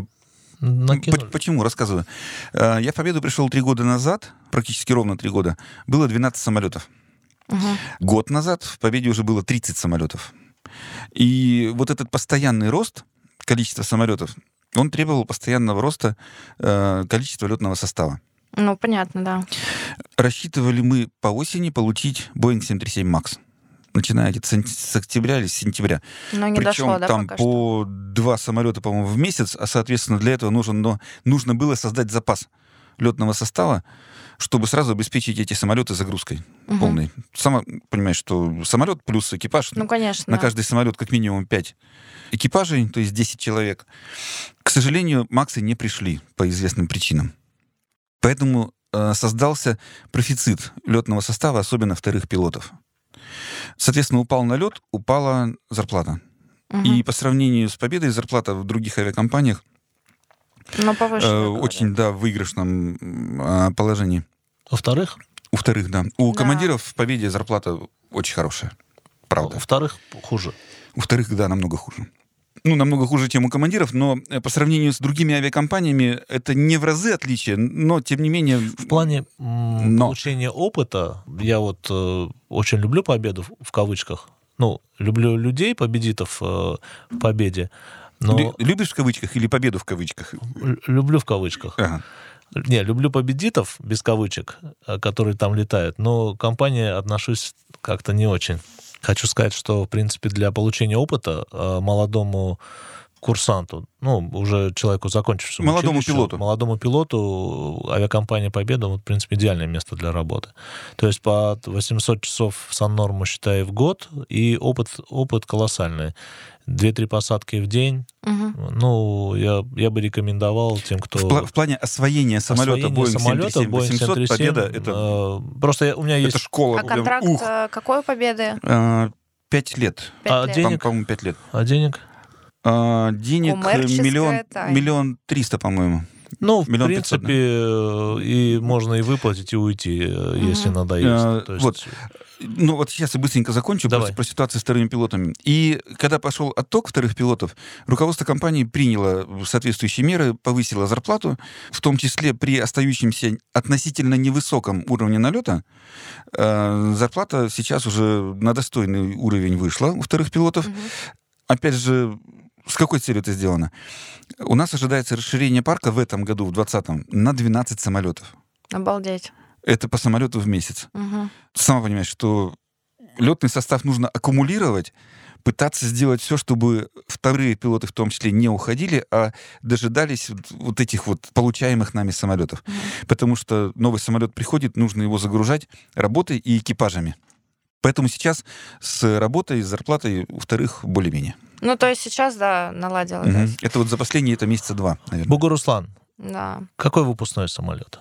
Speaker 6: Накинули.
Speaker 5: По- Почему? Рассказываю. Э, Я в «Победу» пришел три года назад, практически ровно три года. Было 12 самолетов.
Speaker 3: Мгм.
Speaker 5: Год назад в «Победе» уже было 30 самолетов. И вот этот постоянный рост количества самолетов, он требовал постоянного роста э, количества летного состава.
Speaker 3: Ну, понятно, да.
Speaker 5: Рассчитывали мы по осени получить Boeing 737 MAX. Начиная где-то с ан- с октября или с сентября.
Speaker 3: Но не
Speaker 5: Причем
Speaker 3: дошло, да,
Speaker 5: там
Speaker 3: пока что.
Speaker 5: по два самолета, по-моему, в месяц, а, соответственно, для этого нужен, но нужно было создать запас летного состава, чтобы сразу обеспечить эти самолеты загрузкой
Speaker 3: Мгм.
Speaker 5: полной. Сама понимаешь, что самолет плюс экипаж,
Speaker 3: Ну, конечно.
Speaker 5: на каждый самолет как минимум 5 экипажей, то есть 10 человек. К сожалению, Максы не пришли по известным причинам. Поэтому э, создался профицит летного состава, особенно вторых пилотов. Соответственно, упал налет, упала зарплата.
Speaker 3: Мгм.
Speaker 5: И по сравнению с победой зарплата в других авиакомпаниях
Speaker 3: Но
Speaker 5: э,
Speaker 3: повыше.
Speaker 5: очень, да, в выигрышном м, а, положении.
Speaker 6: Во-вторых,
Speaker 5: У вторых, да. У
Speaker 3: Да.
Speaker 5: командиров в победе зарплата очень хорошая. Правда.
Speaker 6: во-вторых, хуже.
Speaker 5: У вторых, да, намного хуже. Ну, намного хуже, чем у командиров, но э, по сравнению с другими авиакомпаниями это не в разы отличие, но тем не менее...
Speaker 6: В плане м,
Speaker 5: Но.
Speaker 6: получения опыта, я вот э, очень люблю победу в- в кавычках. Ну, люблю людей, победитов э, в победе, но
Speaker 5: Лю- Любишь в кавычках или победу в кавычках?
Speaker 6: л- люблю в кавычках.
Speaker 5: Ага.
Speaker 6: Не, люблю победитов без кавычек, э, которые там летают, но к компании отношусь как-то не очень. Хочу сказать, что, в принципе, для получения опыта э, молодому курсанту, ну, уже человеку, закончившему
Speaker 5: Молодому
Speaker 6: училище,
Speaker 5: пилоту.
Speaker 6: Молодому пилоту э, авиакомпания «Победа», вот, в принципе, идеальное место для работы. То есть по 800 часов саннорму, считай, в год, и опыт, опыт колоссальный. Две-три посадки в день.
Speaker 3: Мгм.
Speaker 6: Ну, я, я бы рекомендовал тем, кто...
Speaker 5: В, пла- в плане освоения самолета
Speaker 6: Освоение
Speaker 5: Boeing
Speaker 6: самолета
Speaker 5: 737
Speaker 6: Boeing
Speaker 5: 800 победа
Speaker 6: 737,
Speaker 5: это,
Speaker 6: э, просто я- у меня есть
Speaker 5: это школа.
Speaker 3: А
Speaker 5: прям,
Speaker 3: контракт
Speaker 5: ух.
Speaker 3: э, какой у победы?
Speaker 5: А, Пять лет.
Speaker 3: Пять
Speaker 6: А,
Speaker 3: лет.
Speaker 6: день-
Speaker 5: Там,
Speaker 6: Денег?
Speaker 5: по-моему, пять лет.
Speaker 6: а, денег.
Speaker 5: А, денег
Speaker 3: Коммерческая
Speaker 5: миллион,
Speaker 3: тайна.
Speaker 5: миллион триста, по-моему.
Speaker 6: Ну, в
Speaker 5: Миллион пятьсот,
Speaker 6: принципе, э, и можно и выплатить, и уйти, э, если
Speaker 3: Мгм.
Speaker 5: Э,
Speaker 6: надоест. То есть,
Speaker 5: вот. Ну вот сейчас я быстренько закончу
Speaker 6: Давай.
Speaker 5: просто про ситуацию с вторыми пилотами. И когда пошел отток вторых пилотов, руководство компании приняло соответствующие меры, повысило зарплату, в том числе при остающемся относительно невысоком уровне налета, э, зарплата сейчас уже на достойный уровень вышла у вторых пилотов.
Speaker 3: Мгм.
Speaker 5: Опять же, с какой целью это сделано? У нас ожидается расширение парка в этом году, в 2020, на 12 самолетов.
Speaker 3: Обалдеть.
Speaker 5: Это по самолету в месяц
Speaker 3: Мгм.
Speaker 5: сама понимаешь, что летный состав нужно аккумулировать, пытаться сделать все, чтобы вторые пилоты в том числе не уходили, а дожидались вот- вот этих вот получаемых нами самолетов.
Speaker 3: Мгм.
Speaker 5: Потому что новый самолет приходит, нужно его загружать работой и экипажами. Поэтому сейчас с работой, с зарплатой у вторых более-менее.
Speaker 3: Ну, то есть сейчас, да, наладилось.
Speaker 5: Мгм. Это вот за последние это месяца два, наверное.
Speaker 6: Бугуруслан,
Speaker 3: Да.
Speaker 6: какой выпускной самолет?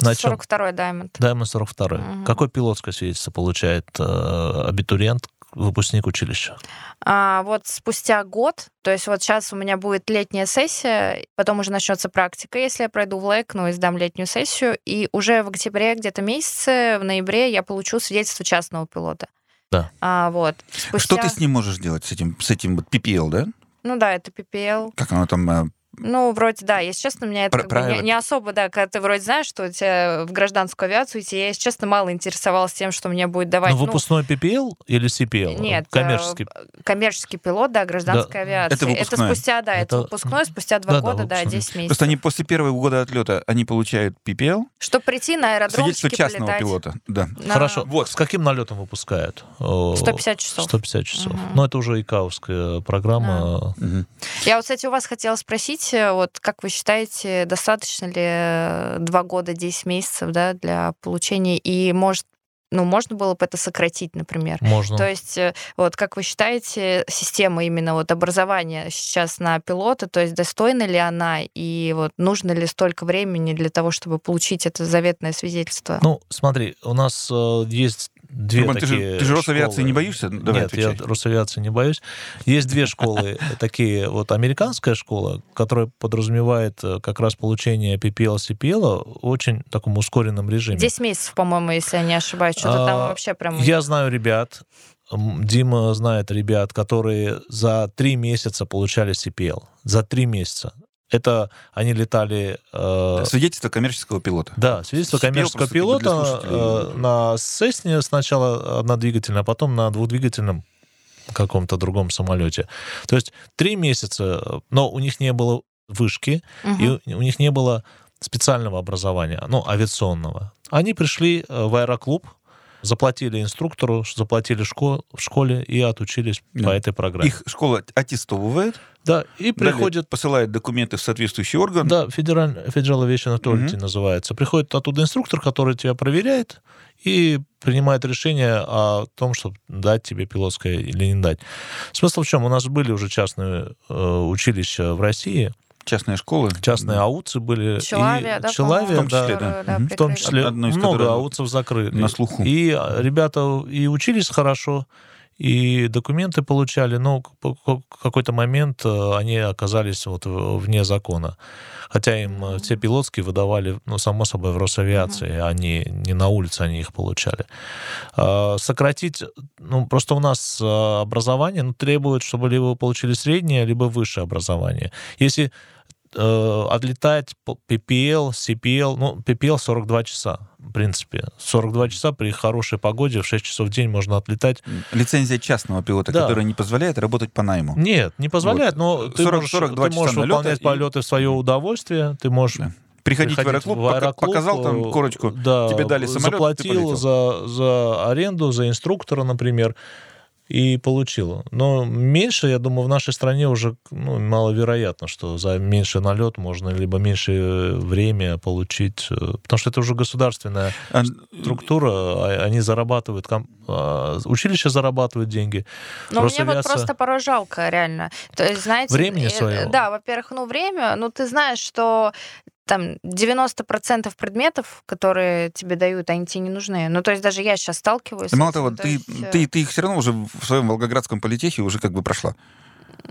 Speaker 6: На чем?
Speaker 3: 42-й Даймонд.
Speaker 6: Diamond 42.
Speaker 3: Мгм.
Speaker 6: Какой пилотское свидетельство получает э, абитуриент, выпускник училища? Ну,
Speaker 3: А вот спустя год, то есть вот сейчас у меня будет летняя сессия, потом уже начнется практика, если я пройду в ЛЭК, ну и сдам летнюю сессию, и уже в октябре где-то месяце, в ноябре я получу свидетельство частного пилота.
Speaker 6: Да.
Speaker 3: А, вот.
Speaker 5: Что
Speaker 3: Спустя...
Speaker 5: ты с ним можешь делать, с этим, с этим вот PPL, да?
Speaker 3: Ну да, это PPL.
Speaker 5: Как оно там, э,
Speaker 3: Ну, вроде, да, если честно, меня это
Speaker 5: Пр-
Speaker 3: как бы не,
Speaker 5: private.
Speaker 3: не особо, да, когда ты вроде знаешь, что у тебя в гражданскую авиацию идти, я, если честно, мало интересовалась тем, что мне будет давать.
Speaker 6: Ну,
Speaker 3: Ну,
Speaker 6: выпускной PPL или CPL?
Speaker 3: Нет, э,
Speaker 6: Коммерческий.
Speaker 3: коммерческий пилот, да, гражданской
Speaker 6: Да.
Speaker 3: авиации.
Speaker 5: Это выпускное.
Speaker 3: спустя, да, это,
Speaker 6: Это-
Speaker 3: выпускной, спустя два
Speaker 6: Да-да,
Speaker 3: года, да,
Speaker 6: выпускной.
Speaker 3: 10 месяцев.
Speaker 5: Просто они после первого года отлета они получают PPL,
Speaker 3: Чтобы прийти на
Speaker 5: свидетельство
Speaker 3: аэродромчики,
Speaker 5: частного
Speaker 3: полетать.
Speaker 5: пилота. Да.
Speaker 3: на
Speaker 6: Хорошо.
Speaker 5: Вот.
Speaker 6: С каким налетом выпускают? Э,
Speaker 3: 150 часов.
Speaker 6: 150 часов.
Speaker 3: Мгм.
Speaker 6: Ну, это уже икаовская программа.
Speaker 5: Мгм.
Speaker 3: Я вот, кстати, у вас хотела спросить, э, вот как вы считаете, достаточно ли э, два года, 10 месяцев, да, для получения, и может, ну, можно было бы это сократить, например?
Speaker 6: Можно.
Speaker 3: То есть, э, вот как вы считаете, система именно вот образования сейчас на пилота, то есть достойна ли она, и вот нужно ли столько времени для того, чтобы получить это заветное свидетельство?
Speaker 6: Ну, смотри, у нас э, есть две
Speaker 5: Роман, ты
Speaker 6: такие
Speaker 5: же- ты же Росавиации
Speaker 6: школы.
Speaker 5: не боишься? Ну, давай
Speaker 6: Нет, я
Speaker 5: отвечай.
Speaker 6: Росавиации не боюсь. Есть две школы, такие вот американская школа, которая подразумевает э, как раз получение PPL, CPL в очень таком ускоренном режиме.
Speaker 3: 10 месяцев, по-моему, если я не ошибаюсь, что-то там
Speaker 6: А,
Speaker 3: вообще прям...
Speaker 6: Я знаю ребят, м, Дима знает ребят, которые за три месяца получали CPL. За три месяца. Это они летали... э,
Speaker 5: Свидетельство коммерческого пилота.
Speaker 6: Да, свидетельство
Speaker 5: Спел
Speaker 6: коммерческого
Speaker 5: просто, типа, для
Speaker 6: пилота э,
Speaker 5: слушателей.
Speaker 6: на Сесне сначала однодвигательно, а потом на двухдвигательном каком-то другом самолете. То есть три месяца, э, но у них не было вышки,
Speaker 3: Мгм.
Speaker 6: и э, у- у них не было специального образования, ну, авиационного. Они пришли э, в аэроклуб, заплатили инструктору, ш- заплатили шко- в школе и отучились
Speaker 5: Да.
Speaker 6: по этой программе.
Speaker 5: Их школа аттестовывает,
Speaker 6: Да, и
Speaker 5: далее
Speaker 6: приходят
Speaker 5: посылает документы в соответствующий орган.
Speaker 6: Да, федеральный, Federal Aviation Authority
Speaker 5: Мгм.
Speaker 6: называется. Приходит оттуда инструктор, который тебя проверяет и принимает решение о том, чтобы дать тебе пилотское или не дать. Смысл в чем? У нас были уже частные э, училища в России,
Speaker 5: Частная школа.
Speaker 6: частные ауцы были. и-
Speaker 3: Пчелавия, да,
Speaker 6: Пчелавия,
Speaker 3: по-моему,
Speaker 5: в том числе, да.
Speaker 3: которую,
Speaker 5: Мгм.
Speaker 6: в том
Speaker 3: прикрыли.
Speaker 6: числе
Speaker 5: Одно из
Speaker 6: много
Speaker 5: которых
Speaker 6: аутсов закрыли.
Speaker 5: на слуху.
Speaker 6: И э, ребята и учились хорошо, и документы получали, но к- по- ко- какой-то момент э, они оказались вот в- вне закона. Хотя им э, все пилотские выдавали, ну, само собой, в Росавиации, они не на улице, они их получали. А, Сократить, ну, просто у нас э, образование ну, требует, чтобы либо вы получили среднее, либо высшее образование. Если э, отлетать по PPL, CPL, ну, PPL 42 часа, в принципе. 42 часа при хорошей погоде в 6 часов в день можно отлетать.
Speaker 5: Лицензия частного пилота,
Speaker 6: Да. Ну,
Speaker 5: которая не позволяет работать по найму.
Speaker 6: Нет, не позволяет, но ты
Speaker 5: 40
Speaker 6: можешь,
Speaker 5: 42
Speaker 6: ты можешь
Speaker 5: часа налета
Speaker 6: выполнять
Speaker 5: и-
Speaker 6: полеты в свое удовольствие, ты можешь
Speaker 5: Да. Приходить в
Speaker 6: приходить
Speaker 5: аэроклуб,
Speaker 6: в
Speaker 5: пока-
Speaker 6: аэроклуб,
Speaker 5: показал
Speaker 6: э,
Speaker 5: там корочку,
Speaker 6: да,
Speaker 5: тебе дали самолет, ты
Speaker 6: заплатил
Speaker 5: полетел.
Speaker 6: за, за аренду, за инструктора, например, и получил. Но меньше, я думаю, в нашей стране уже ну, маловероятно, что за меньший налет можно либо меньше время получить, э, потому что это уже государственная
Speaker 5: А,
Speaker 6: структура, а они зарабатывают, ком- а, училище зарабатывают деньги.
Speaker 3: Но мне вот
Speaker 6: Росавиация-
Speaker 3: просто порой жалко, реально. То есть, знаете...
Speaker 6: Времени
Speaker 3: э,
Speaker 6: своего.
Speaker 3: Да, во-первых, ну, время, ну, ты знаешь, что там 90% предметов, которые тебе дают, они тебе не нужны. Ну, то есть даже я сейчас сталкиваюсь с
Speaker 5: Мало
Speaker 3: этим,
Speaker 5: того,
Speaker 3: то
Speaker 5: ты,
Speaker 3: есть, э,
Speaker 5: ты, ты их все равно уже в своем волгоградском политехе уже как бы прошла.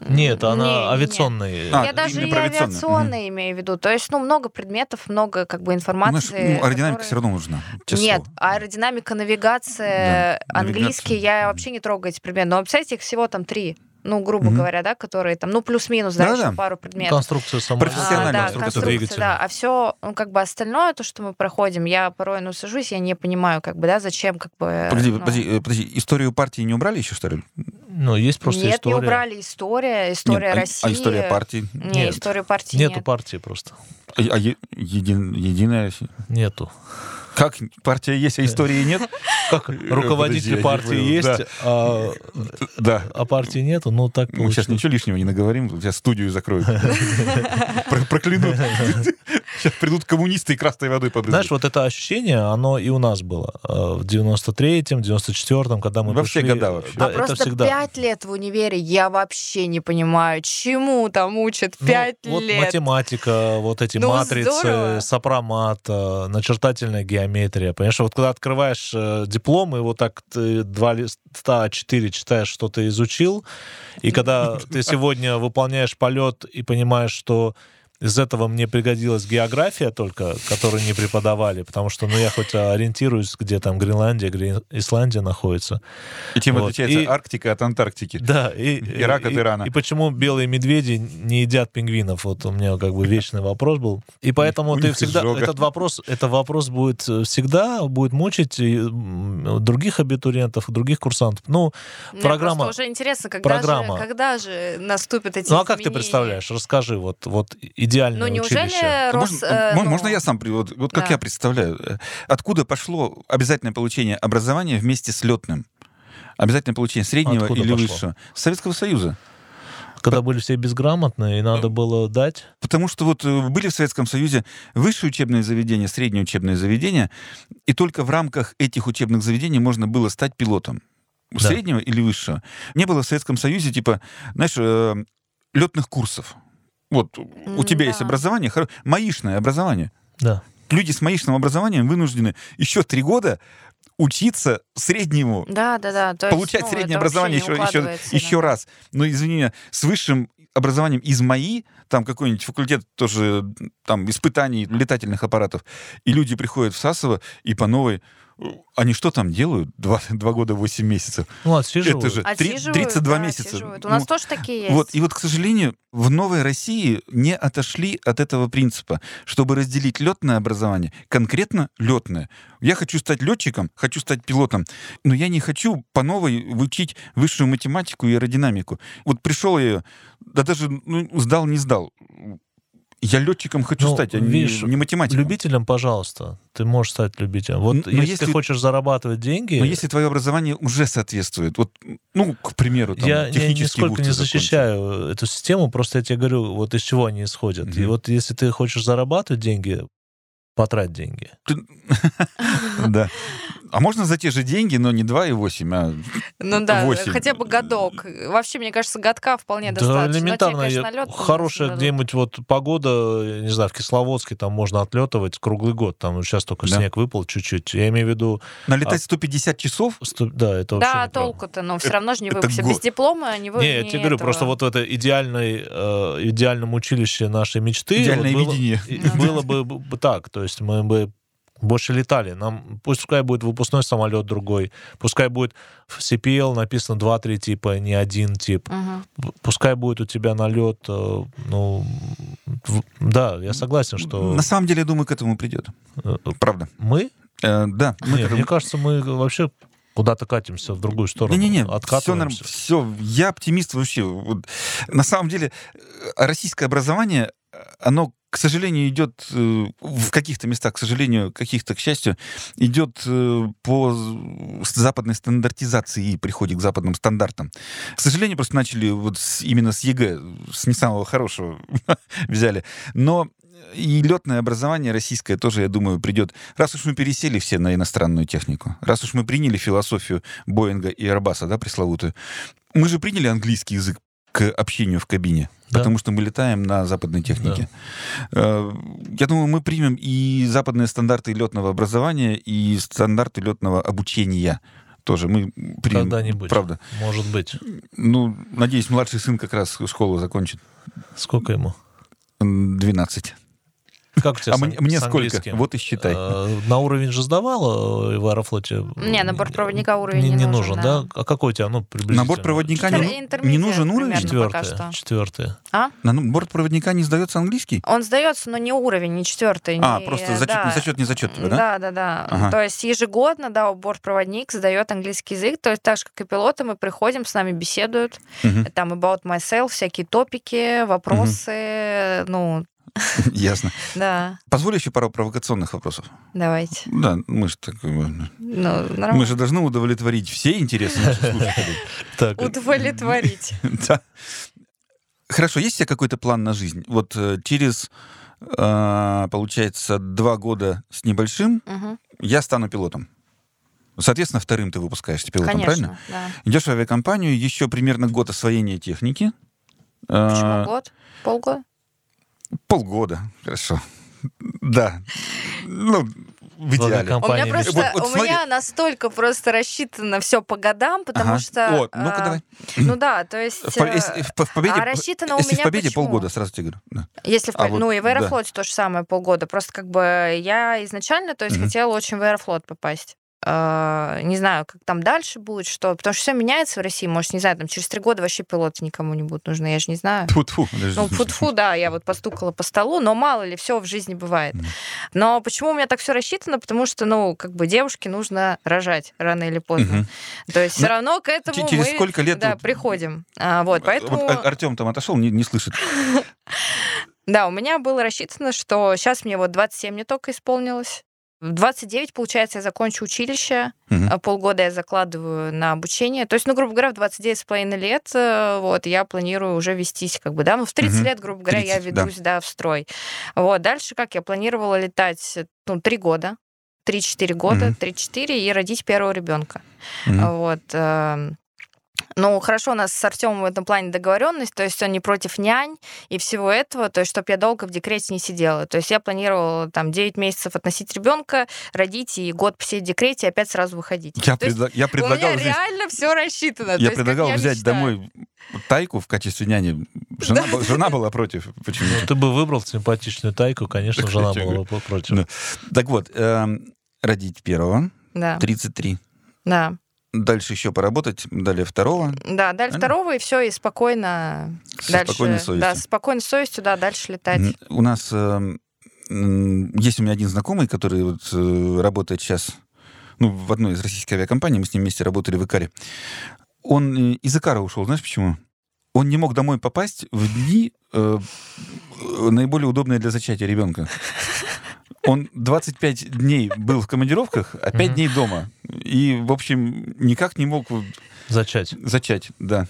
Speaker 6: Нет, она
Speaker 3: не, не, не.
Speaker 6: авиационная.
Speaker 5: А,
Speaker 3: я даже
Speaker 5: именно
Speaker 3: и
Speaker 5: про авиационные.
Speaker 3: авиационные имею в виду. То есть, ну, много предметов, много как бы информации.
Speaker 5: Знаешь, ну, аэродинамика
Speaker 3: э, которая-
Speaker 5: все равно нужна. Число.
Speaker 3: Нет, аэродинамика, навигация,
Speaker 5: Да,
Speaker 3: английский,
Speaker 5: навигация.
Speaker 3: я вообще не трогаю эти предметы. Но, представляете, их всего там три, ну, грубо
Speaker 5: Мгм.
Speaker 3: говоря, да, которые там, ну, плюс-минус, да,
Speaker 5: Да-да.
Speaker 3: еще пару предметов.
Speaker 6: Конструкция самолета.
Speaker 5: Профессиональная
Speaker 3: А, да,
Speaker 5: конструкция
Speaker 3: конструкция, да. А все, ну, как бы остальное, то, что мы проходим, я порой, ну, сажусь, я не понимаю, как бы, да, зачем, как бы...
Speaker 5: Погоди,
Speaker 3: ну.
Speaker 5: подожди, э, подожди, историю партии не убрали еще, что ли?
Speaker 6: Ну, есть просто
Speaker 3: Нет,
Speaker 6: история.
Speaker 3: не убрали история, история
Speaker 5: Нет, а-
Speaker 3: России. э,
Speaker 5: А, история партии?
Speaker 3: Нет,
Speaker 6: Нет.
Speaker 3: историю партии
Speaker 6: Нету
Speaker 3: нет.
Speaker 6: партии просто.
Speaker 5: А, а е- един- единая Россия?
Speaker 6: Нету.
Speaker 5: Как партия есть, а истории нет?
Speaker 6: Как
Speaker 5: Подожди, я
Speaker 6: руководитель
Speaker 5: не
Speaker 6: партии
Speaker 5: понял,
Speaker 6: есть,
Speaker 5: да.
Speaker 6: а,
Speaker 5: Да.
Speaker 6: а партии нету, ну так
Speaker 5: Мы сейчас
Speaker 6: получилось.
Speaker 5: ничего лишнего не наговорим, сейчас студию закроют. Про- Проклянут. Сейчас придут коммунисты и красной водой
Speaker 6: Знаешь,
Speaker 5: подрызгают.
Speaker 6: вот это ощущение, оно и у нас было. э, В 93-м, 94-м, когда мы
Speaker 5: Во все
Speaker 6: пришли-
Speaker 5: года вообще.
Speaker 6: Да,
Speaker 3: а
Speaker 6: это
Speaker 3: просто
Speaker 6: всегда.
Speaker 3: пять лет в универе я вообще не понимаю, чему там учат
Speaker 6: Ну,
Speaker 3: пять
Speaker 6: вот
Speaker 3: лет.
Speaker 6: математика, вот эти
Speaker 3: Ну,
Speaker 6: матрицы,
Speaker 3: здорово.
Speaker 6: сопромат, э, начертательная геометрия. Понимаешь, вот когда открываешь э, диплом, и вот так ты два листа А4 читаешь, что ты изучил, и когда ты сегодня выполняешь полет и понимаешь, что Из этого мне пригодилась география только, которую не преподавали, потому что, ну, я хоть ориентируюсь, где там Гренландия, Грен- Исландия находится.
Speaker 5: И чем
Speaker 6: Вот.
Speaker 5: отличается
Speaker 6: И-
Speaker 5: Арктика от Антарктики?
Speaker 6: Да, и, э,
Speaker 5: Ирак от
Speaker 6: и-
Speaker 5: Ирана.
Speaker 6: И почему белые медведи не едят пингвинов? Вот у меня как бы вечный вопрос был. И
Speaker 5: У
Speaker 6: поэтому ты
Speaker 5: них
Speaker 6: всегда
Speaker 5: изжога.
Speaker 6: этот вопрос, это вопрос будет э, всегда будет мучить и, м, других абитуриентов, и других курсантов. Ну,
Speaker 3: Мне
Speaker 6: программа.
Speaker 3: просто уже интересно, когда,
Speaker 6: Программа.
Speaker 3: Же, когда же наступят эти
Speaker 6: Ну а как ты
Speaker 3: изменения?
Speaker 6: представляешь? Расскажи, вот, вот идеальное
Speaker 3: Ну
Speaker 6: училище.
Speaker 3: неужели Рос...
Speaker 5: Можно,
Speaker 3: э,
Speaker 5: мо-
Speaker 3: ну,
Speaker 5: можно я сам при- вот, вот как
Speaker 3: да.
Speaker 5: я представляю, э, откуда пошло обязательное получение образования вместе с летным? Обязательное получение среднего
Speaker 6: Откуда
Speaker 5: или
Speaker 6: пошло?
Speaker 5: высшего? С Советского Союза.
Speaker 6: Когда были все безграмотные, и
Speaker 5: Ну.
Speaker 6: надо было дать.
Speaker 5: Потому что вот э, были в Советском Союзе высшие учебные заведения, средние учебные заведения, и только в рамках этих учебных заведений можно было стать пилотом. У
Speaker 6: Да.
Speaker 5: Среднего или высшего. Не было в Советском Союзе, типа, знаешь, летных курсов. Вот, у
Speaker 3: М,
Speaker 5: тебя есть
Speaker 3: да.
Speaker 5: образование, хоро- маишное образование.
Speaker 6: Да.
Speaker 5: люди с маишным образованием вынуждены еще три года учиться среднему,
Speaker 3: Да, да, да. То есть,
Speaker 5: получать
Speaker 3: ну, это вообще
Speaker 5: среднее образование
Speaker 3: не
Speaker 5: еще, еще,
Speaker 3: укладывается,
Speaker 5: еще
Speaker 3: да.
Speaker 5: раз. Но, извини меня, с высшим образованием из МАИ, там какой-нибудь факультет тоже, там, испытаний летательных аппаратов, и люди приходят в Сасово и по новой... э, Они что там делают? Два, два года восемь месяцев.
Speaker 6: Ну, отсиживают.
Speaker 5: Это же три-
Speaker 3: Отсиживают,
Speaker 5: 32
Speaker 3: да,
Speaker 5: месяца.
Speaker 3: отсиживают. У
Speaker 5: Ну,
Speaker 3: нас тоже такие есть.
Speaker 5: вот, и вот, к сожалению, в новой России не отошли от этого принципа, чтобы разделить летное образование, конкретно летное. Я хочу стать летчиком, хочу стать пилотом, но я не хочу по новой учить высшую математику и аэродинамику. Вот пришел я, да даже ну, сдал, не сдал. Я летчиком хочу
Speaker 6: Ну,
Speaker 5: стать, а не-
Speaker 6: видишь,
Speaker 5: не, математиком.
Speaker 6: Любителям, пожалуйста, ты можешь стать любителем. Вот
Speaker 5: Н- но
Speaker 6: если,
Speaker 5: если-
Speaker 6: ты хочешь зарабатывать деньги,
Speaker 5: Но если твое образование уже соответствует, вот, ну, к примеру, там,
Speaker 6: я, я
Speaker 5: технический
Speaker 6: нисколько
Speaker 5: вуз
Speaker 6: не
Speaker 5: ты закончил.
Speaker 6: защищаю э, эту систему, просто я тебе говорю, вот из чего они исходят. И
Speaker 5: Мгм.
Speaker 6: вот если ты хочешь зарабатывать деньги, потрать деньги.
Speaker 5: Ты- Да. А можно за те же деньги, но не 2,8, а...
Speaker 3: Ну да,
Speaker 5: восемь.
Speaker 3: хотя бы годок. Вообще, мне кажется, годка вполне
Speaker 6: Да,
Speaker 3: достаточно. Но тебе,
Speaker 6: элементарно.
Speaker 3: конечно,
Speaker 6: я-
Speaker 3: лёд
Speaker 6: хорошая
Speaker 3: нужен, да,
Speaker 6: где-нибудь вот погода, я не знаю, в Кисловодске там можно отлетывать круглый год. Там сейчас только
Speaker 5: Да.
Speaker 6: снег выпал чуть-чуть. Я имею в виду...
Speaker 5: Налетать 150 часов?
Speaker 6: сто- Да, это вообще
Speaker 3: Да,
Speaker 6: неправда.
Speaker 3: толку-то, но все равно же не
Speaker 5: это
Speaker 3: выпустят.
Speaker 5: год.
Speaker 3: Без диплома не вы-
Speaker 6: Не, я
Speaker 3: не
Speaker 6: тебе говорю,
Speaker 3: этого.
Speaker 6: просто вот в это идеальной, э, идеальном училище нашей мечты
Speaker 5: Идеальное
Speaker 6: вот было,
Speaker 5: видение.
Speaker 6: и-
Speaker 3: Да.
Speaker 6: было бы б- б- так, то есть мы бы больше летали. Нам пускай будет выпускной самолет другой, пускай будет в CPL написано 2-3 типа, не один тип.
Speaker 3: Мгм.
Speaker 6: П- Пускай будет у тебя налет, э, ну, в- да, я согласен, что
Speaker 5: На самом деле, я думаю, к этому придет.
Speaker 6: э,
Speaker 5: Правда.
Speaker 6: мы,
Speaker 5: Э, Да. мы
Speaker 6: Не,
Speaker 5: к этому-
Speaker 6: мне кажется, мы вообще куда-то катимся в другую сторону.
Speaker 5: Не-не-не, все
Speaker 6: откатываемся.
Speaker 5: Все, я оптимист вообще. Вот, На самом деле, э, российское образование, э, оно, к сожалению, идет э, в каких-то местах, к сожалению, каких-то, к счастью, идет э, по з- западной стандартизации и приходит к западным стандартам. К сожалению, просто начали вот с- именно с ЕГЭ, с не самого хорошего взяли. Но э, и летное образование российское тоже, я думаю, придет. Раз уж мы пересели все на иностранную технику, раз уж мы приняли философию Боинга и Арбаса, да, пресловутую, мы же приняли английский язык к общению в кабине,
Speaker 6: Да.
Speaker 5: потому что мы летаем на западной технике. Э, Я думаю, мы примем и западные стандарты летного образования, и стандарты летного обучения тоже. Мы примем.
Speaker 6: Когда-нибудь.
Speaker 5: Правда.
Speaker 6: Может быть.
Speaker 5: Ну, надеюсь, младший сын как раз школу закончит.
Speaker 6: Сколько ему?
Speaker 5: М, 12.
Speaker 6: Как у тебя
Speaker 5: А
Speaker 6: с ан-
Speaker 5: мне, мне
Speaker 6: с
Speaker 5: сколько?
Speaker 6: английским?
Speaker 5: Вот и считай.
Speaker 6: Э, На уровень же сдавала э, в аэрофлоте?
Speaker 3: Не, на бортпроводника уровень
Speaker 6: Не,
Speaker 3: не
Speaker 6: не
Speaker 3: нужен,
Speaker 6: нужен,
Speaker 3: да.
Speaker 6: да? А какой у тебя, ну, приблизительно?
Speaker 5: На борт проводника
Speaker 3: Интер-
Speaker 5: не, ну- не
Speaker 3: интермедиат
Speaker 5: нужен уровень.
Speaker 3: примерно. пока
Speaker 6: Четвертое.
Speaker 3: что.
Speaker 6: Четвертое.
Speaker 5: На ну- борт проводника не сдается английский?
Speaker 3: Он сдается, но не уровень, не четвертый.
Speaker 5: А,
Speaker 3: не-
Speaker 5: просто зачет,
Speaker 3: да.
Speaker 5: не зачет, не зачет тебя, да?
Speaker 3: Да, да, да.
Speaker 5: Ага.
Speaker 3: То есть ежегодно, да, бортпроводник сдает английский язык. То есть так же, как и пилоты, мы приходим, с нами беседуют.
Speaker 5: Мгм.
Speaker 3: Там about myself, всякие топики, вопросы. Ну,
Speaker 5: Ясно.
Speaker 3: да,
Speaker 5: Позволь еще пару провокационных вопросов.
Speaker 3: давайте.
Speaker 5: Да, мы же так... э,
Speaker 3: Ну, нормально.
Speaker 5: Мы же должны удовлетворить все интересы наших слушателей.
Speaker 6: Так,
Speaker 3: Удовлетворить.
Speaker 5: Да. Хорошо, есть у тебя какой-то план на жизнь? Вот э, через, э, получается, два года с небольшим
Speaker 3: Мгм.
Speaker 5: я стану пилотом. Соответственно, вторым ты выпускаешься пилотом, правильно?
Speaker 3: Конечно, да.
Speaker 5: Идешь в авиакомпанию, еще примерно год освоения техники. Э,
Speaker 3: Почему год? Полгода?
Speaker 5: Полгода, хорошо. Да. Ну, в идеале.
Speaker 3: У меня
Speaker 6: Компания
Speaker 3: просто
Speaker 5: Вот- вот
Speaker 3: у
Speaker 5: смотри.
Speaker 3: меня настолько просто рассчитано все по годам, потому
Speaker 5: Ага.
Speaker 3: что.
Speaker 5: О, ну-ка
Speaker 3: а,
Speaker 5: давай.
Speaker 3: Ну да, то есть.
Speaker 5: В, по-
Speaker 3: э,
Speaker 5: если в- в победе,
Speaker 3: а рассчитано у
Speaker 5: если в
Speaker 3: меня
Speaker 5: победе
Speaker 3: почему?
Speaker 5: полгода, сразу тебе говорю. Да.
Speaker 3: Если в
Speaker 5: А
Speaker 3: пол-
Speaker 5: вот,
Speaker 3: ну и в
Speaker 5: да.
Speaker 3: Аэрофлоте то же самое полгода. Просто как бы я изначально, то есть
Speaker 5: Мгм.
Speaker 3: хотела очень в Аэрофлот попасть. Э, Не знаю, как там дальше будет, что. Потому что все меняется в России. Может, не знаю, там через три года вообще пилоты никому не будут нужны, я же не знаю.
Speaker 5: Тьфу-тьфу.
Speaker 3: Ну, фу-фу, да, я вот постукала по столу, но мало ли, все в жизни бывает.
Speaker 5: Мгм.
Speaker 3: Но почему у меня так все рассчитано? Потому что, ну, как бы девушке нужно рожать рано или поздно. То есть все
Speaker 5: Ну,
Speaker 3: равно к этому
Speaker 5: через
Speaker 3: мы,
Speaker 5: сколько лет
Speaker 3: да,
Speaker 5: вот-
Speaker 3: приходим. А, вот, поэтому...
Speaker 5: Артем там отошел, не, не слышит.
Speaker 3: Да, у меня было рассчитано, что сейчас мне вот 27 не только исполнилось. В 29, получается, я закончу училище,
Speaker 5: Мгм.
Speaker 3: а полгода я закладываю на обучение. То есть, ну, грубо говоря, в 29 с половиной лет э, вот, я планирую уже вестись, как бы, да, ну, в 30
Speaker 5: Мгм.
Speaker 3: лет, грубо говоря, я
Speaker 5: 30, да.
Speaker 3: ведусь, да. в строй. Вот, дальше как я планировала летать, ну, 3 года, 3-4 года,
Speaker 5: Мгм.
Speaker 3: 3-4 и родить первого ребенка.
Speaker 5: Мгм.
Speaker 3: Вот. эм, Ну, хорошо, у нас с Артемом в этом плане договоренность, то есть он не против нянь и всего этого, то есть чтобы я долго в декрете не сидела. То есть я планировала там 9 месяцев относить ребенка, родить и год посидеть в декрете и опять сразу выходить.
Speaker 5: Я,
Speaker 3: То есть
Speaker 5: предла- я
Speaker 3: у меня
Speaker 5: предлагал, здесь-
Speaker 3: реально все рассчитано. то
Speaker 5: я
Speaker 3: есть как
Speaker 5: предлагал
Speaker 3: я
Speaker 5: взять
Speaker 3: мечтаю.
Speaker 5: домой тайку в качестве няни. Жена,
Speaker 3: Да.
Speaker 5: была- жена была против. Почему?
Speaker 6: Ну, ты бы выбрал симпатичную тайку, конечно,
Speaker 5: Так
Speaker 6: жена
Speaker 5: я тебе
Speaker 6: была бы
Speaker 5: Да.
Speaker 6: против.
Speaker 5: Так вот, эм, родить первого,
Speaker 3: Да,
Speaker 5: 33.
Speaker 3: да.
Speaker 5: Дальше еще поработать, далее второго.
Speaker 3: Да, далее
Speaker 5: Правильно?
Speaker 3: второго, и все, и спокойно
Speaker 5: Со
Speaker 3: дальше.
Speaker 5: спокойной
Speaker 3: Да,
Speaker 5: совестью.
Speaker 3: с спокойной совестью, да, дальше летать.
Speaker 5: М, У нас эм, м, есть у меня один знакомый, который вот, э, работает сейчас ну, в одной из российских авиакомпаний, мы с ним вместе работали в Икаре. Он э, из Икара ушел, знаешь почему? Он не мог домой попасть в дни, э, э, наиболее удобные для зачатия ребенка. Он 25 дней был в командировках, а 5
Speaker 6: Мгм.
Speaker 5: дней дома. И, в общем, никак не мог вот
Speaker 6: Зачать.
Speaker 5: зачать, да.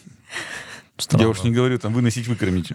Speaker 6: Странно.
Speaker 5: Я уж не говорю, там, выносить, выкормить.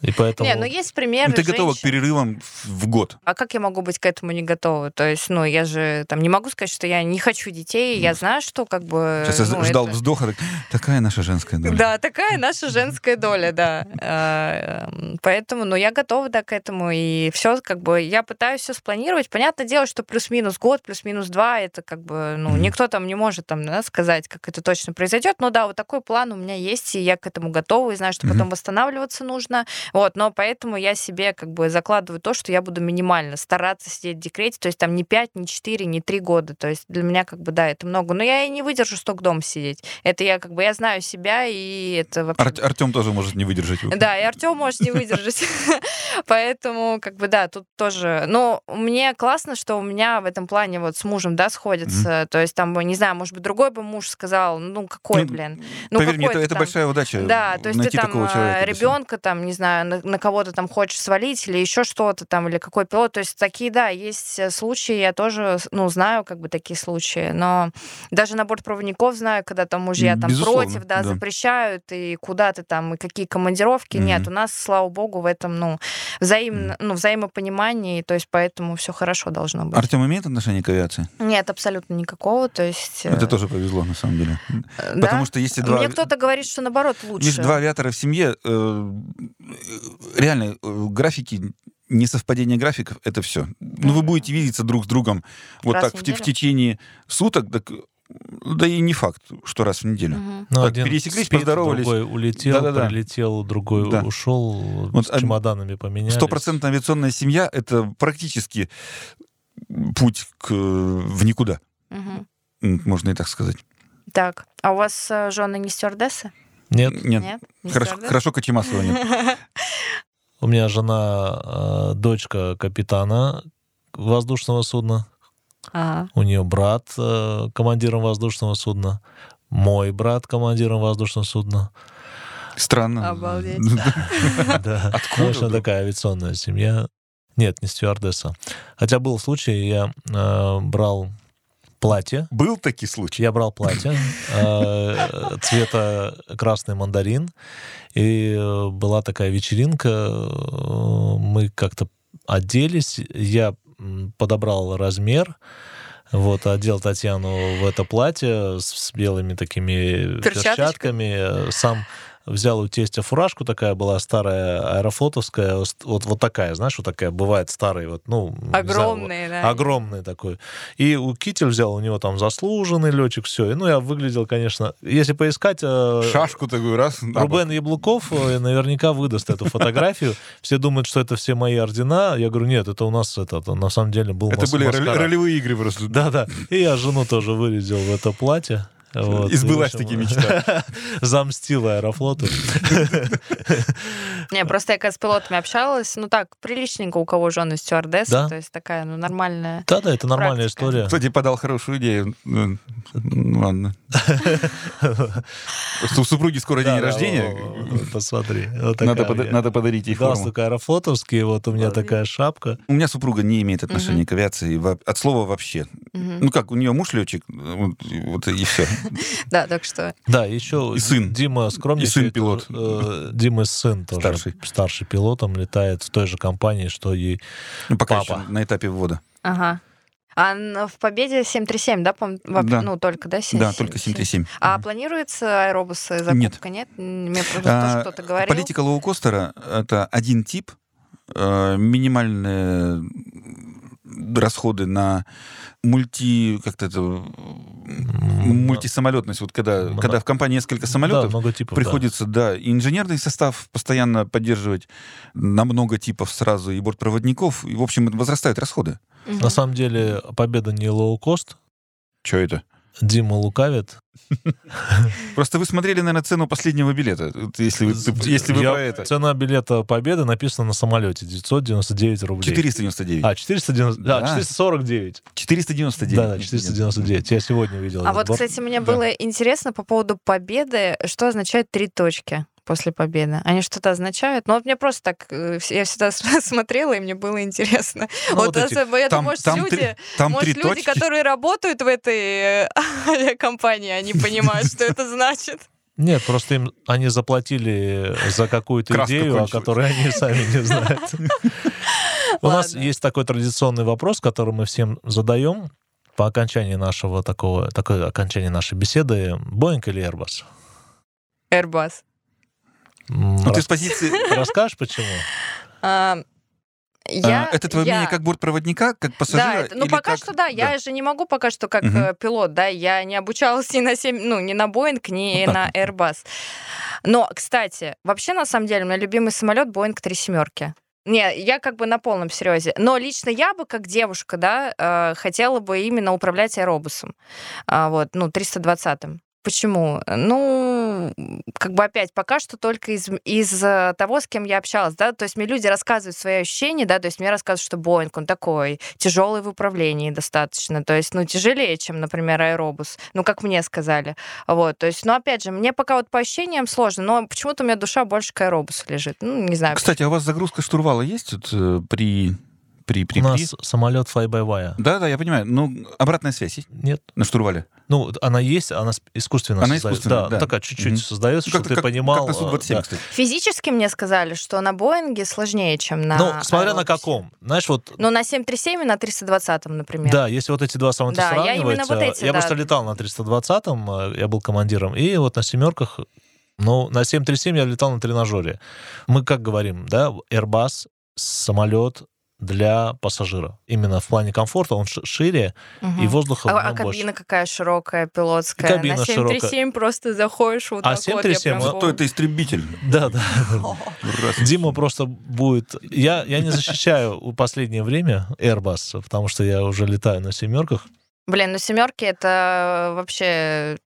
Speaker 6: И поэтому...
Speaker 3: Не, ну есть примеры
Speaker 5: Ну, ты готова к
Speaker 3: женщин.
Speaker 5: перерывам в- в год.
Speaker 3: А как я могу быть к этому не готова? То есть, ну, я же там не могу сказать, что я не хочу детей, я знаю, что как бы...
Speaker 5: Сейчас я
Speaker 3: ну,
Speaker 5: ждал
Speaker 3: это-
Speaker 5: вздоха. так, такая наша женская доля.
Speaker 3: Да, такая наша женская доля, да. А, эм, Поэтому, ну, я готова, да, к этому, и все, как бы, я пытаюсь все спланировать. Понятное дело, что плюс-минус год, плюс-минус два, это как бы, ну,
Speaker 5: Мгм.
Speaker 3: никто там не может там, да, сказать, как это точно произойдет, но да, вот такой план у меня есть, и я к этому готова, и знаю, что
Speaker 5: Мгм.
Speaker 3: потом восстанавливаться нужно, вот, но поэтому я себе как бы закладываю то, что я буду минимально стараться сидеть в декрете, то есть там не 5, не 4, не 3 года, то есть для меня как бы, да, это много, но я и не выдержу столько дома сидеть. Это я как бы, я знаю себя, и это вообще...
Speaker 5: Артем тоже может не выдержать. его.
Speaker 3: Да, и Артем может не выдержать. Поэтому, как бы, да, тут тоже... Но мне классно, что у меня в этом плане вот с мужем, да, сходится. То есть там, не знаю, может быть, другой бы муж сказал, ну, какой,
Speaker 5: Ну,
Speaker 3: блин. Ну,
Speaker 5: Поверь мне,
Speaker 3: какой
Speaker 5: это,
Speaker 3: ты
Speaker 5: это
Speaker 3: там.
Speaker 5: большая удача.
Speaker 3: Да, то есть ты
Speaker 5: Э, найти
Speaker 3: там
Speaker 5: такого человека.
Speaker 3: э,
Speaker 5: для себя.
Speaker 3: ребенка, там, не знаю, на, на кого-то там хочешь свалить или еще что-то там, или какой пилот. То есть такие, да, есть э, случаи, я тоже, с- ну, знаю как бы такие случаи, но даже на бортпроводников знаю, когда там мужья там
Speaker 5: Безусловно,
Speaker 3: против, да,
Speaker 5: да.
Speaker 3: запрещают, и куда ты там, и какие командировки. Нет,
Speaker 5: Мгм.
Speaker 3: у нас, слава богу, в этом, ну, взаимно, ну, взаимопонимании, то есть поэтому все хорошо должно быть.
Speaker 5: Артем имеет отношение к авиации?
Speaker 3: Нет, абсолютно никакого, то есть... э,
Speaker 5: Это тоже повезло, на самом деле.
Speaker 3: э, да.
Speaker 5: Потому что если два...
Speaker 3: Мне кто-то говорит, что наоборот лучше.
Speaker 5: Видишь, два авиатора в семье, э, э, реально, э, графики, несовпадение графиков, это все. Ну, вы
Speaker 3: Мгм.
Speaker 5: будете видеться друг с другом вот
Speaker 3: Раз
Speaker 5: так
Speaker 3: в
Speaker 5: в, те- в
Speaker 3: неделю?
Speaker 5: течение суток, так, э, да и не факт, что раз в неделю.
Speaker 3: Мгм.
Speaker 6: Ну,
Speaker 5: Так,
Speaker 6: один
Speaker 5: пересеклись,
Speaker 6: спит,
Speaker 5: поздоровались.
Speaker 6: Другой улетел,
Speaker 5: Да-да-да.
Speaker 6: прилетел, другой
Speaker 5: Да.
Speaker 6: ушел,
Speaker 5: Вот, а,
Speaker 6: с чемоданами поменялись.
Speaker 5: Стопроцентная авиационная семья — это практически путь к, э, в никуда,
Speaker 3: Мгм.
Speaker 5: М, можно и так сказать.
Speaker 3: Так, а у вас э, жены не стюардессы?
Speaker 6: Нет,
Speaker 5: Нет,
Speaker 3: Не
Speaker 5: хорошо,
Speaker 3: стюардессы?
Speaker 5: хорошо Кочемасова нет.
Speaker 6: у меня жена, э, дочка капитана воздушного судна,
Speaker 3: Ага.
Speaker 6: у нее брат э, командиром воздушного судна, мой брат командиром воздушного судна.
Speaker 5: Странно.
Speaker 3: Обалдеть.
Speaker 6: Да.
Speaker 5: Откуда
Speaker 6: Конечно,
Speaker 5: вдруг?
Speaker 6: такая авиационная семья. Нет, не стюардесса. Хотя был случай, я э, брал платье
Speaker 5: Был таки случай.
Speaker 6: Я брал платье э, цвета красный мандарин, и э, была такая вечеринка, э, мы как-то оделись, я м, подобрал размер, вот, одел Татьяну в это платье с, с белыми такими
Speaker 3: Перчаточка.
Speaker 6: перчатками, э, сам э, взял у тестя фуражку, такая была старая аэрофлотовская, вот, вот такая, знаешь, вот такая бывает старые, вот, ну... не знаю,
Speaker 3: Огромные, да.
Speaker 6: Огромный такой. И у Китель взял, у него там заслуженный летчик, все. И, ну, я выглядел, конечно... Если поискать... э,
Speaker 5: Шашку такую раз. а, на бок.
Speaker 6: Рубен Яблуков э, наверняка выдаст эту фотографию. Все думают, что это все мои ордена. Я говорю, нет, это у нас это, это на самом деле был
Speaker 5: Это
Speaker 6: мас-
Speaker 5: были
Speaker 6: маскарад.
Speaker 5: роли- ролевые игры просто.
Speaker 6: Да, да. И я жену тоже вырезал в это платье. Вот. И, в
Speaker 5: Избылась
Speaker 6: общем,
Speaker 5: таки мечта.
Speaker 6: Замстил аэрофлоту.
Speaker 3: Не, просто я как с пилотами общалась, ну так, приличненько у кого жены стюардессы,
Speaker 6: Да?
Speaker 3: то есть такая, ну, нормальная.
Speaker 6: Да-да, это нормальная
Speaker 3: Практика.
Speaker 6: история.
Speaker 5: Кстати, подал хорошую идею. Ну, ну, Ладно. Просто У супруги скоро день
Speaker 6: Да-да,
Speaker 5: рождения.
Speaker 6: о, о, о, Посмотри. Вот
Speaker 5: Надо
Speaker 6: такая у
Speaker 5: пода-
Speaker 6: меня.
Speaker 5: надо подарить ей форму.
Speaker 6: Галстук аэрофлотовский, вот у меня такая шапка.
Speaker 5: У меня супруга не имеет отношения к авиации во- от слова вообще.
Speaker 3: Мгм.
Speaker 5: Ну как, у нее муж летчик, вот и- вот и все.
Speaker 3: Да, так что
Speaker 6: Да, еще
Speaker 5: И сын.
Speaker 6: Дима скромничает.
Speaker 5: И сын-пилот.
Speaker 6: Э, Дима сын тоже.
Speaker 5: Старший.
Speaker 6: Старший пилотом летает в той же компании, что и
Speaker 5: Ну, Пока
Speaker 6: Папа.
Speaker 5: еще на этапе ввода.
Speaker 3: Ага. А н- в Победе 737, да, пом- во-
Speaker 5: Да.
Speaker 3: ну только, да, 737?
Speaker 5: Да, только 737.
Speaker 3: А планируется аэробусы закупка? Нет. Мне просто
Speaker 5: А,
Speaker 3: тоже кто-то говорил.
Speaker 5: Политика лоукостера — это один тип, э, минимальные расходы на мульти... Как-то это... м, Мультисамолетность. Вот когда,
Speaker 6: Мно-
Speaker 5: когда в компании несколько
Speaker 6: Да,
Speaker 5: самолетов,
Speaker 6: много типов, да.
Speaker 5: приходится, да. и инженерный состав постоянно поддерживать на много типов сразу и бортпроводников. И, в общем, возрастают расходы.
Speaker 3: Мгм.
Speaker 6: На самом деле, победа не лоукост.
Speaker 5: Че это?
Speaker 6: Дима лукавит.
Speaker 5: Просто вы смотрели, наверное, цену последнего билета. Вот Если вы, если вы
Speaker 6: Я-
Speaker 5: про это.
Speaker 6: Цена билета победы написана на самолете 999 рублей.
Speaker 5: 499.
Speaker 6: А, 490, да,
Speaker 5: Да.
Speaker 6: 449.
Speaker 5: 499.
Speaker 6: Да, да, 499. Я сегодня видел.
Speaker 3: А
Speaker 6: этот
Speaker 3: вот,
Speaker 6: борт.
Speaker 3: кстати, мне
Speaker 5: э, Да.
Speaker 3: было интересно по поводу победы, что означает три точки после победы. Они что-то означают? Ну, вот мне просто так... э, вс- Я всегда с- смотрела, и мне было интересно.
Speaker 6: Ну,
Speaker 3: вот
Speaker 6: вот эти-
Speaker 3: особо, я думаю, может, люди...
Speaker 5: три- там
Speaker 3: может,
Speaker 5: три
Speaker 3: люди,
Speaker 5: точки.
Speaker 3: которые работают в этой э, авиакомпании, они понимают, что это значит.
Speaker 6: Нет, просто им они заплатили за какую-то
Speaker 5: Краска
Speaker 6: идею, о
Speaker 5: кончилась.
Speaker 6: которой они сами не знают. У нас
Speaker 3: Ладно.
Speaker 6: есть такой традиционный вопрос, который мы всем задаем по окончании нашего такого, такой окончании нашей беседы. Боинг или Airbus?
Speaker 3: Airbus.
Speaker 6: М,
Speaker 5: Ну, ты
Speaker 6: рас-
Speaker 5: с позиции...
Speaker 6: Расскажешь, почему?
Speaker 3: А,
Speaker 5: А,
Speaker 3: я-
Speaker 5: Это твое
Speaker 3: я-
Speaker 5: мнение как бортпроводника, как пассажира?
Speaker 3: Да, это- ну
Speaker 5: или
Speaker 3: пока
Speaker 5: как-
Speaker 3: что да, я же не могу пока что как
Speaker 5: Мгм.
Speaker 3: э, пилот, да, я не обучалась ни на 7, ну, ни на Boeing, ни
Speaker 5: Ну,
Speaker 3: на Airbus. Но, кстати, вообще, на самом деле, у меня любимый самолет Boeing 3 семерки. Не, я как бы на полном серьезе. Но лично я бы, как девушка, да, э, хотела бы именно управлять аэробусом. А, вот, ну, 320-м. Почему? Э, Ну, как бы опять, пока что только из, из э, того, с кем я общалась, да, то есть мне люди рассказывают свои ощущения, да, то есть мне рассказывают, что Боинг, он такой, тяжелый в управлении достаточно, то есть, ну, тяжелее, чем, например, аэробус, ну, как мне сказали, вот, то есть, ну, опять же, мне пока вот по ощущениям сложно, но почему-то у меня душа больше к аэробусу лежит, ну, не знаю.
Speaker 5: Кстати, а у вас загрузка штурвала есть вот, э, при... при, при,
Speaker 6: У
Speaker 5: при?
Speaker 6: нас самолет fly-by-wire.
Speaker 5: Да, да, я понимаю. Ну, обратная связь есть
Speaker 6: Нет.
Speaker 5: на штурвале?
Speaker 6: Ну, она есть, она с- искусственно
Speaker 5: Она
Speaker 6: создается.
Speaker 5: искусственная, да.
Speaker 6: такая чуть-чуть
Speaker 5: Мгм.
Speaker 6: создается,
Speaker 5: Ну,
Speaker 6: чтобы ты понимал.
Speaker 5: как на Су-27,
Speaker 6: э, да.
Speaker 5: кстати.
Speaker 3: Физически мне сказали, что на Боинге сложнее, чем на
Speaker 6: Ну, смотря на
Speaker 3: аэробусе.
Speaker 6: каком. Знаешь, вот
Speaker 3: Ну, на 737 и на 320, например.
Speaker 6: Да, если вот эти два самолета
Speaker 3: Да, я
Speaker 6: сравнивать,
Speaker 3: именно вот
Speaker 6: э,
Speaker 3: эти,
Speaker 6: я
Speaker 3: да.
Speaker 6: просто летал на 320-м, э, я был командиром, и вот на семерках, ну, на 737 я летал на тренажере. Мы как говорим, да, Airbus самолет для пассажира. Именно в плане комфорта он ш- шире,
Speaker 3: Мгм.
Speaker 6: и воздуха в
Speaker 3: А, а
Speaker 6: нем больше.
Speaker 3: кабина какая широкая, пилотская.
Speaker 6: И кабина
Speaker 3: на 737 просто заходишь вот так
Speaker 6: А
Speaker 3: вот.
Speaker 6: 737,
Speaker 3: я прям
Speaker 6: вот
Speaker 5: Что это истребитель?
Speaker 6: Да, да. Дима просто будет... Я, я не защищаю в последнее время Airbus, потому что я уже летаю на семерках.
Speaker 3: Блин, ну семерки это вообще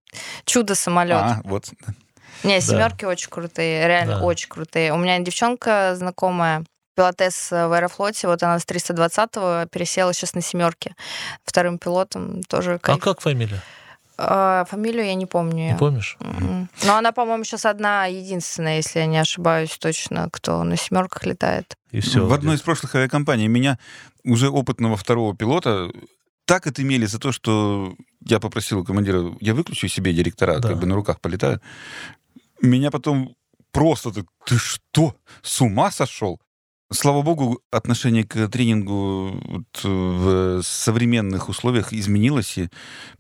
Speaker 3: чудо самолет.
Speaker 5: А, вот.
Speaker 3: Не, семерки очень крутые, реально
Speaker 6: Да.
Speaker 3: очень крутые. У меня девчонка знакомая, пилотес в аэрофлоте, вот она с 320-го пересела сейчас на семерке. Вторым пилотом тоже
Speaker 6: А
Speaker 3: кайф.
Speaker 6: как фамилия?
Speaker 3: А, фамилию я не помню.
Speaker 6: Не
Speaker 3: её.
Speaker 6: помнишь?
Speaker 3: Мгм. Но она, по-моему, сейчас одна единственная, если я не ошибаюсь точно, кто на семерках летает.
Speaker 6: И все.
Speaker 5: В одной из прошлых авиакомпаний меня уже опытного второго пилота так отымели за то, что я попросил у командира, я выключу себе директора,
Speaker 6: Да.
Speaker 5: как бы на руках полетаю. Меня потом просто так, ты что, с ума сошел? Слава богу, отношение к тренингу вот в современных условиях изменилось, и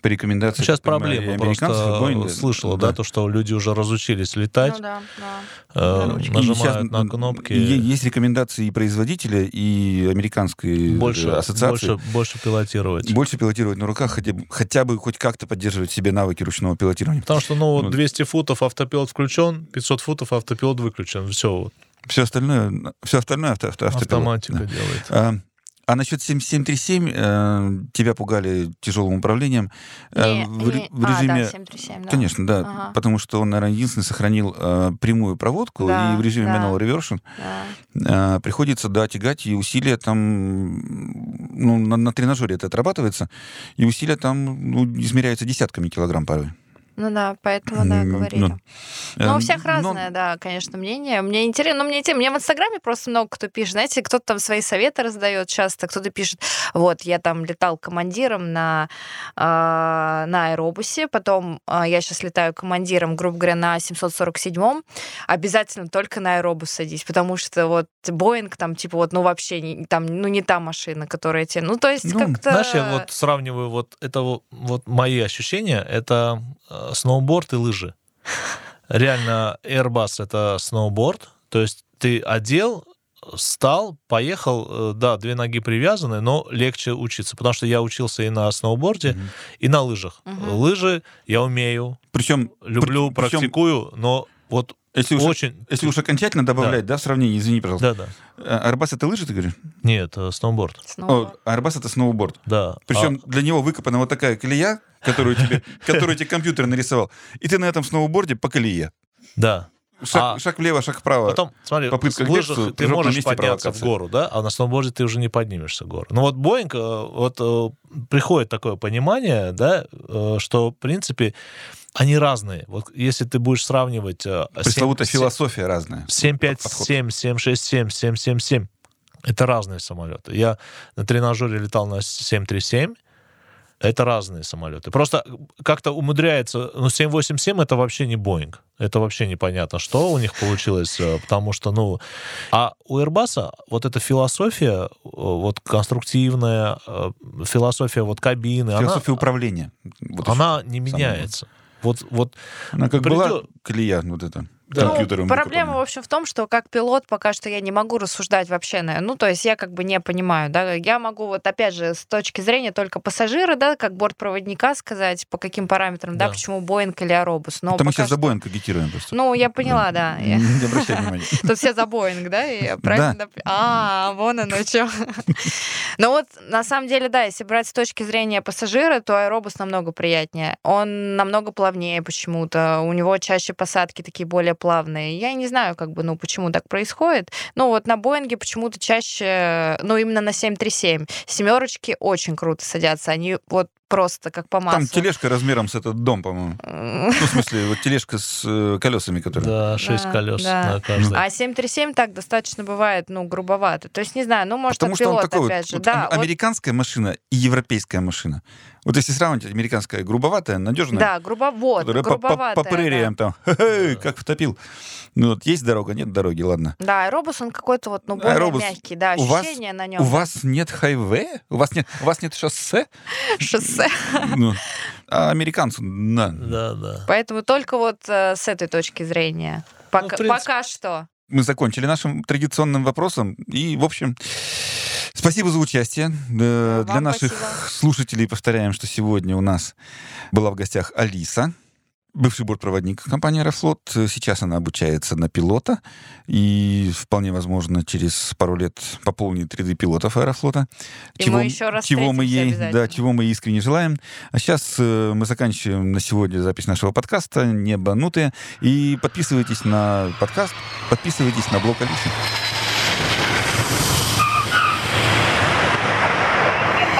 Speaker 5: по рекомендации...
Speaker 6: Сейчас
Speaker 5: я так понимаю,
Speaker 6: проблема
Speaker 5: и
Speaker 6: просто
Speaker 5: американцев, и Боинга,
Speaker 6: слышала, да. то, что люди уже разучились летать,
Speaker 3: Ну да, да.
Speaker 6: э,
Speaker 5: И
Speaker 6: нажимают
Speaker 5: сейчас
Speaker 6: на кнопки.
Speaker 5: е- Есть рекомендации и производителя, и американской
Speaker 6: больше,
Speaker 5: э, ассоциации.
Speaker 6: больше, больше пилотировать.
Speaker 5: Больше пилотировать на руках, хотя, бы- хотя бы хоть как-то поддерживать в себе навыки ручного пилотирования.
Speaker 6: Потому что, ну,
Speaker 5: Ну,
Speaker 6: вот 200 футов автопилот включен, 500 футов автопилот выключен. Все,
Speaker 5: Все остальное, все остальное авто, авто- автопилот.
Speaker 6: автоматика
Speaker 5: Да.
Speaker 6: делает.
Speaker 5: А, а насчет 7737 э, тебя пугали тяжелым управлением Э,
Speaker 3: Не,
Speaker 5: в, ре-
Speaker 3: не-
Speaker 5: в
Speaker 3: а, да,
Speaker 5: режиме
Speaker 3: 737, да.
Speaker 5: Конечно, да.
Speaker 3: Ага.
Speaker 5: Потому что он, наверное, единственный сохранил э, прямую проводку,
Speaker 3: Да,
Speaker 5: и в режиме
Speaker 3: да.
Speaker 5: manual reversion
Speaker 3: Да.
Speaker 5: э, приходится, да, тягать, и усилия там, м, ну, на, на тренажере это отрабатывается, и усилия там ну, измеряются десятками килограмм порой.
Speaker 3: Ну да, поэтому да,
Speaker 5: М,
Speaker 3: говорили.
Speaker 5: ну,
Speaker 3: Ну,
Speaker 5: Э,
Speaker 3: у всех
Speaker 5: но-
Speaker 3: разное, да, конечно, мнение. Мне интересно, ну, мне интересно, мне в Инстаграме просто много кто пишет, знаете, кто-то там свои советы раздает часто, кто-то пишет, вот, я там летал командиром на, э, на аэробусе, потом э, я сейчас летаю командиром, грубо говоря, на 747-м, обязательно только на аэробус садись, потому что вот Боинг там, типа, вот, ну, вообще, не, там, ну, не та машина, которая тебе, ну, то есть
Speaker 5: Ну,
Speaker 3: как-то...
Speaker 6: Знаешь, я вот сравниваю вот это вот- вот мои ощущения, это э, сноуборд и лыжи. Реально, Airbus это сноуборд, то есть ты одел, встал, поехал, э, да, две ноги привязаны, но легче учиться, потому что я учился и на сноуборде,
Speaker 5: Мгм.
Speaker 6: и на лыжах.
Speaker 3: Мгм.
Speaker 6: Лыжи я умею,
Speaker 5: Причем,
Speaker 6: люблю,
Speaker 5: При- причем-
Speaker 6: практикую, но вот
Speaker 5: если уж,
Speaker 6: очень...
Speaker 5: если уж окончательно добавлять, да, в сравнении, извини, пожалуйста.
Speaker 6: Да, да.
Speaker 5: Э, Арбас это лыжи, ты говоришь?
Speaker 6: Нет, э, сноуборд,
Speaker 3: снова.
Speaker 5: О, Арбас это сноуборд.
Speaker 6: да.
Speaker 5: Причем для него выкопана вот такая колея, которую тебе, которую тебе компьютер нарисовал. И ты на этом сноуборде по колее.
Speaker 6: А, да.
Speaker 5: Шаг,
Speaker 6: А-
Speaker 5: шаг влево, шаг вправо.
Speaker 6: Потом, смотри,
Speaker 5: попытка
Speaker 6: в
Speaker 5: к
Speaker 6: лыжах
Speaker 5: бегству,
Speaker 6: ты
Speaker 5: прыжок на
Speaker 6: можешь
Speaker 5: месте,
Speaker 6: подняться в
Speaker 5: провокация.
Speaker 6: гору, да, а на сноуборде ты уже не поднимешься в гору. Ну вот Боинг, э, вот э, приходит такое понимание, да, э, что, в принципе, они разные. Вот если ты будешь сравнивать... э,
Speaker 5: Пресловутая
Speaker 6: семь-
Speaker 5: философия разная.
Speaker 6: 757, 767, 777. Это разные самолеты. Я на тренажере летал на 737. Это разные самолеты. Просто как-то умудряется... Ну, 787 это вообще не Боинг. Это вообще непонятно, что у них получилось, э, потому что, ну... А у Airbus вот эта философия, э, вот конструктивная, э, философия вот кабины, она-
Speaker 5: Философия управления. Вот
Speaker 6: она, не
Speaker 5: самое.
Speaker 6: меняется. Вот, вот
Speaker 5: ещё. Она как была
Speaker 6: придёт-
Speaker 5: колея, вот это,
Speaker 6: Да.
Speaker 3: Ну,
Speaker 5: компьютером
Speaker 3: проблема, в
Speaker 5: выкопанная.
Speaker 3: общем, в том, что как пилот пока что я не могу рассуждать вообще. на- Ну, то есть я как бы не понимаю, да. Я могу вот, опять же, с точки зрения только пассажира, да, как бортпроводника сказать, по каким параметрам, да,
Speaker 6: Да.
Speaker 3: почему Боинг или Аэробус. Но пока
Speaker 5: Потому что мы сейчас
Speaker 3: что-
Speaker 5: за Боинг агитируем просто.
Speaker 3: Ну, я поняла, да.
Speaker 5: Не не обращай внимания.
Speaker 3: Тут все за Боинг, да? и Я правильно? доп- А, вон оно что. Ну вот, на самом деле, да, если брать с точки зрения пассажира, то аэробус намного приятнее. Он намного плавнее почему-то. У него чаще посадки такие более плавные. Я не знаю, как бы, ну, почему так происходит. Ну вот на Боинге почему-то чаще, ну, именно на 737. Семерочки очень круто садятся. Они вот просто как по Э, маслу.
Speaker 5: Там тележка размером с этот дом, по-моему. Ну, в смысле, вот тележка с э, колесами, которые...
Speaker 6: да, шесть
Speaker 3: Да,
Speaker 6: колес
Speaker 3: да.
Speaker 6: на каждой.
Speaker 3: А 737 так достаточно бывает, ну, грубовато. То есть, не знаю, ну, может,
Speaker 5: Потому
Speaker 3: от
Speaker 5: что он
Speaker 3: пилота,
Speaker 5: такой вот-
Speaker 3: опять же.
Speaker 5: вот
Speaker 3: да,
Speaker 5: ам-
Speaker 3: вот-
Speaker 5: американская машина и европейская машина. Вот если сравнить, американская грубоватая, надежная,
Speaker 3: Да, грубовод,
Speaker 5: которая по- по,
Speaker 3: грубоватая.
Speaker 5: по прериям там, «Хе-хе,
Speaker 6: Да.
Speaker 5: как втопил. Ну вот есть дорога, нет дороги, ладно.
Speaker 3: да. Да, аэробус, он какой-то вот, ну, более
Speaker 5: Аэробус,
Speaker 3: мягкий, да,
Speaker 5: у вас-
Speaker 3: ощущение на нем.
Speaker 5: У вас нет хайве? У вас нет, у вас нет шоссе?
Speaker 3: Шоссе.
Speaker 5: Ну, а американцу на.
Speaker 6: Да, да.
Speaker 3: Поэтому только вот э, с этой точки зрения. Пока,
Speaker 6: Ну, в принципе.
Speaker 3: пока что.
Speaker 5: Мы закончили нашим традиционным вопросом. И, в общем, спасибо за участие. Э,
Speaker 3: Вам
Speaker 5: Для наших
Speaker 3: спасибо.
Speaker 5: слушателей повторяем, что сегодня у нас была в гостях Алиса, бывший бортпроводник компании «Аэрофлот». Сейчас она обучается на пилота и, вполне возможно, через пару лет пополнит ряды пилотов «Аэрофлота».
Speaker 3: И мы еще раз
Speaker 5: чего мы
Speaker 3: встретимся
Speaker 5: ей,
Speaker 3: обязательно.
Speaker 5: да, чего мы ей искренне желаем. А сейчас э, мы заканчиваем на сегодня запись нашего подкаста «Небанутые». И подписывайтесь на подкаст, подписывайтесь на блог Алисы.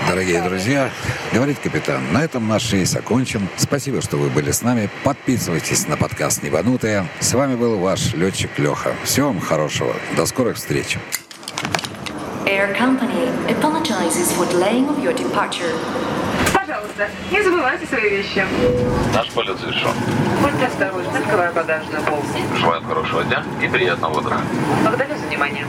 Speaker 1: Дорогие друзья, говорит капитан, на этом наш рейс окончен. Спасибо, что вы были с нами. Подписывайтесь на подкаст «Небанутые». С вами был ваш летчик Леха. Всего вам хорошего. До скорых встреч.
Speaker 7: Air Company apologizes for delaying of your departure.
Speaker 8: Пожалуйста, не забывайте свои вещи.
Speaker 9: Наш полет завершен.
Speaker 8: Будьте осторожны, открывая багажную полку.
Speaker 9: Желаем хорошего дня и приятного утра.
Speaker 8: Благодарю за внимание.